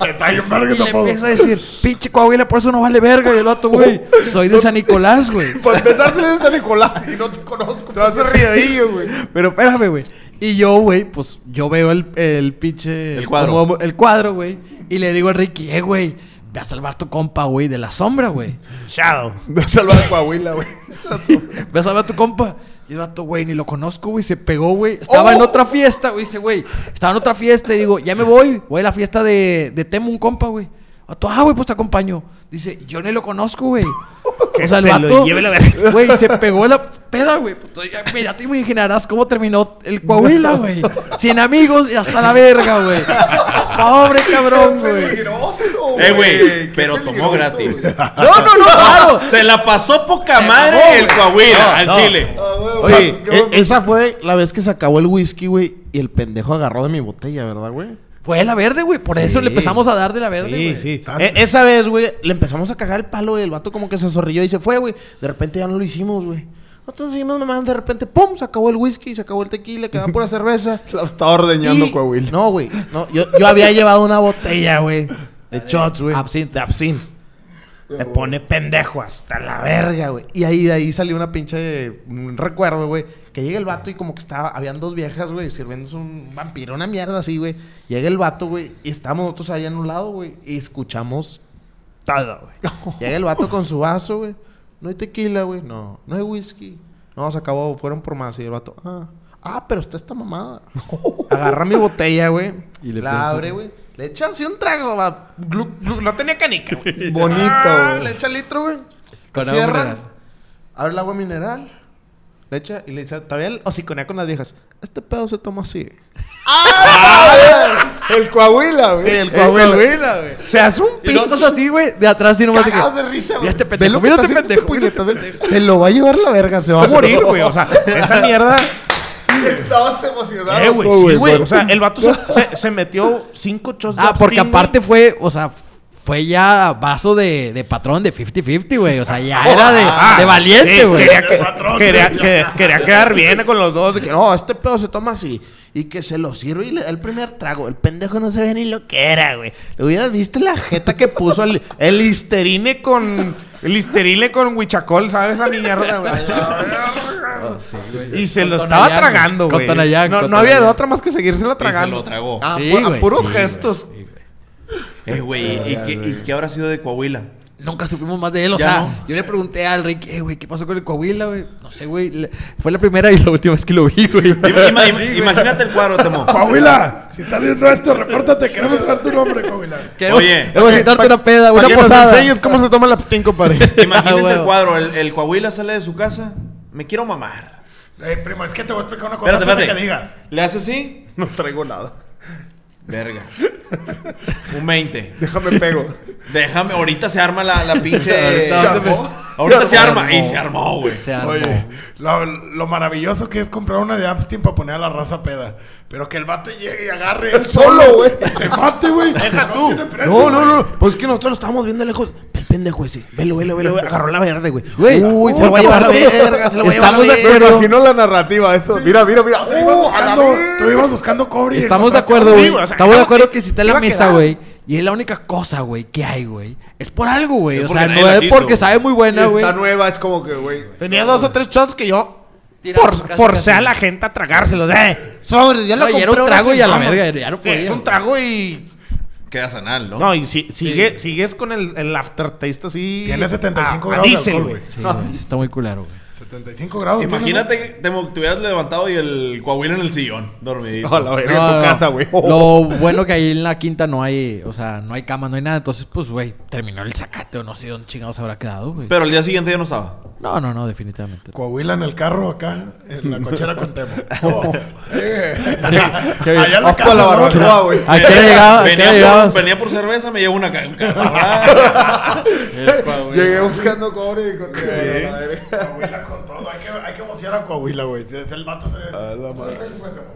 Speaker 5: Está bien verga
Speaker 2: Y
Speaker 5: ese
Speaker 2: le
Speaker 5: apodo.
Speaker 2: empieza a decir, pinche Coahuila, por eso no vale verga. Y el vato, güey, soy de San Nicolás, güey.
Speaker 1: Para empezar, soy de San Nicolás y no te conozco. Te vas a riadillo, güey.
Speaker 2: Pero espérame, güey. Y yo, güey, pues yo veo el, el pinche.
Speaker 6: El cuadro.
Speaker 2: como- el cuadro, güey. Y le digo a Ricky, eh, güey, ve a salvar tu compa, güey, de la sombra, güey.
Speaker 4: Shadow.
Speaker 1: Voy a salvar a Coahuila, güey.
Speaker 2: Ve a salvar a tu compa. Y el vato, güey, ni lo conozco, güey. Se pegó, güey. Estaba
Speaker 1: Oh.
Speaker 2: en otra fiesta, güey. Dice, güey, estaba en otra fiesta. Y digo, ya me voy. Voy a la fiesta de, de Temo, un compa, güey. Vato, ah, güey, pues te acompaño. Dice, yo ni lo conozco, güey.
Speaker 4: Que se lo lleve la verga.
Speaker 2: Güey, se pegó la peda, güey. Pues, ya, güey, ya te imaginarás cómo terminó el Coahuila, güey. Sin amigos y hasta la verga, güey. Pobre cabrón, güey.
Speaker 1: Peligroso,
Speaker 6: Eh, güey,
Speaker 1: qué
Speaker 6: pero tomó
Speaker 1: peligroso,
Speaker 6: gratis.
Speaker 1: güey.
Speaker 2: No, no, no, claro.
Speaker 6: Se la pasó poca madre el Coahuila al Chile.
Speaker 1: Ah, güey,
Speaker 4: Oye,
Speaker 1: yo-
Speaker 2: eh,
Speaker 4: e- esa fue la vez que se acabó el whisky, güey, y el pendejo agarró de mi botella, ¿verdad, güey?
Speaker 2: Fue la verde, güey. Por eso
Speaker 4: Sí.
Speaker 2: le empezamos a dar de la verde,
Speaker 4: Sí,
Speaker 2: güey.
Speaker 4: sí.
Speaker 5: Tan-
Speaker 4: E- esa vez, güey, le empezamos a cagar el palo y el vato como que se zorrilló y se fue, güey. De repente ya no lo hicimos, güey. Nosotros seguimos mamando, de repente, ¡pum! Se acabó el whisky, se acabó el tequila, quedaba pura cerveza.
Speaker 1: La estaba ordeñando
Speaker 4: Y-
Speaker 1: Coahuila.
Speaker 4: No, güey. No, yo, yo había llevado una botella, güey. De shots, güey.
Speaker 2: absinthe.
Speaker 4: De absinthe. Te pone pendejo hasta la verga, güey. Y ahí de ahí salió una pinche un recuerdo, güey. Que llega el vato y como que estaba, habían dos viejas, güey, sirviéndose un vampiro, una mierda así, güey. Llega el vato, güey, y estamos nosotros allá en un lado, güey, y escuchamos todo, güey. Llega el vato con su vaso, güey. No hay tequila, güey. No, no hay whisky. No, se acabó, fueron por más. Y el vato, ah, ah pero está esta mamada. Agarra mi botella, güey.
Speaker 2: Y le empieza
Speaker 4: la
Speaker 2: a
Speaker 4: abre, güey. Le echa así un trago, va. Glu- glu- no tenía canica, güey.
Speaker 1: Bonito,
Speaker 4: Ah,
Speaker 1: güey.
Speaker 4: Le echa litro, güey.
Speaker 2: Con agua
Speaker 4: Cierra.
Speaker 2: mineral.
Speaker 4: Abre el agua mineral. Le echa y le dice, todavía el hociconea con las viejas. Este pedo se toma así. Ah,
Speaker 1: El Coahuila, güey.
Speaker 4: El Coahuila.
Speaker 1: güey.
Speaker 4: Se hace un
Speaker 2: Y nosotros así, güey, de atrás y nomás de que...
Speaker 4: Cagados de risa, güey.
Speaker 2: Mira este
Speaker 4: Ve
Speaker 2: pendejo,
Speaker 4: lo que
Speaker 2: mira
Speaker 4: está
Speaker 2: este
Speaker 4: haciendo este
Speaker 2: pendejo,
Speaker 4: puñetazo. Se lo va a llevar la verga, se va a morir, güey. O sea, esa mierda.
Speaker 1: Estabas emocionado.
Speaker 4: Eh, güey,
Speaker 1: tú,
Speaker 4: sí, güey.
Speaker 1: por-
Speaker 4: O sea, el vato se, se- se metió cinco chos de
Speaker 2: Ah, porque
Speaker 4: absinthe,
Speaker 2: aparte fue, o sea, fue ya vaso de, de patrón de 50-50, güey. O sea, ya Ah, era de, de
Speaker 4: Oh, ah, Sí,
Speaker 2: valiente, güey.
Speaker 4: Quería, que- quería que- quería quedar bien con los dos. de que no, este pedo se toma así. Y que se lo sirve y le da el primer trago. El pendejo no sabía ni lo que era, güey. Le hubieras visto la jeta que puso el, el listerine con. El listerine con huichacol, ¿sabes? Esa mierda, güey. y se
Speaker 2: Oh, Con
Speaker 4: lo estaba
Speaker 2: Tonayán,
Speaker 4: tragando,
Speaker 2: con
Speaker 4: güey.
Speaker 2: Tonayán,
Speaker 4: No,
Speaker 2: con
Speaker 4: no había de
Speaker 2: Tonayán.
Speaker 4: otra más que seguírsela tragando. Ah.
Speaker 6: lo tragó.
Speaker 4: A,
Speaker 2: Sí,
Speaker 4: pu- a
Speaker 2: güey,
Speaker 4: puros
Speaker 2: sí,
Speaker 4: gestos.
Speaker 6: Eh, güey, ¿y, qué, y qué habrá sido de Coahuila?
Speaker 2: Nunca supimos más de él. O
Speaker 6: Ya
Speaker 2: sea,
Speaker 6: no.
Speaker 2: yo le pregunté al Rick, eh, güey, ¿qué pasó con el Coahuila, güey? No sé, güey. Le- Fue la primera y la última vez que lo vi, güey.
Speaker 6: Ima- ima- imagínate el cuadro, Temo.
Speaker 5: Coahuila, si estás viendo esto, repórtate, queremos dar tu nombre, Coahuila.
Speaker 6: Oye,
Speaker 2: Debo invitarte una peda, una
Speaker 4: que nos
Speaker 2: posada.
Speaker 4: enseñes cómo se toma el abstín, compadre.
Speaker 6: imagínense
Speaker 4: Ah,
Speaker 6: el
Speaker 4: huevo.
Speaker 6: cuadro. El, el Coahuila sale de su casa. Me quiero mamar.
Speaker 5: Eh, primo, es que te voy a explicar una cosa
Speaker 6: Espérate,
Speaker 5: antes de
Speaker 6: espérate.
Speaker 5: que digas.
Speaker 6: ¿Le hace así? No traigo nada. Verga. Un 20.
Speaker 4: Déjame pego.
Speaker 6: Déjame, ahorita se arma la, la pinche.
Speaker 2: Ahorita-
Speaker 6: ahorita ahorita se arma. Y se armó, güey.
Speaker 2: Se armó.
Speaker 5: Oye, lo, lo maravilloso que es comprar una de Amstein para poner a la raza peda. Pero que el vato llegue y agarre él solo, güey. y Se mate, güey.
Speaker 2: Eh,
Speaker 5: Deja tú.
Speaker 4: No, no, no. Pues es que nosotros estábamos viendo lejos. El pendejo ese. Velo, velo, velo. güey. Agarró la verde, güey.
Speaker 2: Güey,
Speaker 4: Uy, se lo va a llevar la verga. Se lo va a llevar la
Speaker 2: Estamos de
Speaker 4: verga.
Speaker 2: acuerdo.
Speaker 1: Imagino la narrativa de esto. Mira, mira, mira.
Speaker 5: Tú ibas buscando, tú ibas buscando cobre. y
Speaker 2: Estamos de
Speaker 5: encontraste
Speaker 2: acuerdo,
Speaker 5: un
Speaker 2: güey.
Speaker 5: libro, o sea,
Speaker 2: Estamos de
Speaker 5: no,
Speaker 2: acuerdo
Speaker 5: que-
Speaker 2: que si está
Speaker 5: se
Speaker 2: en la
Speaker 5: iba a
Speaker 2: mesa,
Speaker 5: quedar.
Speaker 2: güey. Y es la única cosa, güey, que hay, güey. Es por algo, güey.
Speaker 6: Es
Speaker 2: O
Speaker 6: porque
Speaker 2: sea,
Speaker 6: nadie
Speaker 2: no
Speaker 6: la
Speaker 2: es
Speaker 6: quiso,
Speaker 2: porque
Speaker 6: güey.
Speaker 2: sabe muy buena, güey.
Speaker 1: Está nueva, es como que, güey.
Speaker 4: Tenía dos o tres shots que yo
Speaker 2: Tira,
Speaker 4: for-
Speaker 2: casi,
Speaker 4: forcé
Speaker 2: casi.
Speaker 4: a la gente a tragárselos. Eh, sobres. Ya lo
Speaker 2: No, y
Speaker 4: compré
Speaker 2: era un
Speaker 4: ahora
Speaker 2: trago
Speaker 4: sí,
Speaker 2: y a la
Speaker 4: vamos.
Speaker 2: verga, ya no
Speaker 4: Sí,
Speaker 2: podía,
Speaker 4: Es un
Speaker 2: güey.
Speaker 4: trago y...
Speaker 6: Queda sanal, ¿no?
Speaker 4: No, y si, sigue, sigues con el, el aftertaste así...
Speaker 5: Tiene 75
Speaker 4: a- a
Speaker 5: grados de
Speaker 4: Ah, diésel,
Speaker 5: alcohol,
Speaker 4: güey.
Speaker 5: güey.
Speaker 2: Sí, güey, sí está muy culero, güey.
Speaker 5: 75 grados. tiene,
Speaker 6: Imagínate que te mo- te hubieras levantado y el Coahuila en el sillón, dormidito.
Speaker 4: A la verga,
Speaker 2: No,
Speaker 4: en
Speaker 2: no,
Speaker 4: tu
Speaker 2: no.
Speaker 4: casa, güey.
Speaker 2: Lo bueno que ahí en la quinta no hay, o sea, no hay cama, no hay nada. Entonces, pues, güey, terminó el sacate o no sé dónde chingados habrá quedado, güey.
Speaker 6: Pero el día siguiente ya no estaba.
Speaker 2: No, no, no, definitivamente.
Speaker 5: Coahuila en el carro acá, en la cochera con Temo. Oh, eh.
Speaker 2: qué bien.
Speaker 5: Allá en
Speaker 1: Ojo
Speaker 5: la
Speaker 1: a la
Speaker 5: casa, ¿no?
Speaker 1: barbacoa, güey.
Speaker 2: ¿A qué llegaba? ¿A qué
Speaker 6: Venía por,
Speaker 2: llegabas?
Speaker 6: venía por cerveza, me llevo una ca- un caguama.
Speaker 1: Llegué buscando cobre y encontré a la verga.
Speaker 5: Coahuila con todo. Hay que, hay que bocear a Coahuila, güey. Desde el vato se... este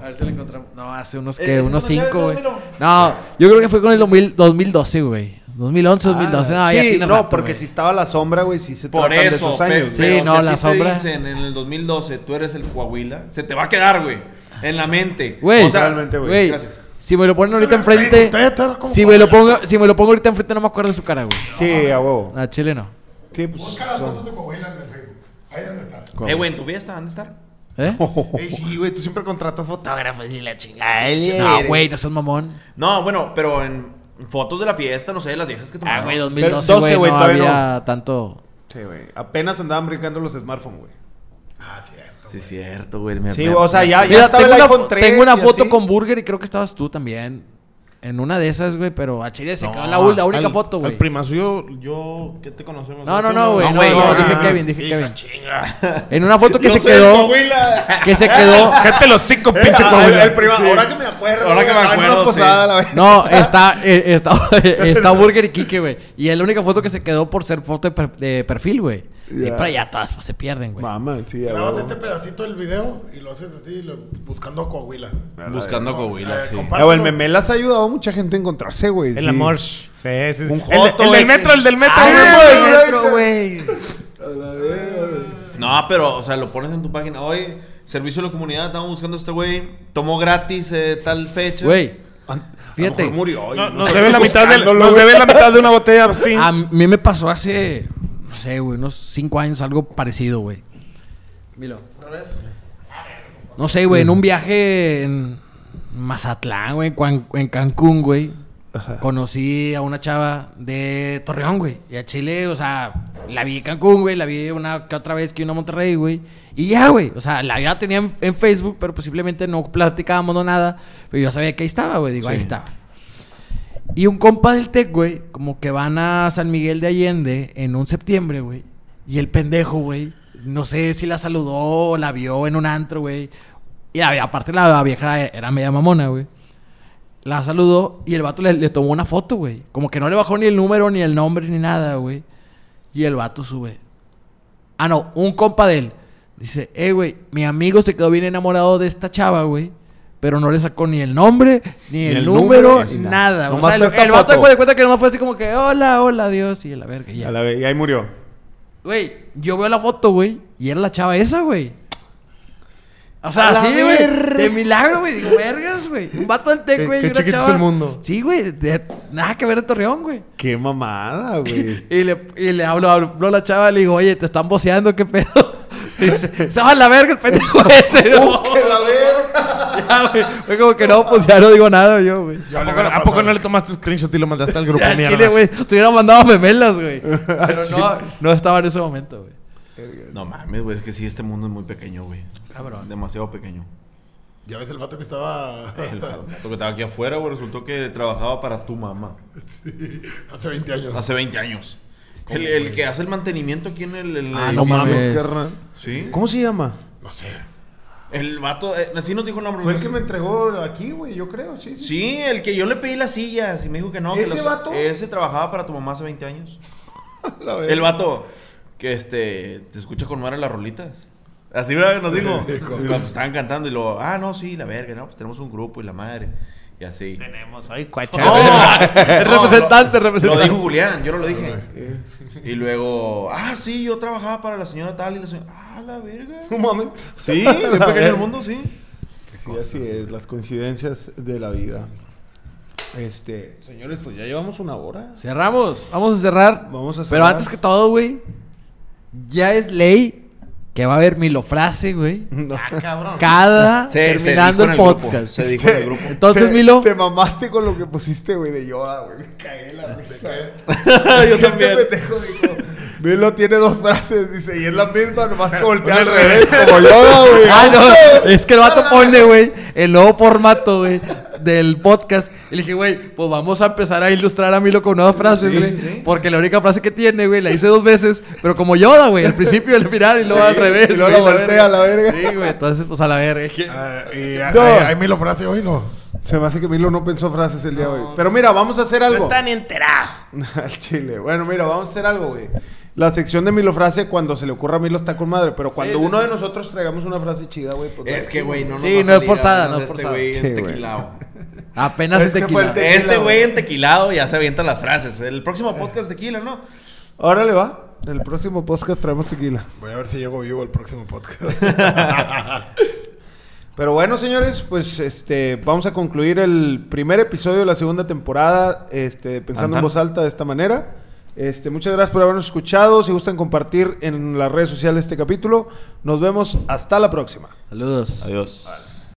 Speaker 2: A ver si lo encontramos. No, hace unos que, unos cinco, güey. No, yo creo que fue con el 2000 2012, güey. 2011, 2012. No, ya
Speaker 1: Ah, sí,
Speaker 2: tiene
Speaker 1: no,
Speaker 2: rato,
Speaker 1: porque
Speaker 2: güey.
Speaker 1: si estaba la sombra, güey, sí se
Speaker 6: Por
Speaker 1: tratan de
Speaker 6: eso, pues,
Speaker 1: esos años.
Speaker 2: Sí, no, la sombra.
Speaker 6: te dicen en el 2012, tú eres el Coahuila, se te va a quedar, güey, en la mente.
Speaker 2: Güey,
Speaker 6: O sea,
Speaker 1: Realmente, güey.
Speaker 2: güey,
Speaker 6: gracias.
Speaker 2: Si me lo ponen ahorita
Speaker 5: Ustedes
Speaker 2: enfrente.
Speaker 5: ustedes están como
Speaker 2: Si me, lo
Speaker 5: Coahuila.
Speaker 2: pongo, si me lo pongo ahorita enfrente, no me acuerdo de su cara, güey.
Speaker 1: Sí, a huevo.
Speaker 2: A Chile no.
Speaker 1: Sí, pues,
Speaker 5: Busca las
Speaker 1: son-
Speaker 5: fotos de Coahuila en el Facebook. Ahí donde está.
Speaker 6: eh, güey, ¿en tu fiesta dónde estar?
Speaker 2: ¿Eh?
Speaker 4: Ey, sí, güey, tú siempre contratas fotógrafos y la chingada.
Speaker 2: No, güey, no seas mamón.
Speaker 6: No, bueno, pero en fotos de la fiesta, no sé, las viejas que
Speaker 2: Ah,
Speaker 6: tomaron.
Speaker 2: güey, 2012,
Speaker 1: 12,
Speaker 2: güey,
Speaker 1: güey,
Speaker 2: no
Speaker 1: todavía
Speaker 2: había tanto...
Speaker 1: Sí, güey. Apenas andaban brincando los smartphones, güey.
Speaker 6: Sí, es cierto, güey. me-
Speaker 1: Sí,
Speaker 6: me-
Speaker 1: o sea, Ah, ya, ya
Speaker 2: Mira,
Speaker 1: estaba
Speaker 2: tengo
Speaker 1: el
Speaker 2: una,
Speaker 1: iPhone
Speaker 2: fo-
Speaker 1: 3
Speaker 2: tengo una
Speaker 1: y
Speaker 2: foto
Speaker 1: así.
Speaker 2: con Burger y creo que estabas tú también. En una de esas, güey, pero a Chile se quedó la, ul- la única
Speaker 4: al-
Speaker 2: foto, güey.
Speaker 4: Al prima suyo, yo, ¿qué te conocemos?
Speaker 2: No, no, no, güey. No,
Speaker 6: güey,
Speaker 2: no,
Speaker 6: no,
Speaker 2: dije
Speaker 6: no.
Speaker 2: Kevin, dije
Speaker 4: Hija
Speaker 2: Kevin.
Speaker 4: chinga.
Speaker 2: En una foto que
Speaker 6: Yo
Speaker 2: se
Speaker 6: soy el
Speaker 2: quedó...
Speaker 6: Coahuila.
Speaker 2: Que se quedó...
Speaker 4: Cállate los cinco, pinche
Speaker 1: Ah, el-
Speaker 4: Coahuila.
Speaker 1: el prima- Ahora que me acuerdo.
Speaker 6: Ahora que me
Speaker 1: güey, hay
Speaker 6: acuerdo,
Speaker 1: una posada,
Speaker 6: sí.
Speaker 1: la verga.
Speaker 2: No, está, eh, está, está Burger y Kike, güey. Y es la única foto que se quedó por ser foto de, per- de perfil, güey. Y
Speaker 1: Ya.
Speaker 2: para allá todas pues, se pierden, güey.
Speaker 1: Mamá, sí, a
Speaker 5: Grabas
Speaker 1: huevo.
Speaker 5: este pedacito del video y lo haces así, lo- buscando a Coahuila.
Speaker 6: Buscando a Coahuila,
Speaker 5: Eh,
Speaker 6: sí.
Speaker 1: Ah, güey, el
Speaker 5: compártelo.
Speaker 1: Memelas ha ayudado a mucha gente a encontrarse, güey.
Speaker 4: El
Speaker 1: sí.
Speaker 4: amor. Sí, sí, sí.
Speaker 1: Un
Speaker 4: El de-
Speaker 1: joto,
Speaker 4: el,
Speaker 1: güey.
Speaker 4: del metro, el del metro.
Speaker 1: Ay,
Speaker 4: güey.
Speaker 1: güey.
Speaker 2: Ay, otro, güey.
Speaker 6: No, pero, o sea, lo pones en tu página. Oye, servicio a la comunidad, estamos buscando a este güey. Tomó gratis eh, tal fecha.
Speaker 2: Güey,
Speaker 1: A
Speaker 2: fíjate.
Speaker 1: lo mejor murió. y
Speaker 4: No,
Speaker 1: no
Speaker 4: nos
Speaker 1: sé.
Speaker 4: debe la mitad del,
Speaker 1: Buscándolo,
Speaker 4: nos
Speaker 1: güey.
Speaker 4: debe la mitad de una botella de Abstin.
Speaker 2: A mí me pasó hace, no sé, güey, unos cinco años algo parecido, güey. Milo. No sé, güey, en un viaje en Mazatlán, güey, en Cuan- en Cancún, güey. Conocí a una chava de Torreón, güey. Y a Chile, o sea, la vi en Cancún, güey. La vi una que otra vez que vino a Monterrey, güey. Y ya, güey. O sea, la ya tenía en, en Facebook, pero posiblemente no platicábamos no nada. Pero yo sabía que ahí estaba, güey. Digo, ahí estaba. Y un compa del Tec, güey, como que van a San Miguel de Allende en un septiembre, güey. Y el pendejo, güey, no sé si la saludó o la vio en un antro, güey. Y la- aparte la vieja era media mamona, güey. La saludó y el vato le, le tomó una foto, güey. Como que no le bajó ni el número, ni el nombre, ni nada, güey. Y el vato sube. Ah, no, un compa de él. Dice, eh, güey, mi amigo se quedó bien enamorado de esta chava, güey. Pero no le sacó ni el nombre, ni, el,
Speaker 1: el
Speaker 2: número,
Speaker 1: número, ni
Speaker 2: nada.
Speaker 1: nada.
Speaker 2: güey. O
Speaker 1: Nomás
Speaker 2: sea, el,
Speaker 1: fue esta
Speaker 2: el vato
Speaker 1: foto.
Speaker 2: me cuenta que nomás fue así como que, hola, hola, Dios, y a la verga. y
Speaker 1: A
Speaker 2: ya.
Speaker 1: la verga, y ahí murió.
Speaker 2: Güey, yo veo la foto, güey, y era la chava esa, güey. O sea,
Speaker 1: A la
Speaker 2: así, güey.
Speaker 1: verga.
Speaker 2: De milagro, güey. Digo, vergas, güey. Un vato del
Speaker 4: Qué-
Speaker 2: tec, güey.
Speaker 4: qué
Speaker 2: y una
Speaker 4: chiquito es
Speaker 2: chava-
Speaker 4: el mundo.
Speaker 2: Sí, güey. de- Nada que ver de Torreón, güey.
Speaker 1: Qué mamada, güey.
Speaker 2: Y le, y le hablo, hablo a la chava, le digo, oye, te están boceando, qué pedo. Y dice, se va a la verga el pendejo ese. ¿no?
Speaker 1: la verga!
Speaker 2: Ya, güey. Fue como que no, pues ya no digo nada yo, güey.
Speaker 4: ¿A poco, a poco no le tomaste screenshot y lo mandaste al grupo?
Speaker 2: Ya,
Speaker 4: mierda?
Speaker 2: Chile, güey. Te hubieran mandado memelas, güey.
Speaker 4: Ah,
Speaker 2: Pero no, no estaba en ese momento, güey.
Speaker 6: No mames, güey, es que sí, este mundo es muy pequeño, güey.
Speaker 2: Cabrón.
Speaker 6: Demasiado pequeño.
Speaker 5: Ya ves el vato que estaba
Speaker 6: El vato que estaba aquí afuera, güey, resultó que trabajaba para tu mamá.
Speaker 5: hace 20 años.
Speaker 6: Hace 20 años. El, el que hace el mantenimiento aquí en el... el-
Speaker 2: Ah,
Speaker 6: el-
Speaker 2: no mames.
Speaker 1: carnal.
Speaker 6: Sí.
Speaker 1: ¿Cómo se llama?
Speaker 5: No sé.
Speaker 6: El vato, eh, así nos dijo el nombre.
Speaker 1: Fue el
Speaker 6: no
Speaker 1: que
Speaker 6: sé.
Speaker 1: me entregó aquí, güey, yo creo, sí. sí.
Speaker 6: Sí, el que yo le pedí las sillas y me dijo que no. que
Speaker 1: ¿Ese
Speaker 6: los-
Speaker 1: vato?
Speaker 6: Ese trabajaba para tu mamá hace 20 años.
Speaker 1: La verga.
Speaker 6: El vato que este te escucha con madre las rolitas. Así una vez nos dijo. Y lo- pues, estaban cantando y luego, ah, no, sí, la verga, no, pues tenemos un grupo y la madre. Y así.
Speaker 4: Tenemos, ay, cuacha.
Speaker 2: Oh. El representante,
Speaker 6: Lo
Speaker 2: representante.
Speaker 6: dijo Julián, yo no lo dije.
Speaker 1: Ah,
Speaker 6: Y luego, ah, sí, yo trabajaba para la señora tal y la señora, ah, la verga.
Speaker 1: No mames.
Speaker 6: Sí, bien
Speaker 1: La
Speaker 6: pequeño el
Speaker 1: verga.
Speaker 6: mundo, sí.
Speaker 1: Sí, así es, las coincidencias de la vida. Este, señores, pues ya llevamos una hora.
Speaker 2: Cerramos. Vamos a cerrar.
Speaker 1: Vamos a
Speaker 2: Pero
Speaker 1: cerrar.
Speaker 2: antes que todo, güey, ya es ley que va a haber milofrase, güey. Cada
Speaker 6: Se- se
Speaker 2: terminando
Speaker 6: dijo
Speaker 2: el
Speaker 6: en el grupo,
Speaker 2: podcast.
Speaker 6: se dijo en el grupo.
Speaker 2: Entonces,
Speaker 1: Te-
Speaker 2: Milo,
Speaker 1: Te mamaste con lo que pusiste, güey, de Yoda, güey. Me cagué la risa.
Speaker 6: yo también.
Speaker 1: Este pendejo dijo, Milo tiene dos frases, dice, y es la misma, nomás que voltea
Speaker 4: Una
Speaker 1: al
Speaker 4: al
Speaker 1: revés, como Yoda, güey.
Speaker 2: Ah, no, es que el vato pone, güey, el nuevo formato, güey, del podcast. Y le dije, güey, pues vamos a empezar a ilustrar a Milo con nuevas frases, güey. Porque la única frase que tiene, güey, la hice dos veces, pero como Yoda, güey, al principio y al final, y luego al revés.
Speaker 1: y luego
Speaker 2: güey,
Speaker 1: la voltea a la verga.
Speaker 2: Sí, güey, entonces, pues a la verga. es que-
Speaker 5: Ah, y hay,
Speaker 1: No.
Speaker 5: hay mil frases hoy, no.
Speaker 1: Se me hace que Milo no pensó frases el día de hoy. Pero mira, vamos a hacer algo.
Speaker 4: ni enterado.
Speaker 1: Al chile. Bueno, mira, vamos a hacer algo, güey. La sección de Milo frase, cuando se le ocurra a Milo, está con madre. Pero cuando
Speaker 2: Sí, sí,
Speaker 1: uno
Speaker 2: sí.
Speaker 1: de nosotros traigamos una frase chida, güey. pues,
Speaker 6: Es que, güey, no nos
Speaker 2: Sí,
Speaker 6: va a
Speaker 2: no es
Speaker 6: salir
Speaker 2: forzada,
Speaker 6: hablando
Speaker 2: no
Speaker 6: de
Speaker 2: es forzada.
Speaker 6: Este güey
Speaker 1: Sí, güey.
Speaker 6: entequilao.
Speaker 2: Apenas
Speaker 1: Es
Speaker 2: el
Speaker 1: que fue el
Speaker 2: tequila.
Speaker 1: tequila,
Speaker 6: Este güey
Speaker 1: güey.
Speaker 6: en tequilado ya se avienta las frases. El próximo podcast tequila, ¿no?
Speaker 1: Ahora le va. En el próximo podcast traemos tequila.
Speaker 5: Voy a ver si llego vivo al próximo podcast.
Speaker 1: Pero bueno, señores, pues este vamos a concluir el primer episodio de la segunda temporada, este, pensando en voz alta de esta manera. Este, muchas gracias por habernos escuchado. Si gustan compartir en las redes sociales este capítulo, nos vemos hasta la próxima.
Speaker 2: Saludos.
Speaker 6: Adiós.